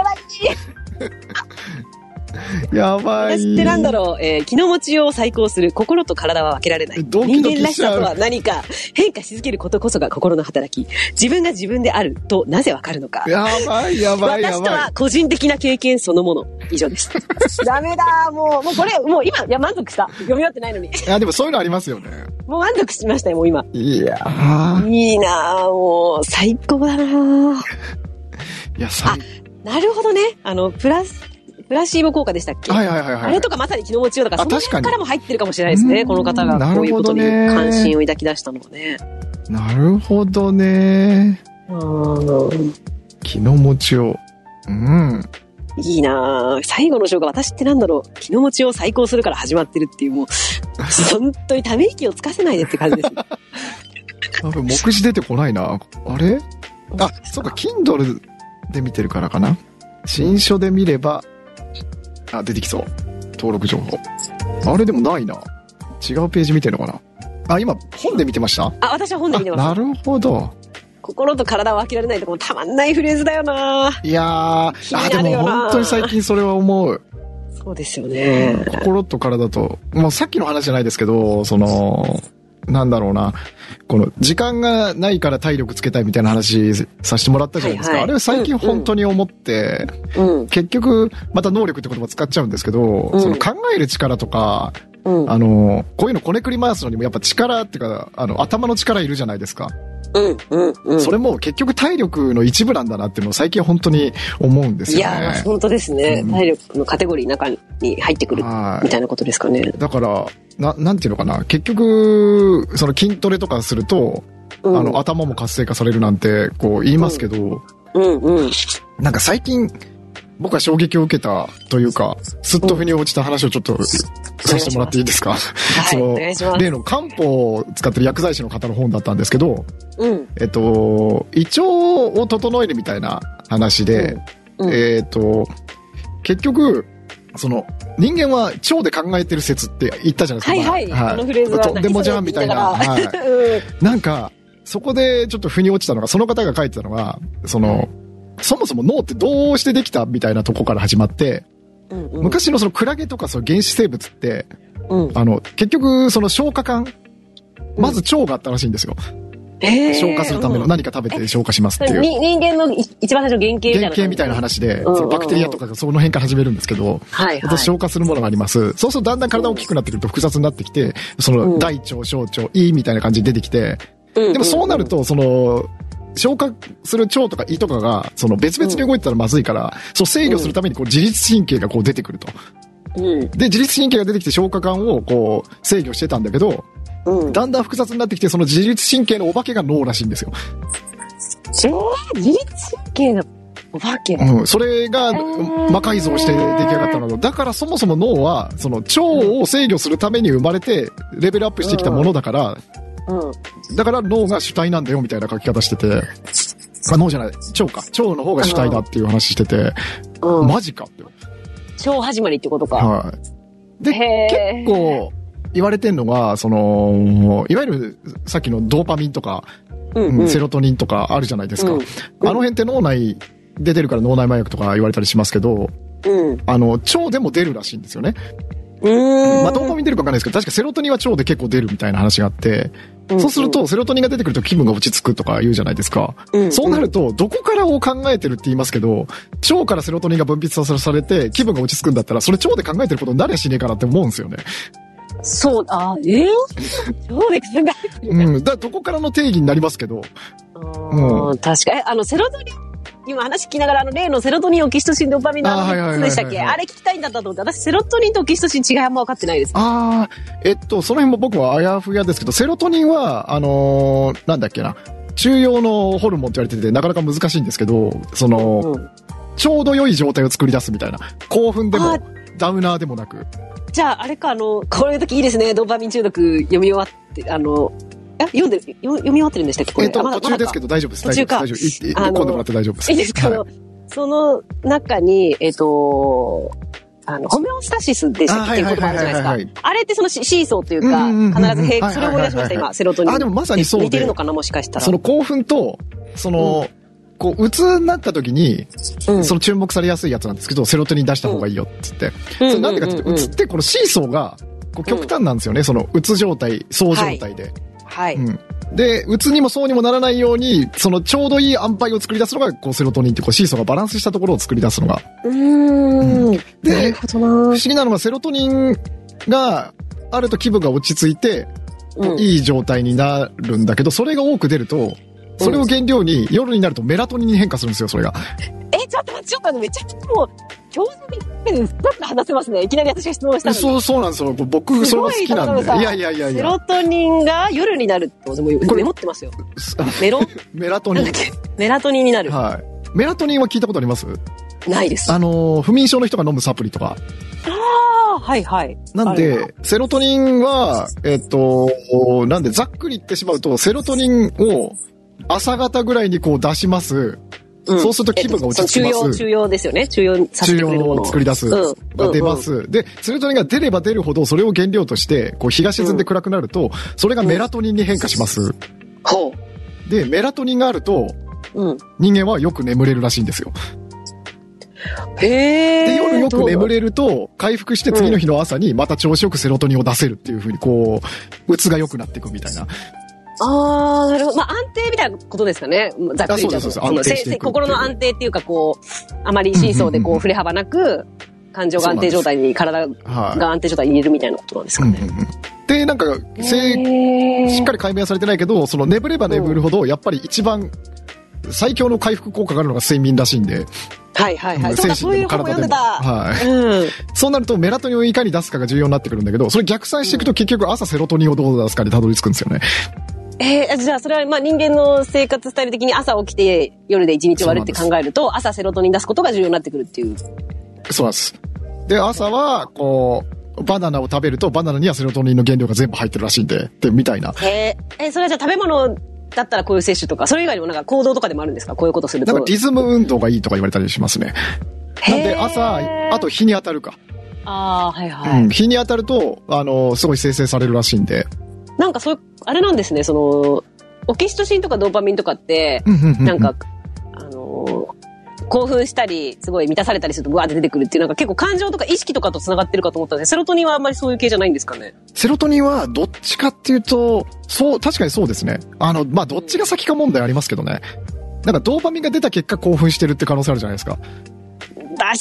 やばい。
私ってなんだろう、えー、気の持ちようを再考する、心と体は分けられない。
ドキドキ
人間ら
し
し
ちゃ
さ
う
とは何か、変化し続けることこそが心の働き。自分が自分であると、なぜわかるのか。
やばい、やばい、や
私と
ば
は個人的な経験そのもの。以上です。ダメだもう、もうこれ、もう今、いや、満足した。読み終わってないのに。
い。いや、でもそういうのありますよね。
もう満足しましたよ、もう今。
いやー。
いいなぁ、もう、最高だなぁ。
いや、さ
なるほどね。あの、プラス、プラシーボ効果でしたっけ、
はいはいはいはい。
あれとかまさに気の持ちようとか、
あ
その
確か
辺
に
からも入ってるかもしれないですね。
うん
この方がこういうことに
なるほどね
関心を抱き出したのはね。
なるほどね。
うん
気の持ちを。うん。
いいなぁ。最後の章が私ってなんだろう。気の持ちを最高するから始まってるっていう、もう、本当にため息をつかせないでって感じです。
多分目次出てこないな。あれあ、そっか、Kindle で見てるからかな。新書で見れば、あ、出てきそう。登録情報。あれでもないな。違うページ見てるのかな。あ、今、本で見てました
あ、私は本で見て
あ
ま
な
す。
るほど。
心と体を飽きられないとこもたまんないフレーズだよない
やー、あ
気に、な
で
るよな
も本当に最近それは思う。
そうですよね。
心と体と、もうさっきの話じゃないですけど、その、なんだろうな、この時間がないから体力つけたいみたいな話させてもらったじゃないですか。
はいはい
あれは最近本当に思って、
うん。
結局、また能力って言葉使っちゃうんですけど、
うん
その考える力とか、
うん。
あの、こういうのこねくり回すのにもやっぱ力っていうか、あの、頭の力いるじゃないですか。
うん。うん。うん
そ。れも結局体力の一部なんだなっていうのを最近本当に思うんです
い
よ
やー、
ね。
本当ですね。
うん
体力のカテゴリーの中に入ってくる
はい
みたいなことですかね。
だから、な、なんていうのかな。結局、その筋トレとかすると、
うん、
あの、頭も活性化されるなんて、こう言いますけど、
うんうん。
なんか最近、僕は衝撃を受けたというか、すっと腑に落ちた話をちょっと、させてもらっていいですか
は
そ
い、
の
お願いします。
例の漢方を使ってる薬剤師の方の本だったんですけど、
うん。
えっと、胃腸を整えるみたいな話で、
うんうん
えっと、結局、その、人間は腸で考えてる説って言ったじゃないですか。
はいはい。
前は
このフレーズは
とんでもじゃんみたいな。はい
何それって言いながら
なんか、そこでちょっと腑に落ちたのが、その方が書いてたのが、その、そもそも脳ってどうしてできたみたいなとこから始まって、
うんうんうん
昔のそのクラゲとかその原始生物って、
うん
あの、結局その消化管、まず腸があったらしいんですよ。
へー
消化するための
うん
何か食べて消化しますっていう。
に人間のい一番最初の原型みたいな
原
感じ。
型みたいな話で、
うん
そのバクテリアとかがその辺から始めるんですけど、
はい、はい。
私消化するものがあります。そうするとだんだん体大きくなってくると複雑になってきて、その大腸、小腸、胃みたいな感じに出てきて、
うんうんうん
でもそうなると、その、消化する腸とか胃とかが、その別々に動いてたらまずいから、そう制御するためにこう自律神経がこう出てくると。
うん。
で、自律神経が出てきて消化管をこう制御してたんだけど、
うん。
だんだん複雑になってきて、その自律神経のお化けが脳らしいんですよ。
えー、自律神経のお化け。
うん、それが
ー
魔改造して出来上がったのだだからそもそも脳はその腸を制御するために生まれてレベルアップしてきたものだから
うん。
だから脳が主体なんだよみたいな書き方しててあ脳じゃない腸か腸の方が主体だっていう話してて
うん。
マジかって、
超始まりってことか。
はい、で
へー
結構言われてんのがそのいわゆるさっきのドーパミンとか、
う
うんセロトニンとかあるじゃないですか、
うん
あの辺って脳内出てるから脳内麻薬とか言われたりしますけど
うん。
あの、腸でも出るらしいんですよね。
うん。
まあ、どこ見てるかわかんないですけど、確かセロトニンは腸で結構出るみたいな話があって、
ん
そうすると、セロトニンが出てくると気分が落ち着くとか言うじゃないですか。
うん
そうなると、どこからを考えてるって言いますけど、腸からセロトニンが分泌さされて気分が落ち着くんだったら、それ腸で考えてることになりゃしねえかなって思うんですよね。
そう、あ、えー、 そうで考えてる
う。ん。だからどこからの定義になりますけど、
うん、確かに。えあの、セロトニン、今話聞きながら、あの、例のセロトニン、オキシトシン、ドーパミンの
あーはいはいはい
あ
は
のいつ
い
でしたっけあれ聞きたいんだったと思って、私、セロトニンとオキシトシン違いあんま分かってないです。
ああ、えっと、その辺も僕はあやふやですけど、セロトニンは、あのーなんだっけな。中央のホルモンって言われてて、なかなか難しいんですけど、その、
うん、
ちょうど良い状態を作り出すみたいな。興奮でも
あ、
ダウナーでもなく。
じゃあ、あれか、あの、こういう時いいですね。ドーパミン中毒読み終わって、あの、え読んでるよ読み終わってるんでしたっけこ
え
れ
っと、
あまだ
途中ですけ
ま
ど大丈夫です。
途
大丈
中か
夫です。大丈夫です。いい
あの
今度もらって大丈夫で
だ
す。
かいいですか、あ
はい
のその中に、えっ、と、あの、ホメオスタシスでしたっけ
あ
っ
は
て
い
いう
はい
言葉
は
あ
い
る
は
じ
い
ゃ
は
な
い
いですか。あれってそのシシーソーというか、
うんうんうんうん
必ず平
はいはいはいは
均、
い
それを思い出しました、今、セロトニン。
あでもまさにそうで
似てるのかな、もしかしたら。
その興奮と、その、こう、うつになった時に、
うん
その注目されやすいやつなんですけど、セロトニン出した方がいいよって言って。
う
それなんでかっていうと、うつってこのシーソーが、こう極端なんですよね。その、うつ状態、そう状態で。
はい。
うん。で、うつにもそうにもならないように、そのちょうどいい塩梅を作り出すのが、こうセロトニンってこうシーソーがバランスしたところを作り出すのが。
うーん。
で
なるほど
不
な
思議なのがセロトニンがあると気分が落ち着いて、
うん
いい状態になるんだけど、それが多く出ると、それを原料に夜になるとメラトニンに変化するんですよ、それが。
え、ちょっと待って、ちょっと待ってめちゃくちゃもう、教授に言って深く話せますね。いきなり私が質問したのに。
そう、そうなんですよ。僕、それが好きなん
すごい
で。
田
い
辺
や
さん
いやいやい
セ
や
ロ。トニンが夜になると、でも
これ
メモってますよ。
す
メロ、
メラト
な
ニ
んだっ
ン。
け、メラトニンにな る。
はい。メラトニンは聞いたことあります
ないです。あ
あのー、不眠症の人が飲むサプリとか。
あー、はいはい。
なん
あれ
で、セロトニンは、えっと、なんで、ざっくり言ってしまうと、セロトニンを朝方ぐらいにこう出します。
ん
そうすると気分が落ち着き
えっとそ
ま
の中
す。
央、中央ですよね。中央させ
中
てくれるも
央
の
を作り出す。
うん。
が出ます。で、セロトニンが出れば出るほど、それを原料として、こう、日が沈んで暗くなると、それがメラトニンに変化します。
ほ
で、メラトニンがあると、
うん。うん。
人間はよく眠れるらしいんですよ。
へえ。
で、夜よく眠
れ
れると、回復して次の日の朝に、また調子よくセロトニンを出せるっていうふうに、こう、うつが良くなっていくみたいな。
ああ、なるほど。まあ、安定みたいなことですかね。ざっくり言っちゃうと
あそうですそうです安定していく
せせ心の安定っていうか、こう、あまり真相で
うんうんう
こ
んうん
う、振れ幅なく、感情が安定状態に、体
はい。
が安定状態に入れるみたいなことなんですかね。
で、なんか、せ
へー
しっかり解明はされてないけど、その眠れば眠るほど、やっぱり一番最強の回復効果があるのが睡眠らしいんで、
はいはいは
うん
い。そうだ、
精
そう
神
い
で
う本も読
も体で
んで
も。
た。
はい。
うん。
そうなると、メラトニンをいかに出すかが重要になってくるんだけど、それ逆算していくと結局朝セロトニンをどう出すかにたどり着くんですよね。
えー、じゃあそれはまあ人間の生活スタイル的に朝起きて夜で一日終わるって考えると、朝セロトニン出すことが重要になってくるっていう。
そうなんです。で、朝は、こう、バナナを食べると、バナナにはセロトニンの原料が全部入ってるらしいんで、で、みたいな。
えー、えーそれはじゃあ食べ物だったらこういう摂取とか、それ以外にもなんか行動とかでもあるんですかこういうことすると。
なんかリズム運動がいいとか言われたりしますね。なんで朝、あと日に当たるか。
ああ、はいはい。
うん、日に当たると、あの、すごい生成されるらしいんで。
なんかそういう、あれなんですね、その、オキシトシンとかドーパミンとかって、な
な
んか、、あのー興奮したり、すごい満たされたりすると、ブワーって出てくるっていう、なんか結構感情とか意識とかと繋がってるかと思ったんですけどセロトニンはあんまりそういう系じゃないんですかね。
セロトニンはどっちかっていうと、そう、確かにそうですね。あの、まあ、どっちが先か問題ありますけどね。なんかドーパミンが出た結果興奮してるって可能性あるじゃないですか。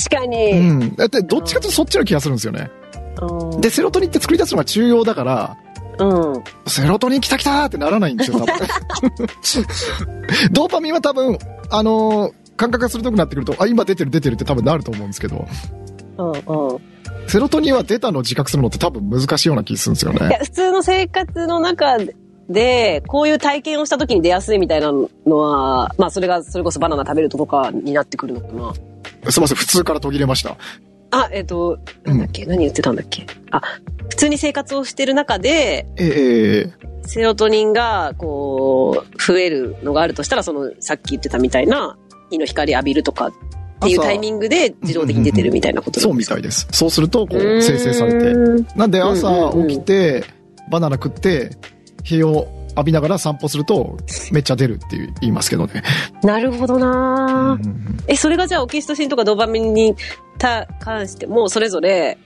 確か
う
に。
ん。だってどっちかというとそっちの気がするんですよね。
うん
で、セロトニンって作り出すのが中央だから、
うん。
セロトニンきたきたーってならないんですよ、多分。ドーパミンは多分、あのー感覚が鋭くなってくると、あ、今出てる出てるって多分なると思うんですけど、
うんうん。
セロトニンは出たのを自覚するのって多分難しいような気するんですよ
い
ね。
や、普通の生活の中で、こういう体験をした時に出やすいみたいなのは、まあそれが、それこそバナナ食べるととかになってくるのかな。
すいません、普通から途切れました。
あ、えっ、と、なんだっけ、何言ってたんだっけ。あ、普通に生活をしてる中で、
ええ
セロトニンが、こう、増えるのがあるとしたら、その、さっき言ってたみたいな、日の光浴びるとかっていう
朝
タイミングで自動的に出てるみたいなこと
そうみ
い。
たいです。そうすると、こ
うーん
う、生成されて。なんで朝
うんうんうん
起きて、バナナ食って、日を浴びながら散歩すると、めっちゃ出るっていう言いますけどね。
なるほどなぁ
うんうんうん
え、それがじゃあオキシトシンとかドーパミンにた関しても、それぞれ、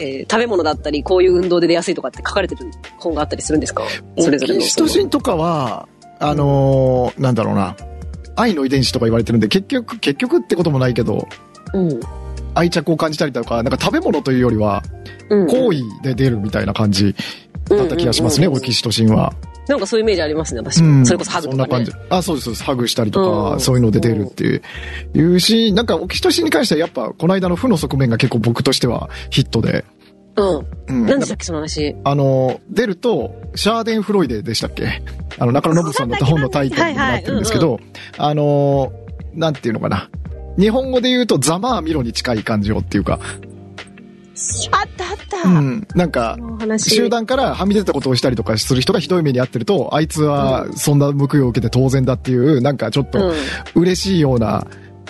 えー食べ物だったり、こういう運動で出やすいとかって書かれてる本があったりするんですかそれぞれ
オ
の。
キシトシンとかは、あのーなんだろうな。愛の遺伝子とか言われてるんで、結局、結局ってこともないけど、
そのうん。
愛着を感じたりだとか、なんか食べ物というよりは、
うん
好意で出るみたいな感じだった気がしますね、
うんうんうん
オキシトシンは。
なんかそういうイメージありますね、私。
うん
それこそハグとか、ね。
そんな感じ。あ、そうです、そうです。ハグしたりと
う
か、
ん
そういうので出るっていう。いうし、なんか、オキシトシンに関してはやっぱ、この間の負の側面が結構僕としてはヒットで。
う
うん。
ん。なんでしたっけ、その話。
あの、出ると、シャーデンフロイデでしたっけあの、中野信子さんの本のタイトルになってるんですけど、あの、なんていうのかな。日本語で言うと、ざまあみろに近い感じをっていうか、
あったあった。
うん、なんか
そ、の話。
集団からはみ出たことをしたりとかする人がひどい目に遭ってると、あいつはそんな報いを受けて当然だっていう、なんかちょっと
うん
嬉しいような、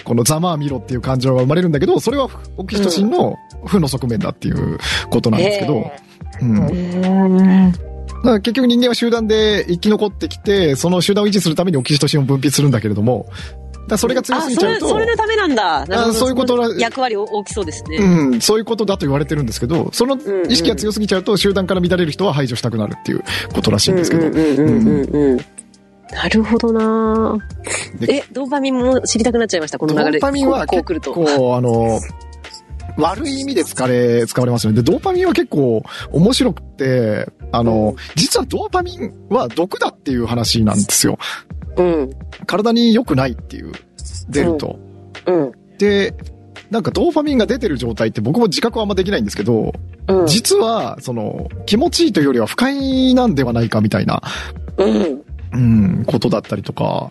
このざまあみろっていう感情が生まれるんだけど、それはオキシトシンの負の側面だっていうことなんですけど、うん。だから結局人間は集団で生き残ってきて、その集団を維持するためにオキシトシンを分泌するんだけれども、だからそれが強すぎちゃう
あそれ、それ
と、
のためなんだ。なるほど
そういうことら
役割大きそうですね。
うん、そういうことだと言われてるんですけど、その
んうん
意識が強すぎちゃうと集団から乱れる人は排除したくなるっていうことらしいんですけど、
うんうんうんうんうんなるほどなぁ
で
え、ドーパミンも知りたくなっちゃいました、この
ド
流れ。
ーパミンは
こう
結
こう来ると。
構、あの、悪い意味で疲れ、使われますよね。で、ドーパミンは結構面白くて、あの、実はドーパミンは毒だっていう話なんですよ。
うん。
体に良くないっていう、出ると。
うん。
で、なんかドーパミンが出てる状態って僕も自覚はあんまできないんですけど、
うん。
実は、その、気持ちいいというよりは不快なんではないかみたいな、
うん。
うん、ことだったりとか。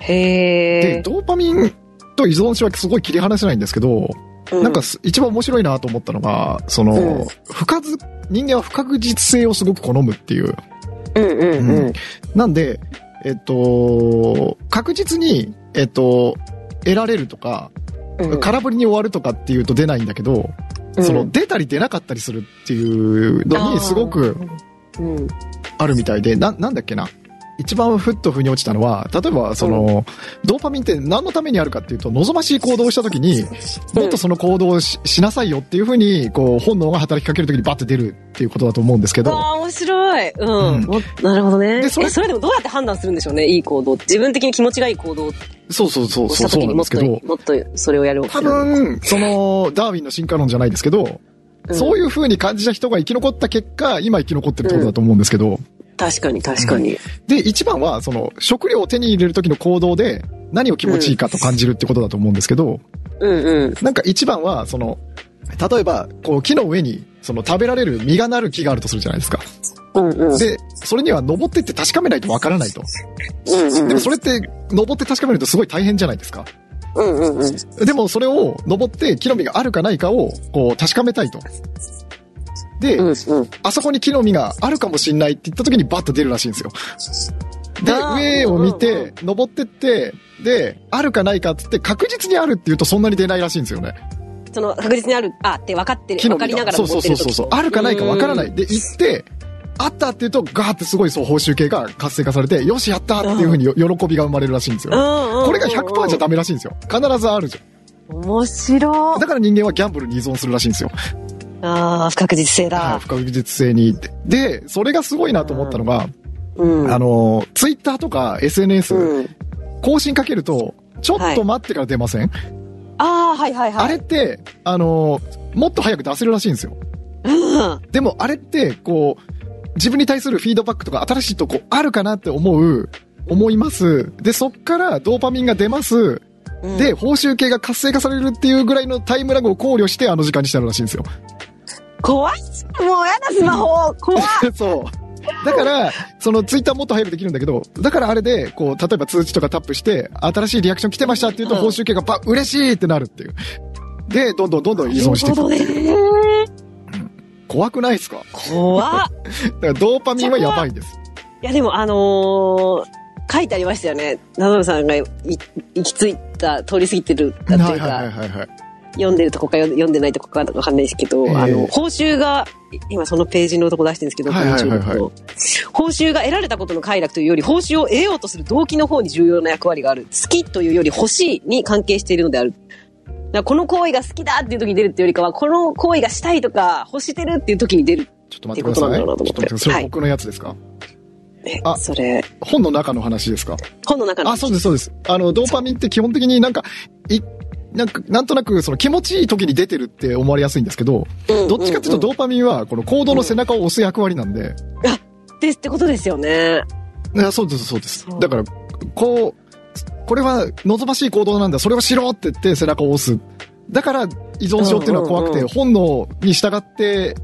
へ
で、
え。
ドーパミンと依存症はすごい切り離せないんですけど、
う
なんか、す一番面白いなと思ったのが、その、
うん
不確、人間は不確実性をすごく好むっていう。
うんうんうん。
なんで、えっと、確実に、えっと、得られるとか、
うん
空振りに終わるとかっていうと出ないんだけど、
うん
その出たり出なかったりするっていうのにすごく
うん。
あるみたいで、な、なんだっけな。一番ふっと腑に落ちたのは、例えばその、ドーパミンって何のためにあるかっていうと、望ましい行動をした時に、もっとその行動をししなさいよっていうふうに、こう、本能が働きかける時にバッて出るっていうことだと思うんですけど、
ああ、面白い。う
うん
ん。もなるほどね。
で
え
そ
そ
れ
れでもどうやって判断するんでしょうね、いい行動。自分的に気持ちがいい行動を
そうそうそう、
し
そう
た
そ
時
うな
に
ん
もっ
ですけ
と
ど、、
もっとそれをやる。
多分、その、ダーウィンの進化論じゃないですけど、
うん、
そういうふうに感じた人が生き残った結果、今生き残ってるってことだと思うんですけど、
確かに確かに。
で、一番は、その、食料を手に入れる時の行動で、何を気持ちいいかと感じるってことだと思うんですけど、
うんうん。
なんか一番は、その、例えば、こう、木の上に、その、食べられる実がなる木があるとするじゃないですか。
うんうん。
で、それには登ってって確かめないとわからないと。
うんうんうん
でもそれって、登って確かめるとすごい大変じゃないですか。
うんうんうん。
でもそれを、登って木の実があるかないかを、こう、確かめたいと。で、
うんうん。
あそこに木の実があるかもしんないって言った時にバッと出るらしいんですよ。で、
あー
上を見
うんうん
て、登ってって、で、あるかないかっつって確実にあるって言うとそんなに出ないらしいんですよね。
その確実にある、あって分かって
木
る、
の
分かり
実
なが
が。
ら
そうそ
持
う
って
そう
る時
そう。あるかないかわからな
う
い。で、行って、あったって言うとガーってすごいそう報酬系が活性化されて、よしやったっていうふうによ喜びが生まれるらしいんですよ。こ
こ
れが100%じゃダメらしいんですよ。必ずあるじゃ
面白
ん。だから人間はギャンブルに依存するらしいんですよ。
ああ、不確実性
はい
だ。
不確実性に。で、それがすごいなと思ったのが、
うん。
あの、ツイッターとか SNS、
うん。
更新かけると、ちょっと待ってから出ません、
ああ、はいはいはい。
あれって、あのーもっと早く出せるらしいんですよ。
うん。
でもあれって、こう、自分に対するフィードバックとか新しいとこあるかなって思う、思います。で、そっからドーパミンが出ます。
うん
で、報酬系が活性化されるっていうぐらいのタイムラグを考慮してあの時間にしたのらしいんですよ。
怖いもうやだ、スマホ怖い
そう。だから、そのツイッターもっと早くできるんだけど、だからあれで、こう、例えば通知とかタップして、新しいリアクション来てましたっていうと、
うん
報酬系がば、嬉しいってなるっていう。で、どんどんどんどん依存していく。
なるほどね
怖くないですか
怖っ
だからドーパミンはやばいんです。
いや、でもあのー書いてありましたよね。ナドルさんがい行き着いた、通り過ぎてるっていうか、
はいはいはいはい。
読んでるとこか読ん読んでないとこかわかんないですけど、
ええ
あの、報酬が、い今そのページのとこ出してるんですけど、
はいはいはいはい
YouTube の報酬が得られたことの快楽というより、報酬を得ようとする動機の方に重要な役割がある。好きというより欲しいに関係しているのである。だからこの行為が好きだっていう時に出るっていうよりかは、この行為がしたいとか、欲してるっていう時に出る。
ちょっと待ってください。
っ
ち
てことなんだ
ょっと待
ろうなと思って
ってください。そ
は
れ
い
僕のやつですか
え
あ
それ、
本の中の話ですか
本の中の。
あ、そうです、そうです。あの、ドーパミンって基本的になんか、い、なんか、なんとなく、その気持ちいい時に出てるって思われやすいんですけど、
うん
どっちかっていうと
ん
ドーパミンは、この行動の背中を押す役割なんで、
んですってことですよね。
あそうです、そうです
そ。う
だから、こう、これは望ましい行動なんだ、それをしろって言って背中を押す。だから、依存症っていうのは怖く
うんうん
て、
うん
本能に従って、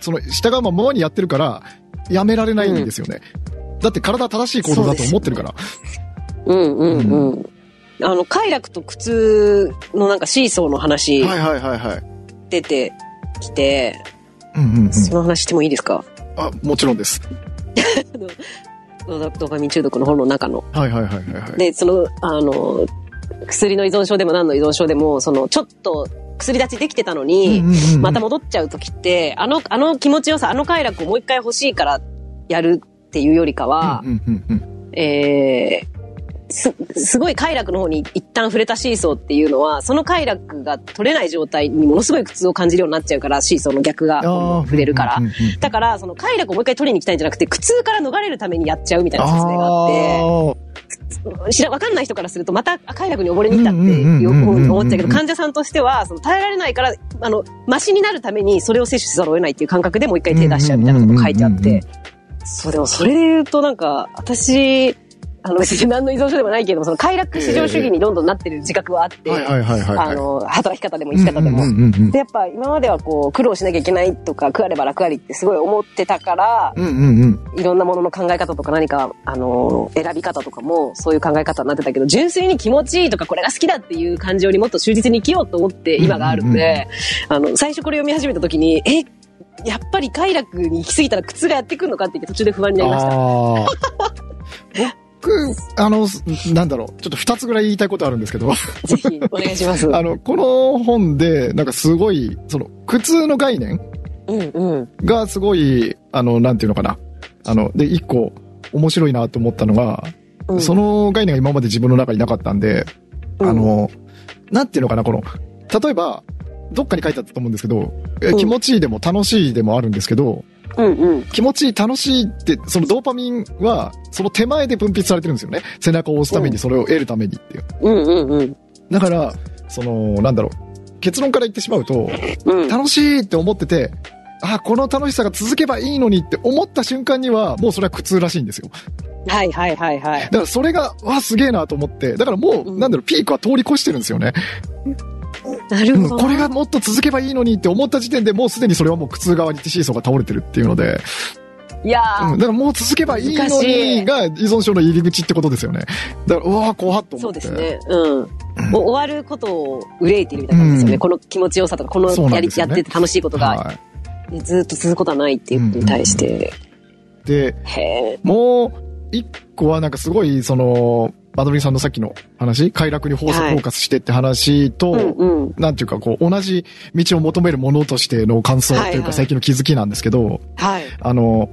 その、従うままにやってるから、やめられないんですよね。だって体は正しい行動だと思ってるから。
うんうんうん。あの、快楽と苦痛のなんかシーソーの話
はいはいはいはい。
出てきて、
うんうんうん。
その話してもいいですか
あ、もちろんです。
ドドーパミン中毒の本の中の。
はいはいはいはいはい。
で、その、あの、薬の依存症でも何の依存症でも、その、ちょっと薬立ちできてたのに、
うんうんうん
また戻っちゃう時って、あの、あの気持ちよさ、あの快楽をもう一回欲しいからやるっていうよりかは、
うんうんうん
えーす、すごい快楽の方に一旦触れたシーソーっていうのは、その快楽が取れない状態にものすごい苦痛を感じるようになっちゃうから、シーソーの逆が
あー
触れるから
うんうんうんうん。
だから、その快楽をもう一回取りに行きたいんじゃなくて、苦痛から逃れるためにやっちゃうみたいな説明があって、
あー
知ら、わかんない人からすると、またあ快楽に溺れに行ったって
うんうん
よ
うんうんうんうんうん
思っちゃうけど、患者さんとしては、その耐えられないから、あの、マシになるためにそれを摂取せざるを得ないっていう感覚でもう一回手出しちゃうみたいなことも書いてあっ
うんうんう
て、
ん
そう、でもそれで言うとなんか、私、あの、別に何の依存症でもないけれども、その快楽至上主義にどんどんなってる自覚はあって、
はいはいはいはいはい。
あの、働き方でも生き方でも
うん。うんうんうん
で、やっぱ今まではこう、苦労しなきゃいけないとか、食われば楽ありってすごい思ってたから、
うんうんうん。
いろんなものの考え方とか何か、あの、選び方とかも、そういう考え方になってたけど、純粋に気持ちいいとか、これが好きだっていう感情にもっと忠実に生きようと思って、今があるので、あの、最初これ読み始めた時に、え、やっぱり快楽に行き過ぎたら苦痛がやってくるのかって言って途中で不安になりました。
あー僕、あの、なんだろう、ちょっと二つぐらい言いたいことあるんですけど、
ぜひ、お願いします。
あの、この本で、なんかすごい、その、苦痛の概念
うんうん。
がすごい、あの、なんていうのかな。あの、で、一個、面白いなと思ったのが、
うん、
その概念が今まで自分の中になかったんで、
うん
あの、なんていうのかな、この、例えば、どっかに書いてあったと思うんですけど、え
うん
気持ちいいでも楽しいでもあるんですけど、
うんうん。
気持ちいい、楽しいって、そのドーパミンは、その手前で分泌されてるんですよね。背中を押すために、それを得るためにっていう。
うんうんうん。
だから、その、なんだろう。結論から言ってしまうと、
うん。
楽しいって思ってて、あ、この楽しさが続けばいいのにって思った瞬間には、もうそれは苦痛らしいんですよ。
はいはいはいはい
だ。からそれが、わ、すげえなと思って、だからも
う
う、
ん
なんだろう、ピークは通り越してるんですよね。
なる
うん
ほど。
これがもっと続けばいいのにって思った時点でもうすでにそれはもう苦痛側にシーソーが倒れてるっていうので、
いやー
うん、だからもう続けばいいの
難し
に
い
が依存症の入り口ってことですよね。だから、うわー怖っと
そ
思
う
って。
ですね。うん。もう終わることを憂いているみたいな感じですよね。
うん
この気持ちよさとか、この
そうな
や
ん
り、
です
や
よ
っ
ね
てて楽しいことが、
は
ねずっと続くことはないっていうことに対して。
い。で、
へえ。
もう、一個はなんかすごい、その、バドリンさんのさっきの話、快楽にフォースフ
はい
ォーカスしてって話と、
うんうん。
なんていうかこう、同じ道を求めるものとしての感想と
はい
いう
は
か
い
最近の気づきなんですけど、
はい。
あの、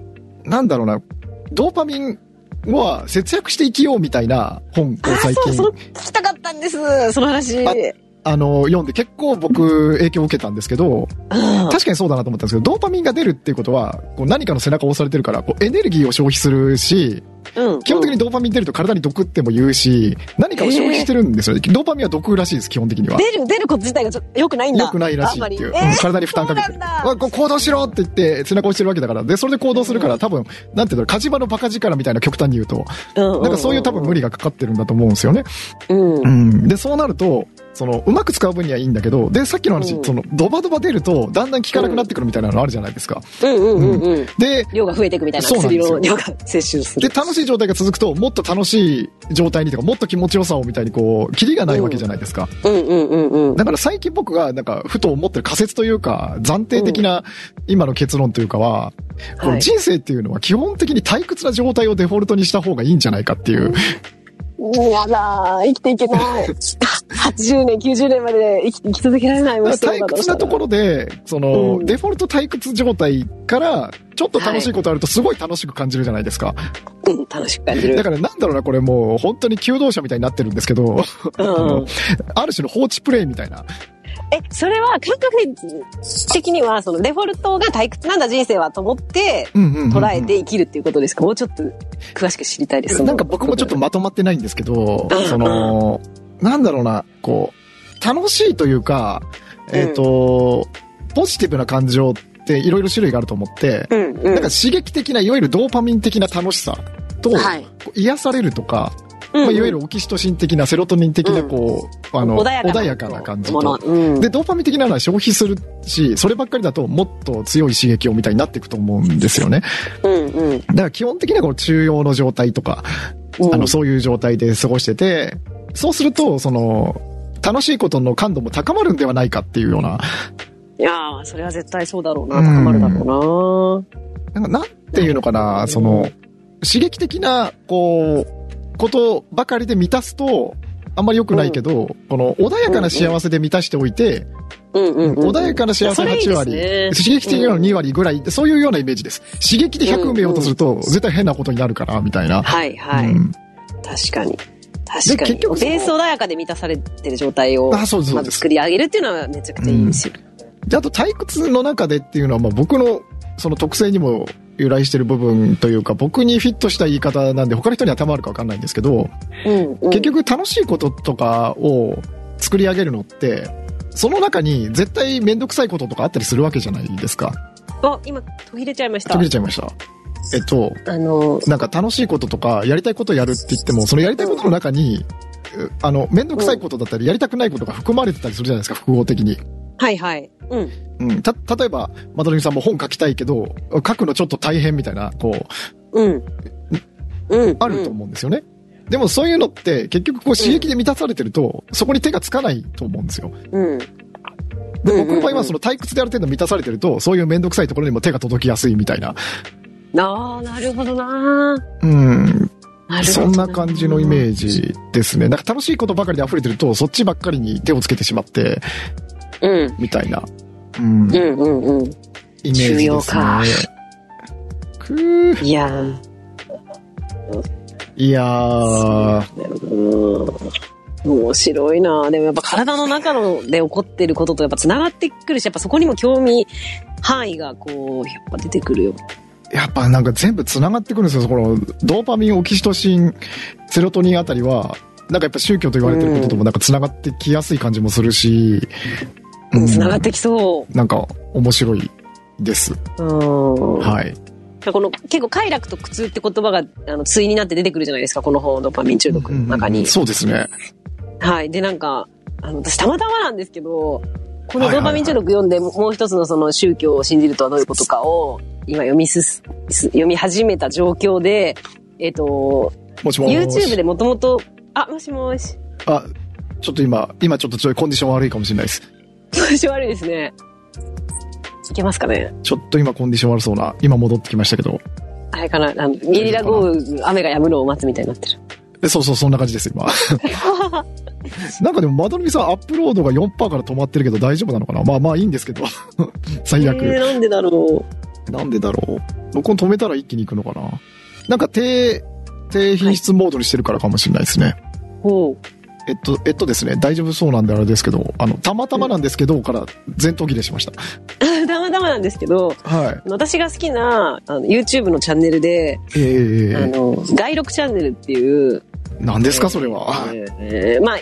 なんだろうな、ドーパミンは節約して生きようみたいな本を
あ
最
そう、そ
近
の、聞きたかったんです。その話。
ああの、読んで結構僕影響を受けたんですけど、
うん
確かにそうだなと思ったんですけど、ドーパミンが出るっていうことは、こう何かの背中を押されてるから、こうエネルギーを消費するし、
うん。
基本的にドーパミン出ると体に毒っても言うし、何かを消費してるんですよね。ドーパミンは毒らしいです、基本的には。
出る、出ること自体がちょっと良くないんだ。
良くないらしいってい
あん
う。うん
まりえー
体に負担かけて
そう
る。
なんだ
わこう行動しろって言って背中押してるわけだから。で、それで行動するから多分、なんていうの、火事場のバカ力みたいな極端に言うと、
う
なんかそういう多分無
理。
理がかかってるんだと思うんですよね。
うん。うん
うん。で、そうなると、その、うまく使う分にはいいんだけど、で、さっきの話
う、ん
その、ドバドバ出ると、だんだん効かなくなってくるみたいなのあるじゃないですか。
うんうんうん。
で、
量が増えていくみたいな
そうなんで
薬
す
の
よ
量が摂取す
で、
る。
楽しい状態が続くと、もっと楽しい状態にとか、もっと気持ちよさをみたいに、こう、キリがないわけじゃないですか。
うんうんうんうん。
だから最近僕がなんかふと思ってる仮説というか暫定的な今の結論というかは、こ
は
の
い
人生っていうのは基本的に退屈な状態をデフォルトにした方がいいんじゃないかっていう、
やだー、生きていけない。80年、90年まで生き生き続けられないもん
退屈なところでその、
うん
デフォルト退屈状態からちょっと楽しいことあるとすごい楽しく感じるじゃないですか、
ろ。うん、楽しく感じる。
だからなんだろうなこれもう本当に求道者みたいになってるんですけど、あ
う
の
ん、
ある種の放置プレイみたいな
え、それは感覚的には、そのデフォルトが退屈なんだ人生はと思って、
うんうんうんうん
捉えて生きるっていうことですか、もうちょっと詳しく知りたいです。
なんか僕もちょっとまとまってないんですけど
うん、
その、なんだろうな、こう、楽しいというか、えっ、と、ポジティブな感情っていろいろ種類があると思って、
うんうん。
なんか刺激的な、いわゆるドーパミン的な楽しさと、
はい。
こう癒されるとか、
うん
まあ、いわゆるオキシトシン的な、セロトニン的な、
うん
こう、あの、
穏やかな
な感じ
もの
と。
うん、
で、ドーパミン的なのは消費するし、そればっかりだともっと強い刺激をみたいになっていくと思うんですよね。
うんうん。
だから基本的にはこの中央の状態とか、あの、そういう状態で過ごしてて、そうすると、その、楽しいことの感度も高まるんではないかっていうような、
いやーそれは絶対そうだろうな、高まるだろ
なんかなんていうのかな、その、刺激的な、こう、ことばかりで満たすと、あんまり良くないけど、この穏やかな幸せで満たしておいて、
うな。うんうん、うん。
穏やかな幸せ
それいい
8割、
ですね
刺激的なの2割ぐらい、そういうようなイメージです。刺激で100埋めようとすると、絶対変なことになるから、みたいな。
はいはい。
うん
確かに。確か
結
に。
局その
ベース穏やかで満たされてる状態を、
あ、そうです、そ
ま
う
ず
です。
作り上げるっていうのはめちゃくちゃいいし。
で、あと退屈の中でっていうのは、まあ僕のその特性にも由来してる部分というか、僕にフィットした言い方なんで、他の人にはたまるかわかんないんですけど、
うん、うん。
結、局楽しいこととかを作り上げるのって、その中に絶対めんどくさいこととかあったりするわけじゃないですか。
あ、今途切れちゃいました
途切。れちゃいました。えっと、
あの、
なんか楽しいこととか、やりたいことやるって言っても、そのやりたいことの中に、うあの、めんどくさいことだったり、やりたくないことが含まれてたりするじゃないですか、複合的に。
はいはい。うん。
うん、た、例えば、まどろみさんも本書きたいけど、書くのちょっと大変みたいな、こう、
うん。うん。
あると思うんですよね。でもそういうのって、結局こう刺激で満たされてると、そこに手がつかないと思うんですよ。
うん。
で、
うんうんうん
僕の場合はその退屈である程度満たされてると、そういうめんどくさいところにも手が届きやすいみたいな。
ああ、なるほどな
うん、
なるほ
そ
ど
んな感じのイメー。ジですね。なんか楽しいことばかりで溢れてると、そっちばっかりに手をつけてしまって、
うん。
みたいな。うん、
う
イメ
んうんうん。
ージです
重
ね
要か。
くー
いやー
いやー、
なるほどな面白いなでもやっぱ体の中ので起こってることとやっぱ繋がってくるし、やっぱそこにも興味範囲がこう、やっぱ出てくるよ。
やっぱなんか全部繋がってくるんですよ。このドーパミン、オキシトシン、セロトニンあたりは、なんかやっぱ宗教と言われてることともなんか繋がってきやすい感じもするし、うん
繋がってきそ
なんか面白いです。
う。うん。
はい。
この結構快楽と苦痛って言葉があの対になって出てくるじゃないですか、この本、ドーパミン中毒の中に。
そうですね。
はい。で、なんか、あの、私たまたまなんですけど、この
はい
ドー
はい
パ
はい
ミン中毒読んで、ももう一つのその宗教を信じるとはどういうことかを、今読みすす、す読み始めた状況で、えっ、と、
もしもし。
YouTube でもともと、あ、もしもし。
あ、ちょっと今、今ちょっとちょいコンディション悪いかもしれないです。
調子悪いですね。いけますかね
ちょっと今コンディション悪そうな、今戻ってきましたけど。
あれかなあの、ゲリラ豪雨、雨が止むのを待つみたいになってる。
えそうそう、そんな感じです、今。 なんかでも、まどろみさん、アップロードが4%から止まってるけど大丈夫なのかなまあまあいいんですけど。 最悪。
えー、なんでだろ
なんでだろう。録音止めたら一気に行くのかななんか低、低品質モードにしてるからかもしれないですね。
う。ほう。
えっと、えっとですね、大丈夫そうなんであれですけど、あの、たまたまなんですけど、から全途切れしました。
たまたまなんですけど、
はい。
私が好きなあの YouTube のチャンネルで、
え
あ
ー、
の、外録チャンネルっていう、
何ですか、それは。
えーまあ、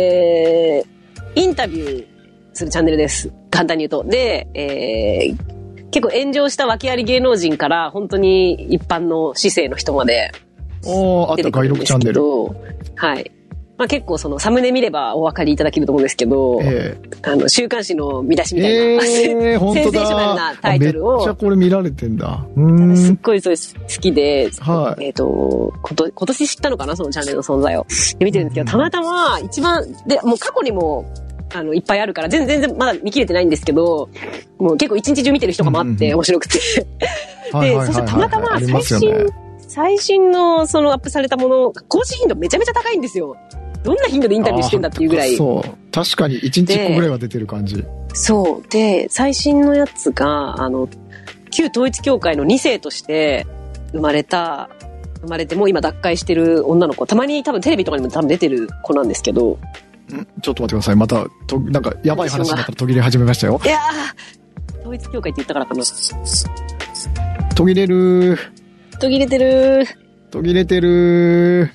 えーインタビューするチャンネルです。簡単に言うと。で、えー結構炎上した訳あり芸能人から、本当に一般の市政の人まで
おーあっ
出
た、
てくる
外
ん
録
で
チ
す
ャン
け
ネル。
ど、はい。まあ結構そのサムネ見ればお分かりいただけると思うんですけど、
え
あの、週刊誌の見出し
ー、
みたいな、
え ー、本当
センセーショナル
だ
なタイトルを
あめっちゃこれ見られてんだ。うー
すっ
ん。
ごいそれ好きで、
はい
えっ、とこと、今年知ったのかな、そのチャンネルの存在を。で見てるんですけど、たまたま一番、で、もう過去にも、あの、いっぱいあるから、全然、全然まだ見切れてないんですけど、もう結構一日中見てる人がもあっ
うんうんう
て、
ん
面白くて。
はい
で
はいはいはい、
そしてたまたま
あり
最
ますよ
新、
ね。
最新のそのアップされたもの、更新頻度めちゃめちゃ高いんですよ。どんな頻度でインタビューしてんだっていうぐらい。
あそう。確かに、1日1個ぐらいは出てる感じ。
そう。で、最新のやつが、あの、旧統一教会の2世として生まれた、生まれてもう今脱会してる女の子、たまに多分テレビとかにも多分出てる子なんですけど、
んちょっと待ってください。また、となんか、やばい話になったら途切れ始めましたよ。
いやー、統一教会って言ったからかな。
途切れる
途切れてる
途切れてる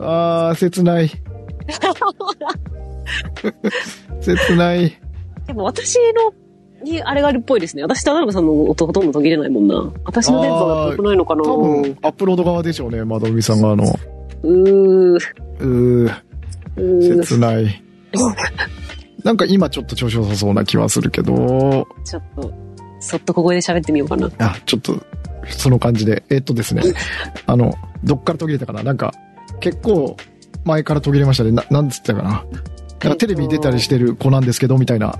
あー、切ない。切ない。
でも私の、にあれがあるっぽいですね。私とアナムさんの音ほとんど途切れないもんな。私の電波が遠くないのかな
多分、アップロード側でしょうね、窓海さんがあの。
うー、
うー、
うー、
切ない。なんか今ちょっと調子良さそうな気はするけど、
ちょっと、そっとここで喋ってみようかな。
あ、ちょっと、その感じで。えっとですね、あの、どっから途切れたかななんか、結構前から途切れましたね。な、なんつってたかななんかテレビに出たりしてる子なんですけど、みたいな。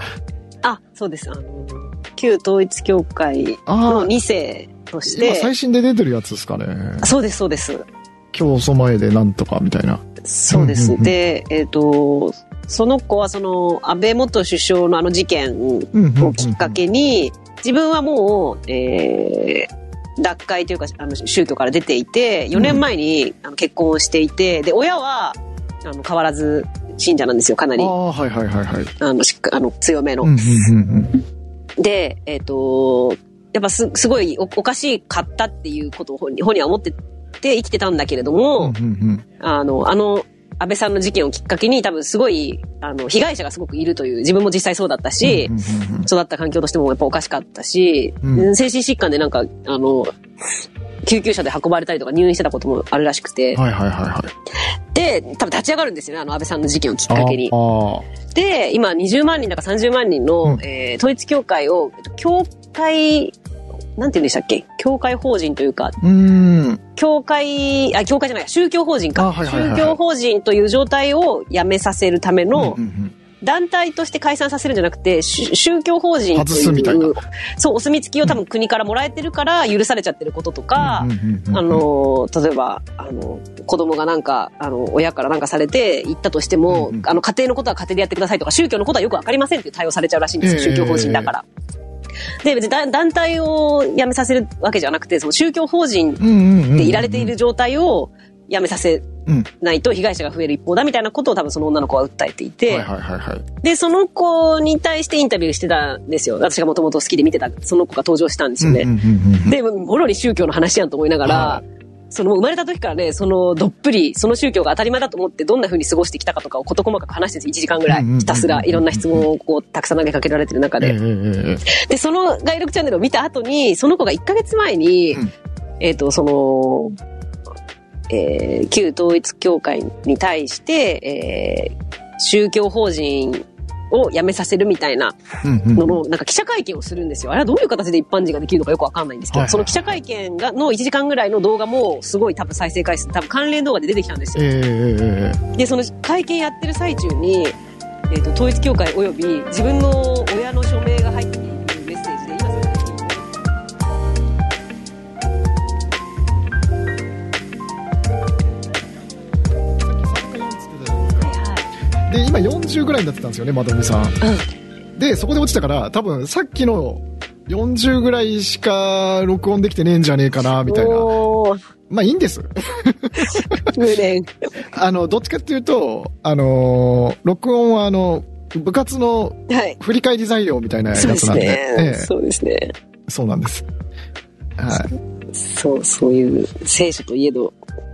あ、そうです。あの、旧統一教会
あ
の
あ、
2世とし
今最
て、
新で出てるやつですかね。
そうです、そうです。
今日そ前でなんとかみたいな。
そうで
うん
す。
うんうん
で、えっ、と、その子はその、安倍元首相のあの事件を
うんうんうん
きっか。けに、自分はもう、えー脱会というか、あの、宗教から出ていて、4年前にあの結婚をしていて、で、親は、あの、変わらず信者なんですよ、かな
あ
り。
あ、はいはいはいはい。
あの、しっかあの強めの。
うんうんうんうん。
で、えっ、と、やっぱすすごいおおかしかったっていうことを本人本人は思ってて生きてたんだけれど
うん
も、
うん
あの、あの、安倍さんの事件をきっかけに多分すごい、あの、被害者がすごくいるという、自分も実際そうだったし、
うんうんうん
育った環境としてもやっぱおかしかったし、
うん
精神疾患でなんか、あの、救急車で運ばれたりとか入院してたこともあるらしくて、
はいはいはいはい。
で、多分立ち上がるんですよね、あの安倍さんの事件をきっ
あ
かけに。
あ
で、今20万人だか30万人の、
うん
えー統一教会を、えっと教会、なんて言うんでしたっけ教会法人というか、
ー。うーん。
教会、あ、教会じゃない、宗教法人
あ
か。
はいはいは
宗
い
教法人という状態をやめさせるための
うん、うん
団体として解散させるんじゃなくて、し宗教法人と
外すみたい
い
な
う、そう、お墨付きを多分国からもらえてるから許されちゃってることとか、
うんうんうんうん
あ、の、例えば、あの、子供がなんか、あの、親からなんかされて行ったとしても、
うんうん
あの、家庭のことは家庭でやってくださいとか、宗教のことはよくわかりませんっていう対応されちゃうらしいんですよ、
ええ
宗教法人だから。で、別に団団体を辞めさせるわけじゃなくて、その宗教法人
うんうんうん。
でいられている状態を辞めさせ
うん
ないと被害者が増える一方だみたいなことを多分その女の子は訴えていて、
はいはいはいはい。
で、その子に対してインタビューしてたんですよ。私がもともと好きで見てた、その子が登場したんですよね。
うんうんうんうん
で、もろに宗教の話やんと思いながら、
は
その生まれた時からね、そのどっぷり、その宗教が当たり前だと思って、どんな風に過ごしてきたかとかを事細かく話してるんですよ1時間ぐら
うんうんうんうん
い。ひたすらいろんな質問をこう、たくさん投げかけられてる中
ええ
で。
えええ
で、その外録チャンネルを見た後に、その子が1ヶ月前に、
うん
えっ、と、その、えー旧統一教会に対して、えー宗教法人を辞めさせるみたいな
えうんうん
のの、なんか記者会見をするんですよ。あれはどういう形で一般人ができるのかよくわかんないんですけど、
はいはい
その記者会見がの1時間ぐらいの動画も、すごい多分再生回数、多分関連動画で出てきたんですよ。
えええええ
で、その会見やってる最中に、えっ、と、統一教会及び自分の親の署名が入っているメッセージで、今それ聞いて
えで、今40ぐらいになってたんですよね、まどみさん。で、そこで落ちたから、多分さっきの40ぐらいしか録音できてねえんじゃねえかな、みたいな。
もう、
まあいいんです。
無念。
あの、どっちかっていうと、あのー録音はあの、部活の
はい。
振り返り材料みたいなやつ
そうです
なんで、え
ね。
え
そうですね。
そうなんです。はい。
そう、そういう聖書といえど、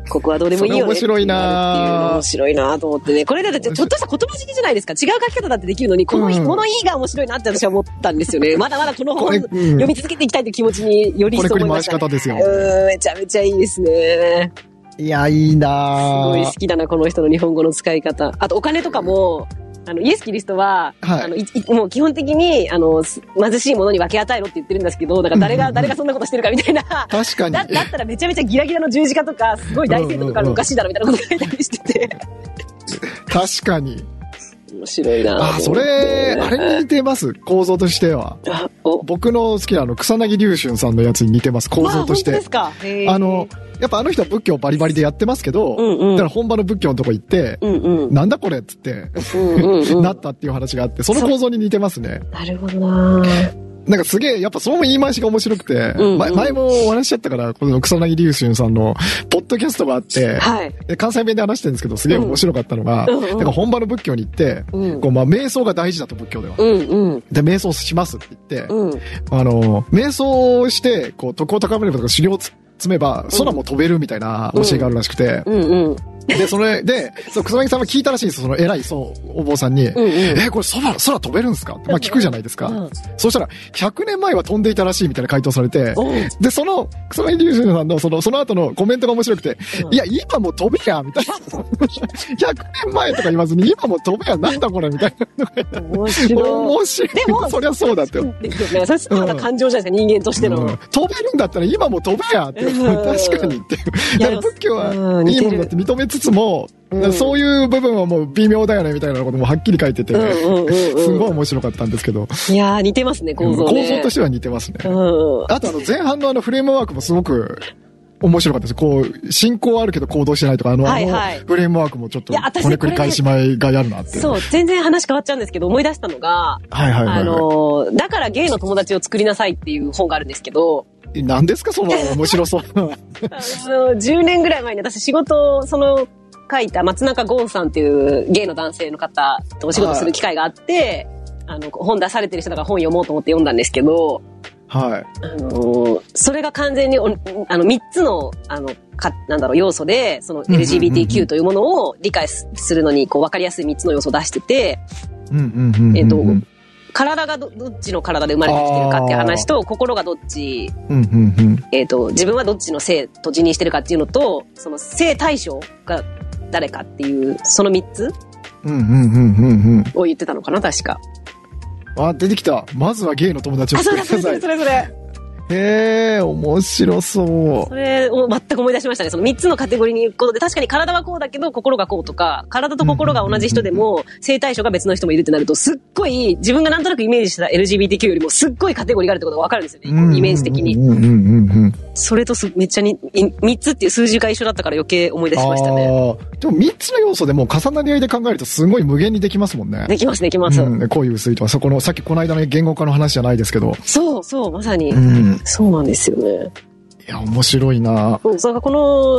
ここはどうでもいいよね。
それ面白いなぁ
っていうの面白いなぁと思ってね。これだってちょちょっとした言葉尻じゃないですか。違う書き方だってできるのに、この、
うん
このいいが面白いなって私は思ったんですよね。まだまだこの
こ
本
れ、うん
読み続けていきたいという気持ちにより一
これ
層思
くり
いま
回
し、
した
ね。
方ですよ。
うーん、めちゃめちゃいいですね。
いや、いい
す
な
ごい
ぁ
好きだな、この人の日本語の使い方。あと、お金とかも、あの、イエス・キリストは、
はい
あのいいもう基本的に、あの、す貧しいものに分け与えろって言ってるんですけど、だから誰が、誰がそんなことしてるかみたいな。
確かに
だ。だったらめちゃめちゃギラギラの十字架とか、すごい大聖堂とかあるのおかしいだろみたいなこと書いたりしてて。
確かに。
面白いなぁ
あ、それ、あれに似てます。 構造としては。
あお
僕の好きなあの、草薙龍春さんのやつに似てます。構造とし
まあ本。当
て
ですか。
あの、、やっぱあの人は仏教バリバリでやってますけど、
うんうん
だから本場の仏教のとこ行って、
うんうん。
なんだこれっつって、
うんうんうん、
なったっていう話があって、その構造に似てますね。
なるほどなぁ
なんかすげえ、やっぱその言い回しが面白くて、
んうん
ま前もお話しちゃったから、この草薙龍春さんの、ポッドキャストがあって、
はい。
で関西弁で話してるんですけど、すげえ面白かったのが、
うんうんうん
なんか本場の仏教に行って、
うん
こう、まあ、瞑想が大事だと、仏教では。
うんうん。
で、瞑想しますって言って、
うん。
あの、瞑想をして、こう、徳を高めればとか、修行を積めば、空も飛べるみたいな教えがあるらしくて、
うんうん。
で、それで、そう、草薙さんは聞いたらしいんですよ、その偉い、そう、お坊さんに。
うんうん。
え、これ空、空飛べるんですかまあ聞くじゃないですか。
うん
そうしたら、100年前は飛んでいたらしいみたいな回答されて、
おう
で、その、草薙龍春さんの、その、その後のコメントが面白くて、いや、今もう飛べやみたいな。100年前とか言わずに、今も飛べやなんだこれみたいな。
面白い。
面白い。
でも
そりゃそうだって。う
ですよね。それってまだ感情じゃないですか、人間としての。
ん飛べるんだったら今も飛べやって。
うん
確かにって。だから仏教
う
は
ん
い
似
い
てる
ものだって認めつつも、
うん
そういう部分はもう微妙だよねみたいなこともはっきり書いてて、
うんうんうんうん
すごい面白かったんですけど、
いやー、似てますね、構造ね。
構造としては似てますね。
うん。
あとあの前半のあのフレームワークもすごく面白かったです。こう、進行はあるけど行動してないとか、あの、
はいはい
あのフレームワークもちょっと、
いや私
これ繰り返し前がやるなって。
そう、全然話変わっちゃうんですけど、思い出したのが、
はいはいはい。
あのー、だからゲイの友達を作りなさいっていう本があるんですけど、
何ですかその面白そう
あ
な。
の10年ぐらい前に私仕事をその書いた松中剛さんっていうゲイの男性の方とお仕事する機会があって、あの、本出されてる人だから本読もうと思って読んだんですけど、
はい。
あのーそれが完全におあの3つのあのかなんだろう要素でその
うんうんうんう
LGBTQ
ん
というものを理解すするのにこう分かりやすい3つの要素を出してて
うんうんうんうんうん。
えっと体がどどっちの体で生まれてきてるかっていう話と心がどっち、
うんうんうん。
えっと自分はどっちの性と自認してるかっていうのとその性対象が誰かっていうその3つ
うんうんうんうんうん。
を言ってたのかな確か。
あ、出てきた。まずはゲイの友達を
あそ
作
れ
りな
それそ
さ
れ
い
そ。れそれ
へえ、面白そ
それを全く思い出しましたね。その3つのカテゴリーに行くことで、確かに体はこうだけど心がこうとか、体と心が同じ人でも、性対象が別の人もいるってなると、すっごい自分がなんとなくイメージした LGBTQ よりもすっごいカテゴリーがあるってことがわかるんですよ
う。
ね。イメージ的に。
うんうんうんうんうん。
それとすめっちゃに、3つっていう数字が一緒だったから余計思い出しましたね。
あーでも3つの要素でもう重なり合いで考えるとすごい無限にできますもんね。
できますできます。
うん、こういう薄いとか、そこの、さっきこの間の言語化の話じゃないですけど。
そうそう、まさに。
ん。
そうなんですよね。
いや、面白いな
うん、それからこ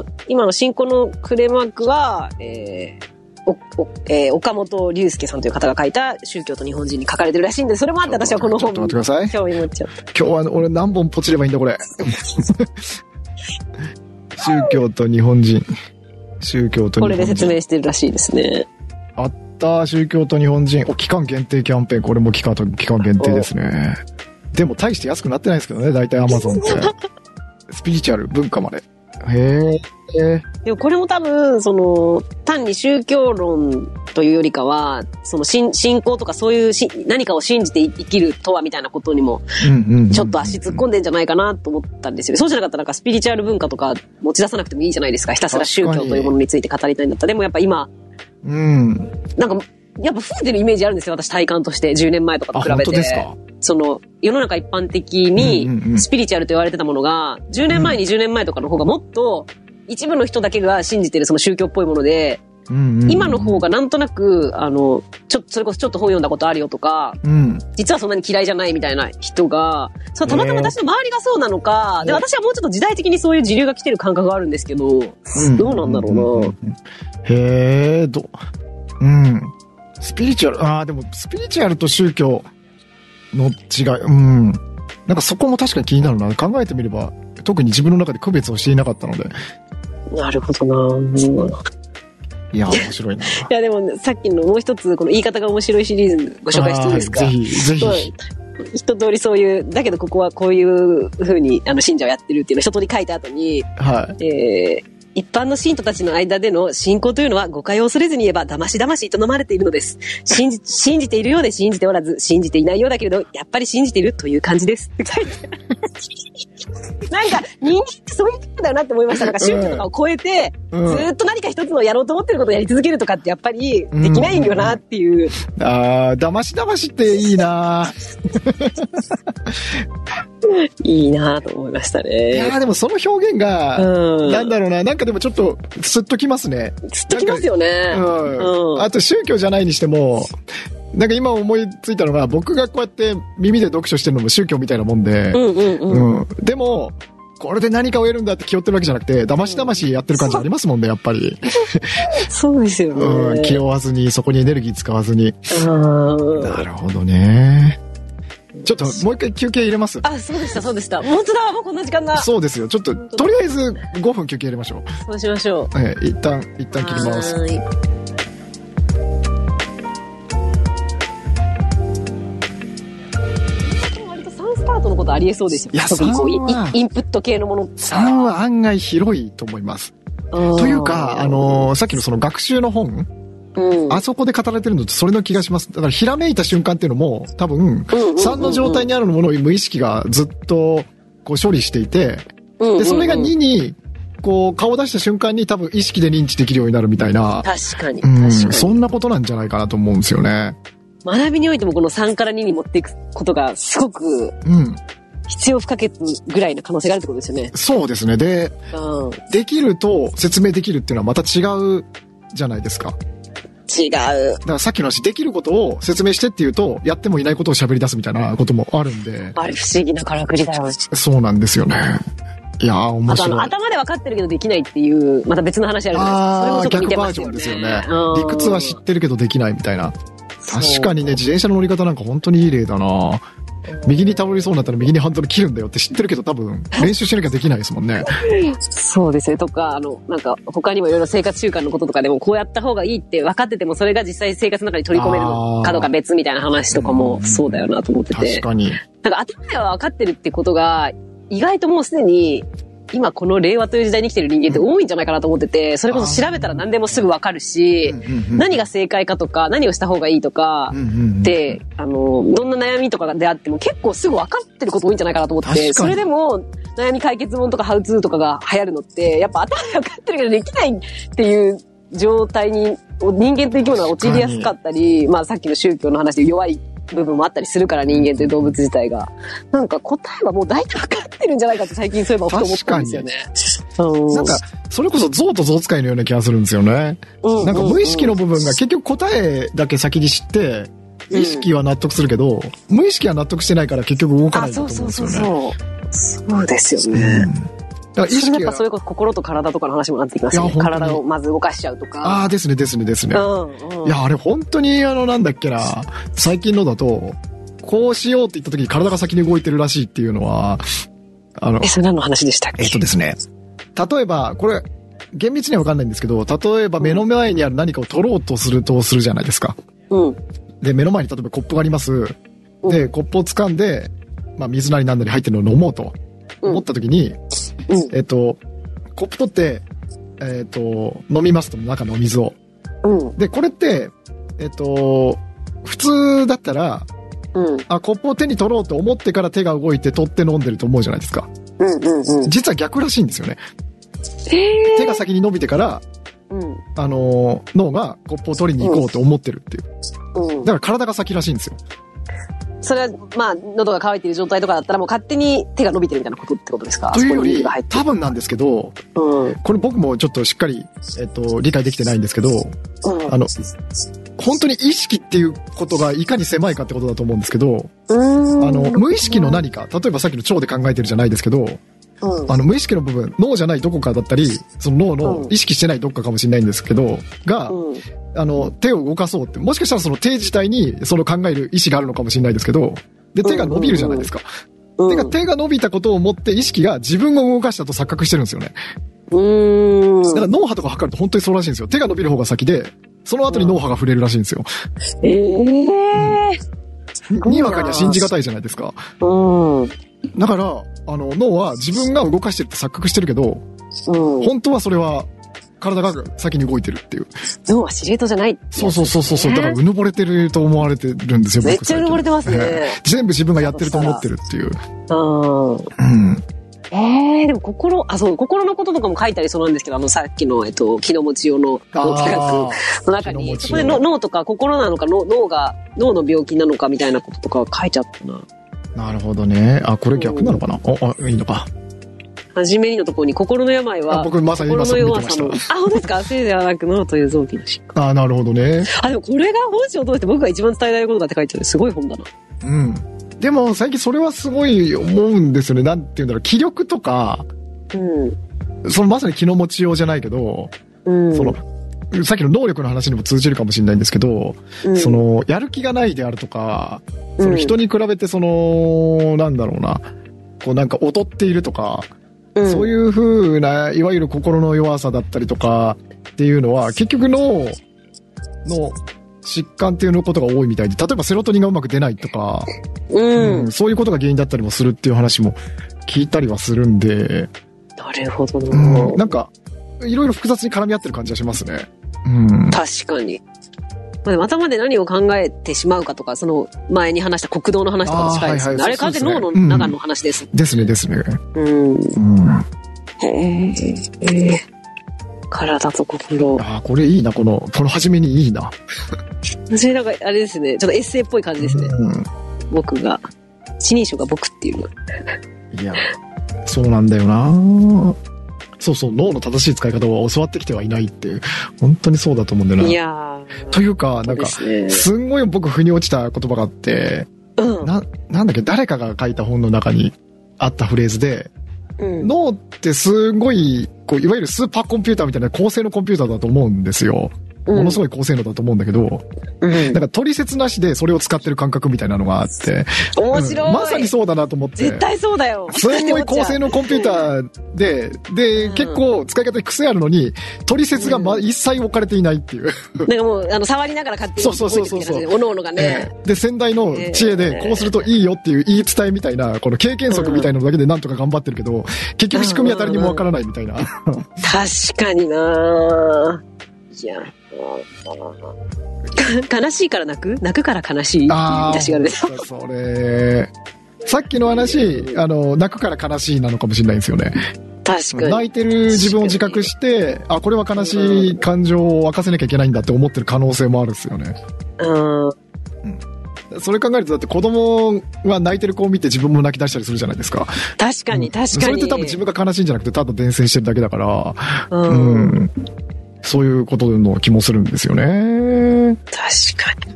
の、今の進行のクレマークは、えーおおえー岡本龍介さんという方が書いた宗教と日本人に書かれてるらしいんで、それもあって私はこの
ちょっ
本
と待ってください。
興味持っちゃった。
今日は俺何本ポチればいいんだ、これ。宗教と日本人。宗教と日本人。
これで説明してるらしいですね。
あった、宗教と日本人。お、期間限定キャンペーン。これも期間と、期間限定ですね。でも、大して安くなってないですけどね、大体アマゾンって。 スピリチュアル、文化まで。へえ。
でもこれも多分、その、単に宗教論というよりかは、その信信仰とかそういうし何かを信じて生きるとはみたいなことにも、
うんうんうん。
ちょっと足突っ込んでんじゃないかなと思ったんですよね。そうじゃなかったらなんかスピリチュアル文化とか持ち出さなくてもいいじゃないですか。ひたすら宗教というものについて語りたいんだったら。でもやっぱ今、
うん。
なんか、やっぱ増えてるイメージあるんですよ、私体感として。10年前とかと
あ、
比
本
べ
当
て。
ですか
その、世の中一般的
うんうんう
に、
ん
スピリチュアルと言われてたものが、10年前、20年前とかの方がもっと、一部の人だけが信じてるその宗教っぽいもので、
うんうん
今の方がなんとなく、あの、ちょ、それこそちょっと本読んだことあるよとか、
うん。
実はそんなに嫌いじゃないみたいな人が、そう、たまたま私の周りがそうなのか、で、
ね
私はもうちょっと時代的にそういう時流が来てる感覚があるんですけど、どうなんだろうな。
な。へえ、ど、うん。スピリチュアル、ああ、でもスピリチュアルと宗教の違い、うん。なんかそこも確かに気になるな。考えてみれば、特に自分の中で区別をしていなかったので。
なるほどな。
いや、面白いな。
いや、でもね、さっきのもう一つ、この言い方が面白いシリーズ ご紹介していいですか
あーぜひ、ぜ
そう
ひ。
一通りそういう、だけどここはこういう風に、あの、信者をやってるっていうのを一通り書いた後に、
はい。
えー一般の信徒たちの間での信仰というのは誤解を恐れずに言えば騙し騙しと飲まれているのです。信じ、 信じているようで信じておらず、信じていないようだけれど、やっぱり信じているという感じ です。って書いてあるなんか人間ってそういうことだよなって思いました。なんか宗教とかを超えて、
うん
ずーっと何か一つのやろうと思ってることをやり続けるとかってやっぱりできないんよなっていう。
ああ、騙し騙しっていいな。
いいなと思いました
いや
ね。
ーでもその表現が、
うん。
なんだろうな、なんかでもちょっと、すっときますね。
ずっときますよね。
うん
うん
あと宗教じゃないにしても、なんか今思いついたのが、僕がこうやって耳で読書してるのも宗教みたいなもん
う、
で
んうんうん。
うんでも、これで何かを得るんだって気負ってるわけじゃなくて、騙し騙しやってる感じありますもんね、やっぱり。
そうですよね。
うん、気負わずに、そこにエネルギー使わずに。
うん
なるほどね。ちょっともう一回休憩入れます。
あ、そうでした、そうでした。本当だ、もうこんな時間だ。そ
そうですよ。ちょっと、とりあえず5分休憩入れましょう。
うしましょう。
ええ一旦、一旦切ります。
はーい割と3スタートのことありえそうですよ。
いや
特にこうイ
3は
イインプット系のもの
3は案外広いと思います。と
と
いうか、あ、のーさっきのその学習の本、
うん、
あそこで語られてるのとそれの気がします。だから、ひらめいた瞬間っていうのも、多分、3の状態
に、
にあるものを無意識がずっと、こう、処理していて、
うんうんうん
で、それが2に、こう、顔を出した瞬間に多分意識で認知できるようになるみたいな、
確かに、
う
確
ん、
か
そ
に。
んなことなんじゃないかなと思うんですよね。
学びにおいてもこの3から2に持っていくことがすごく
うん。
必要不可欠ぐらいの可能性があるってことですよね。
そうですね。で、
うん。
できると説明できるっていうのはまた違うじゃないですか。
違う。
だからさっきの話、できることを説明してっていうと、やってもいないことを喋り出すみたいなこともあるんで、
あれ不思議なからくりだよ。
そうなんですよね。いやー、面
あとあの、
白い。
頭で分かってるけどできないっていう、また別の話あるじゃ
あ
ない
ー
ですか。それも
逆
ちょっと
バー
似
ジ
て
ョン
ま
ですす
よ
よ
ね
ね。。理屈は知ってるけどできないみたいな。確かに
そ
ね、
う
自転車の乗り方なんか本当にいい例だな右に倒れそうになったら右にハンドル切るんだよって知ってるけど多 分、練習しなきゃできないですもんね。
そうですね。とか、あの、なんか、他にもいろいろ生活習慣のこととかでも、こうやった方がいいって分かってても、それが実際生活の中に取り込めるのかどうか別みたいな話とか
う
も、
ん
そうだよなと思って
確
て。
かに。
なんか、頭では分かってるってことが、意外ともうすでに、今この令和という時代に生きてる人間って多いんじゃないかなと思ってて、それこそ調べたら何でもすぐ分かるし、何が正解かとか、何をした方がいいとか、
で、
で、あの、どんな悩みとかであっても結構すぐ分かってること多いんじゃないかなと思っ
確かに
て、それでも悩み解決本とかハウツーとかが流行るのって、やっぱ頭で分かってるけどできないっていう状態に、人間という生き物が陥りやすかったり、まあさっきの宗教の話で弱い部分もあったりするから人間という動物自体が。なんか答えはもう大体分かってるんじゃないかって最近そういえばふと思ったんですよね。
な
なん
か、それこそ象と象使いのような気がするんですよね。なんか無意識の部分が結局答えだけ先に知って、
うん
意識は納得するけど、無意識は納得してないから結局動かな
あ、
いんだと
そう
思う
そ
ん
う
です
そうそう。そうですよ
よね。
ね。
うんだから意
それ
識
やっ
が
ぱそれこそ心と体とかの話もなってきますよ
い
ね。
や本当に
体をまず動かしちゃうと
あ
か。
あ、ですね、ですね、ですね。
うん、うん。
いや、あれ本当に、あの、なんだっけな、最近のだと、こうしようって言った時に体が先に動いてるらしいっていうのは、あの
え、、それ何の話でしたっけ
えっとですね、例えば、これ、厳密にはわかんないんですけど、例えば目の前にある何かを取ろうとするとするじゃないですか。
うん。
で、目の前に例えばコップがあります。で、コップを掴んで、まあ、水なりなんなり入ってるのを飲もうと
うん
思った時に、
うん
えっと、コップ取って、えっと、飲みますと、中の水を。
うん。
で、これって、えっと、普通だったら、
うん。
あ、コップを手に取ろうと思ってから手が動いて取って飲んでると思うじゃないですか。
うん。うん。うん。
実は逆らしいんですよね。
え
手が先に伸びてから、
うん。
あのー脳がコップを取りに行こうと思ってるっていう。
うん
だ。から体が先らしいんですよ。
それは、まあ、喉が渇いてる状態とかだったら、もう勝手に手が伸びてるみたいなことってことですか
というよ
そこに
り
が入っ、て
多分なんですけど、
うん。うん。
これ僕もちょっとしっかり、えっと、理解できてないんですけど、あの、本当に意識っていうことがいかに狭いかってことだと思うんですけど、
うーん
あの、無意識の何か、例えばさっきの腸で考えてるじゃないですけど、
うん
あの、無意識の部分、脳じゃないどこかだったり、その脳の意識してないどこかかもしれないんですけど、が、
うん
あの、手を動かそうって、もしかしたらその手自体にその考える意思があるのかもしれないですけど、で、手が伸びるじゃないですか。
うん
手が、手が伸びたことをもって意識が自分を動かしたと錯覚してるんですよね。
うー
だから
ん。
脳波とか測ると本当にそうらしいんですよ。手が伸びる方が先で、その後に脳波が触れるらしいんですよ。
ええごいな
にわかには信じがたいじゃないですか。
うん。うん。
だから、あの、脳は自分が動かしてるって錯覚してるけど、本当はそれは体が先に動いてるっていう。
脳は司令塔じゃない。
そうそうそうそう。そう
ね
だからうぬぼれてると思われてるんですよ、
めっ
僕
ちゃ汚れてます
え
ね。
え全部自分がやってると思ってるっていう。
うん。
うん。
ええでも心、あ、そう、心のこととかも書いたりそうなんですけど、あの、さっきの、えっと、気の持ち用の企画
あ
の中
気の持
に、
ち
そこ
よう
での脳とか心なのか、脳脳が、脳の病気なのかみたいなこととか書いちゃったな。
ーなるほどね。あ、これ逆なのかなお、あ、いいのか。
初めにのところに心の病
あ
は、
僕まさに今
心
そ
の
れ見て
弱
ま
さ
した
の。。あ、本当ですか性ではなく脳という臓器の疾患。
あー、なるほどね。
あ、でもこれが本性を通して僕が一番伝えたいことだって書いてある。すごい本だな。
うん。でも最近それはすごい思うんですよね。なんて言うんだろう。気力とか、
うん。
そのまさに気の持ちようじゃないけど、
うん。
その、さっきの能力の話にも通じるかもしれないんですけど、
うん、
その、やる気がないであるとか、
うん、
その人に比べてその、なんだろうな、こうなんか劣っているとか、
うん、
そういう風な、いわゆる心の弱さだったりとかっていうのは、結局脳の疾患っていうのことが多いみたいで、例えばセロトニンがうまく出ないとか、
うん。
うんそういうことが原因だったりもするっていう話も聞いたりはするんで、
なるほど
う
な。
ん、なんか、いろいろ複雑に絡み合ってる感じがしますね。うん。
確かに。まあ、でも頭で何を考えてしまうかとか、その前に話した国道の話とかも近いですよね。
あー
あ,、
はいはい
れ完全に
そ
脳
う
の
ですねうん
中の話です。
ですね、ですね。
うん。
うん。あ
へえ。体と心。
あ、これいいな、この、この初めにいいな。
それなんかあれですね、ちょっとエッセイっぽい感じですね。
う
僕が。一人称が僕っていうの。
ん。いや、そうなんだよなそうそう、脳の正しい使い方は教わってきてはいないっていう、本当にそうだと思うんだよな。
いやー。
というか、なん
で
か、
すね。
すんごい僕、腑に落ちた言葉があって、
うん。
な、なんだっけ、誰かが書いた本の中にあったフレーズで、
うん。
脳ってすごい、こう、いわゆるスーパーコンピューターみたいな高性能コンピューターだと思うんですよ。ものす
ごい。
ごい高性能だと思うんだけど、
うん
なんか取説なしでそれを使ってる感覚みたいなのがあって、
面白い。
うんまさにそうだなと思って。
絶対そうだよ。
すんごい高性能コンピューターで、で、
うん
結構使い方に癖あるのに、取説がま、
うん
一切置かれていないっていう。
なんかもう、あの、触りながら勝手に
そうそうそうそう
動いてるって感じでおのおのがね。
で、先代の知恵で、こうするといいよっていう言い伝えみたいな、この経験則みたいなのだけでなんとか頑張ってるけど、結局仕組みは誰にもわからないみたいな。
確かにないや。か 悲しいから泣く泣くから悲しいっていう見出しがあるね
ーそれ。さっきの話、あの、泣くから悲しいなのかもしれないんですよね。
確か
泣
に。
いてる自分を自覚して、あ、これは悲しい感情を明かせなきゃいけないんだって思ってる可能性もあるんですよね。
うん。
それ考えると、だって子供が泣いてる子を見て自分も泣き出したりするじゃないですか。
確かに、確かに。
それって多分自分が悲しいんじゃなくて、ただ伝染してるだけだから、う
うん。
ん。そういうことの気もするんですよね。
確かに。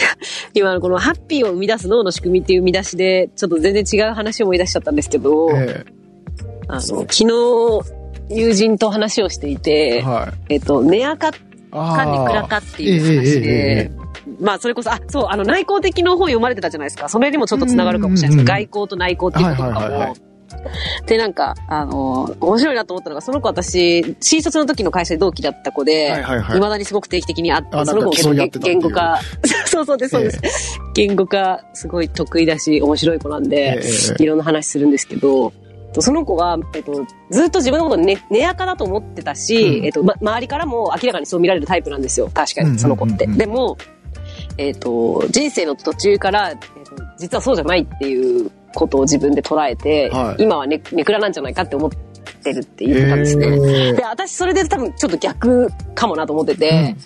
今のこのハッピーを生み出す脳の仕組みっていう見出しで、ちょっと全然違う話を思い出しちゃったんですけど、
え
あの、昨日、友人と話をしてい
え
て、
はい。
えっと、寝垢
あ
かネクラかっていう話
えええええ
で、まあそれこそ、あ、そう、あの内向的の本読まれてたじゃないですか。それにもちょっとつながるかもしれないですけど、
うんうん
外交と内向っていうことと
は
か
いはいはいは
も。で、なんか、あの、面白いなと思ったのが、その子私、新卒の時の会社で同期だった子で、
はい
い
はいはい。
まだにすごく定期的に会っ
あ
て、その子も結構
なんか競い合
言
ってたっていう
言語 化、そうそうです、そうです。言語化、すごい得意だし、面白い子なん
ええ
で、いろんな話するんですけど、とその子は、えっと、ずっと自分のことをね、寝やかだと思ってたし、
うん
えっと、ま、周りからも明らかにそう見られるタイプなんですよ。確か
うんうんうんうん
に、その子って。でも、えっと、人生の途中から、えっと、実はそうじゃないっていうことを自分で捉えて、
はい
今はね、ネクラなんじゃないかって思ってるって言ってたんですね。
え
で、私それで多分ちょっと逆かもなと思って
え
て、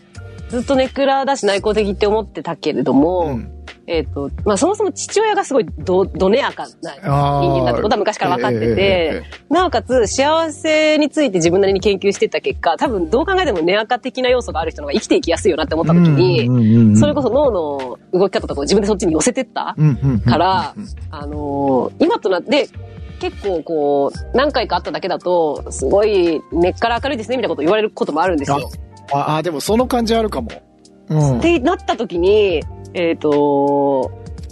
ずっとネクラだし内向的って思ってたけれども、
うん
えっ、と、まあそもそも父親がすごいど、どねやかな人
あー
間だってことは昔から分かってて、
え
なおかつ幸せについて自分なりに研究してた結果、多分どう考えてもねやか的な要素がある人の方が生きていきやすいよなって思った時に、
うんうんうんうん
それこそ脳の動き方とかを自分でそっちに寄せてった、
うんうんうん
から、あのー今となって、結構こう、何回かあっただけだと、すごい根っから明るいですねみたいなこと言われることもあるんですよ。
ああ、でもその感じあるかも。うん。
ってなった時に、えっ、と、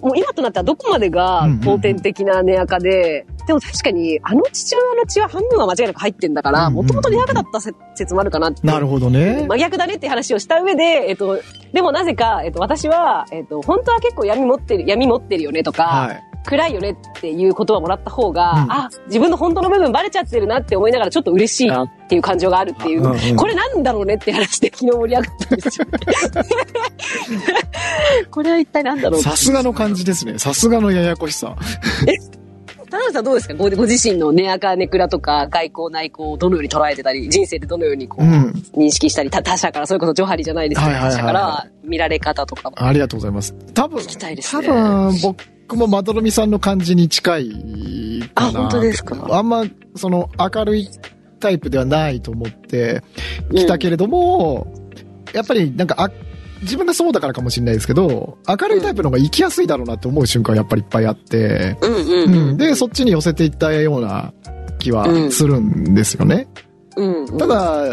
もう今となってはどこまでが
うんうん
後天的な根垢で、でも確かにあの父親の血は半分は間違いなく入ってんだか
う
ら、
んうんうん
もともと根垢だったせ説もあるかなって。
なるほどね。
真逆だねって話をした上で、えっ、と、でもなぜか、えっ、と、私は、えっ、と、本当は結構闇持ってる、闇持ってるよねとか、
はい。
暗いよねっていう言葉もらった方が、
うん
あ、自分の本当の部分バレちゃってるなって思いながらちょっと嬉しいっていう感情があるっていう、
あうんうん
これなんだろうねって話で昨日 盛り上がったんですよ。これは一体なんだろう
さすがの感じですね。さすがのややこしさ。
田辺さんどうですかごご自身のネアカネクラとか外交内交をどのように捉えてたり、人生でどのようにこう、
うん。
認識したり、他他者から、それこそジョハリじゃないですけど、
はいはいはい
他者から見られ方とかも。
ありがとうございます。多分、
きたいです
多
ね
分、僕もまどろみさんの感じに近いかな。
あ本当ですか
あんま、その、明るいタイプではないと思ってきたけれども、やっぱり、なんか、あ、自分がそうだからかもしれないですけど、明るいタイプの方が生きやすいだろうなって思う瞬間はやっぱりいっぱいあって、
うんう
うん
んうん。
で、そっちに寄せていったような気
う
は
ん
するんですよね。
うんうん、
た、だ、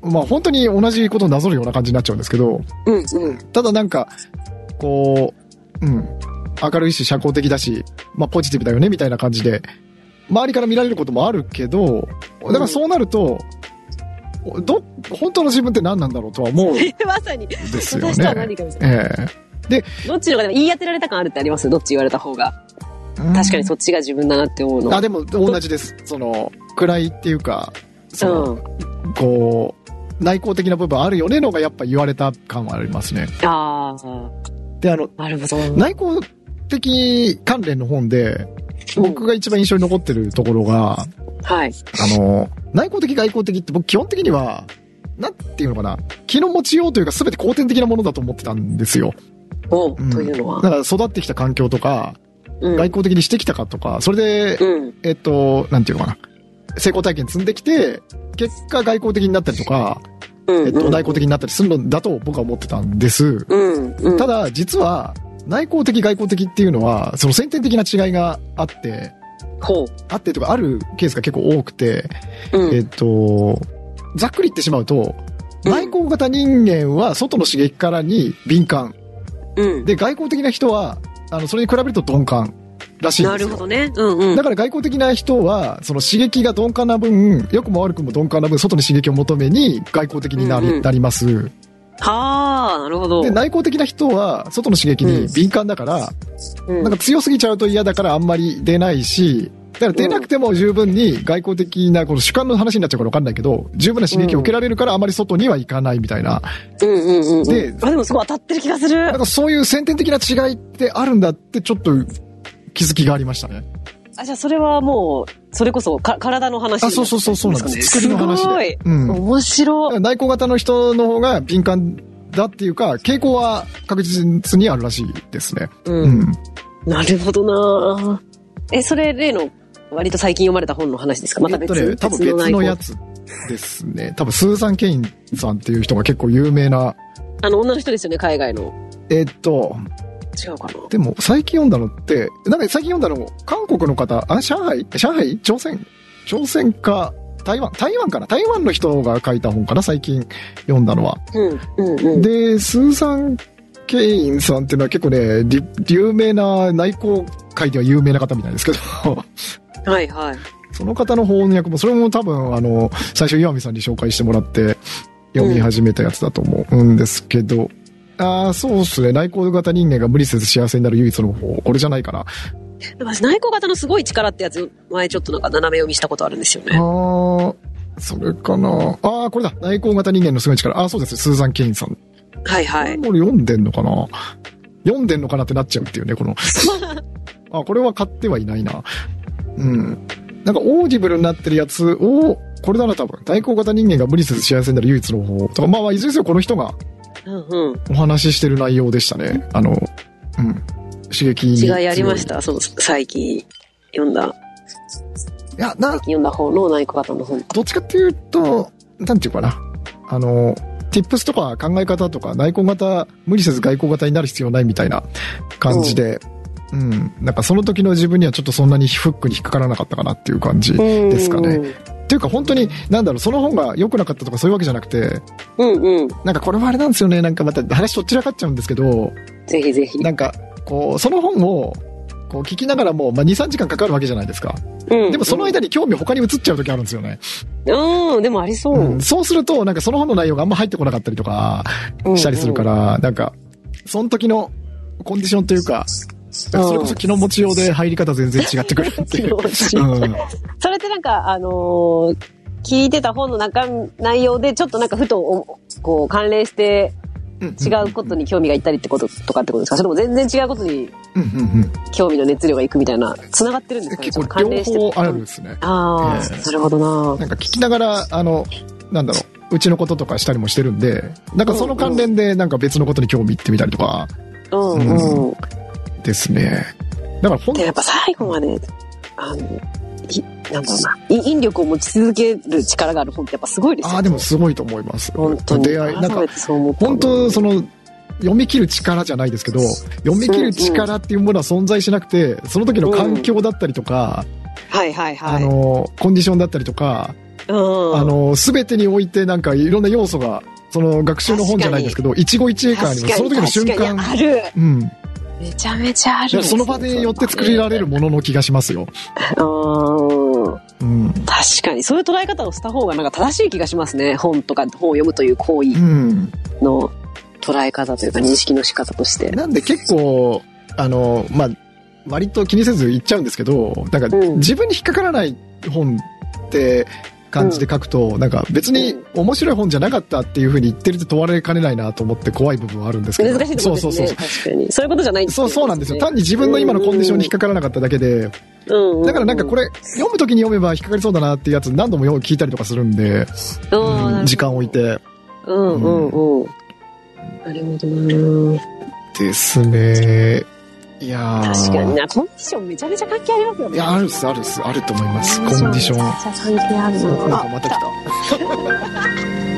まあ本当に同じことをなぞるような感じになっちゃうん ですけど、
うんうん。
ただなんか、こう、うん、明るいし社交的だし、まあポジティブだよねみたいな感じで、周りから見られることもあるけど、だからそうなると、ど、本当の自分って何なんだろうとは思うんで
まさに、
すよ
私とは
ね
何。かみたいな。
ええ
どっちの方がでも言い当てられた感あるってありますどっち言われた方が。確かにそっちが自分だなって思うの。
あ、でも同じです。その、暗いっていうか、その、
うん。
こう、内向的な部分あるよねのがやっぱ言われた感はありますね。
ああ、
で、あの、
なるほど。
内向的関連の本で、僕が一番印象に残ってるところが、
はい。
あの、内向的外向的って僕基本的には、なんていうのかな、気の持ちようというか全て後天的なものだと思ってたんですよ。
おう、
うん
というのは。
だから育ってきた環境とか、
うん。
外向的にしてきたかとか、それで、
うん。
えっと、なんていうのかな、成功体験積んできて、結果外交的になったりとか、
うん。
えっと、内向的になったりするのだと僕は思ってたんです。
うん。うん。
た
だ、
だ、実は、内向的外向的っていうのは、その先天的な違いがあって、
ほ
あってとかあるケースが結構多くて、
う。うん。
えっと、ざっくり言ってしまうと、
うん
内向型人間は外の刺激からに敏感。
うん。
で、外向的な人は、あの、それに比べると鈍感らしいん
な
です
る
よ。
ほどね。うんうん。
だから外交的な人は、その刺激が鈍感な分、良くも悪くも鈍感な分、外に刺激を求めに外交的になり,、
うんうん
なります。
はあ、なるほど。
で、内向的な人は、外の刺激に敏感だから、
うん
なんか強すぎちゃうと嫌だからあんまり出ないし、だから出なくても十分に外交的な、この主観の話になっちゃうからわかんないけど、十分な刺激を受けられるからあまり外には行かないみたいな、
うんうんうんうん。
で
あ、でもすごい当たってる気がする
なん。かそういう先天的な違いってあるんだってちょっと気づきがありましたね。
あ、じゃあそれはもう、それこそ、か、体の話。
あ、そうそうそうそうなんです。作りの話
すご
で
い。。
うん。
面
だ
白い。
から内向型の人の方が敏感だっていうか、傾向は確実にあるらしいですね。
う。
うんん。
なるほどなえ、それ、例の、割と最近読まれた本の話ですかまた
えっ
別
とね、多分別のやつですね。多分スーザン・ケインさんっていう人が結構有名な、
あの、女の人ですよね、海外の。
えっと、
違うかな。
でも最近読んだのって、なんか最近読んだの、韓国の方、あ、上海上海朝鮮朝鮮か、台湾台湾かな台湾の人が書いた本かな最近読んだのは。
うん、うん、うん。
で、スーザン・ケインさんっていうのは結構ね、り有名な、内向界では有名な方みたいですけど、
はい、はい。
その方の翻訳も、それも多分、あの、最初岩見さんに紹介してもらって、読み始めたやつだと思うんですけど、ああ、そうっすね。内向型人間が無理せず幸せになる唯一の方法。これじゃないかな。
でも私内向型のすごい力ってやつ、前ちょっとなんか斜め読みしたことあるんですよね。
ああ、それかな。ああ、これだ。内向型人間のすごい力。ああ、そうです。スーザン・ケインさん。
はい、はい。
これ読んでんのかな読んでんのかなってなっちゃうっていうね、この。あ、これは買ってはいないな。うん。なんかオーディブルになってるやつを、これだな、多分。内向型人間が無理せず幸せになる唯一の方法。とか、まあまあ、いずれにせよこの人が
うん、うん。
お話ししてる内容でしたね。あの、うん。刺激に
違い
強い。
ありましたその最近読んだ、
いや、な、
読んだ方の内科方の本。
どっちかっていうと、なんていうかな。あの、tips とか考え方とか内向型、無理せず外向型になる必要ないみたいな感じで、うん、なんかその時の自分にはちょっとそんなにフックに引っかからなかったかなっていう感じ。
です
かね。っていうか本当に、なんだろう、その本が良くなかったとかそういうわけじゃなくて、
うんうん。
なんかこれもあれなんですよね。なんかまた話とっちらかっちゃうんですけど、
ぜひぜひ。
なんか、こう、その本を、こう聞きながらも、まあ、2、3時間かかるわけじゃないですか。
うん
でもその間に興味他に移っちゃう時あるんですよね。
うん、でもありそう。
うんそうすると、なんかその本の内容があんま入ってこなかったりとかしたりするから、なんか、その時のコンディションというか、それこそ気の持ちようで入り方全然違ってくるっていう。
気
う
持
ん、
それってなんか、あのー聞いてた本の中、内容で、ちょっとなんかふとお、こう、関連して、違うことに興味がいったりってこととかってことですかそれとも全然違うことに
うんうんうん。
興味の熱量がいくみたいな、繋がってるんですかね
結構
関連して
両方あるんですね。
ああ、
ええ
なるほどな。
なんか聞きながら、あの、なんだろう、うちのこととかしたりもしてるんで、なんかその関連でなんか別のことに興味いってみたりとか
うんうん。
ですね。だから本
でもやっぱ最後まで、あの、いなんだろうな、い引力を持ち続ける力がある本ってやっぱすごいですよね。
ああ、でもすごいと思います。
本当に。
出会い、なん
改
か
め、てそう思ったな
本当その読み切る力じゃないですけど読み切る力っていうものは存在しなくてその時の環境だったりとか、
はいはいはい。
あのコンディションだったりとか、
うん、
あの全てにおいてなんかいろんな要素がその学習の本じゃないですけど一期一会感ありますその時の瞬
確かに
間
ある。
うん、
めちゃめちゃある。
その場でよって作られるものの気がしますよ。
うん。
うん。
確かに。そういう捉え方をした方がなんか正しい気がしますね。本とか本を読むという行
う
為
ん。
の捉え方というか認識の仕方として。
なんで結構、あの、まあ、割と気にせず言っちゃうんですけど、なんか
うん
自分に引っかからない本って感じで書くと、なんか別に面白い本じゃなかったっていうふうに言ってると問われかねないなと思って怖い部分はあるんですけど。
難しいところですね。
そうそうそう。
確かに。そういうことじゃないってい
そうそうなんですよ。
こと
単に自分の今のコンディションに引っかからなかっただけで、
すねうん。
だからなんかこ
れ、
れ、読む時に読めば引っかかりそうだなっていうやつ何度もよく聞いたりとかするんで、
うん
うん
なるほど
時間置い。て。
うんうんうん。なるほどな
ですね。いやー
確かにな。コンディションめちゃめちゃ関係ありますよね。
いや、あるっす、あるっす、あると思います。コンディション。
めちゃめちゃ関係ある
なん
な。
かまた来た。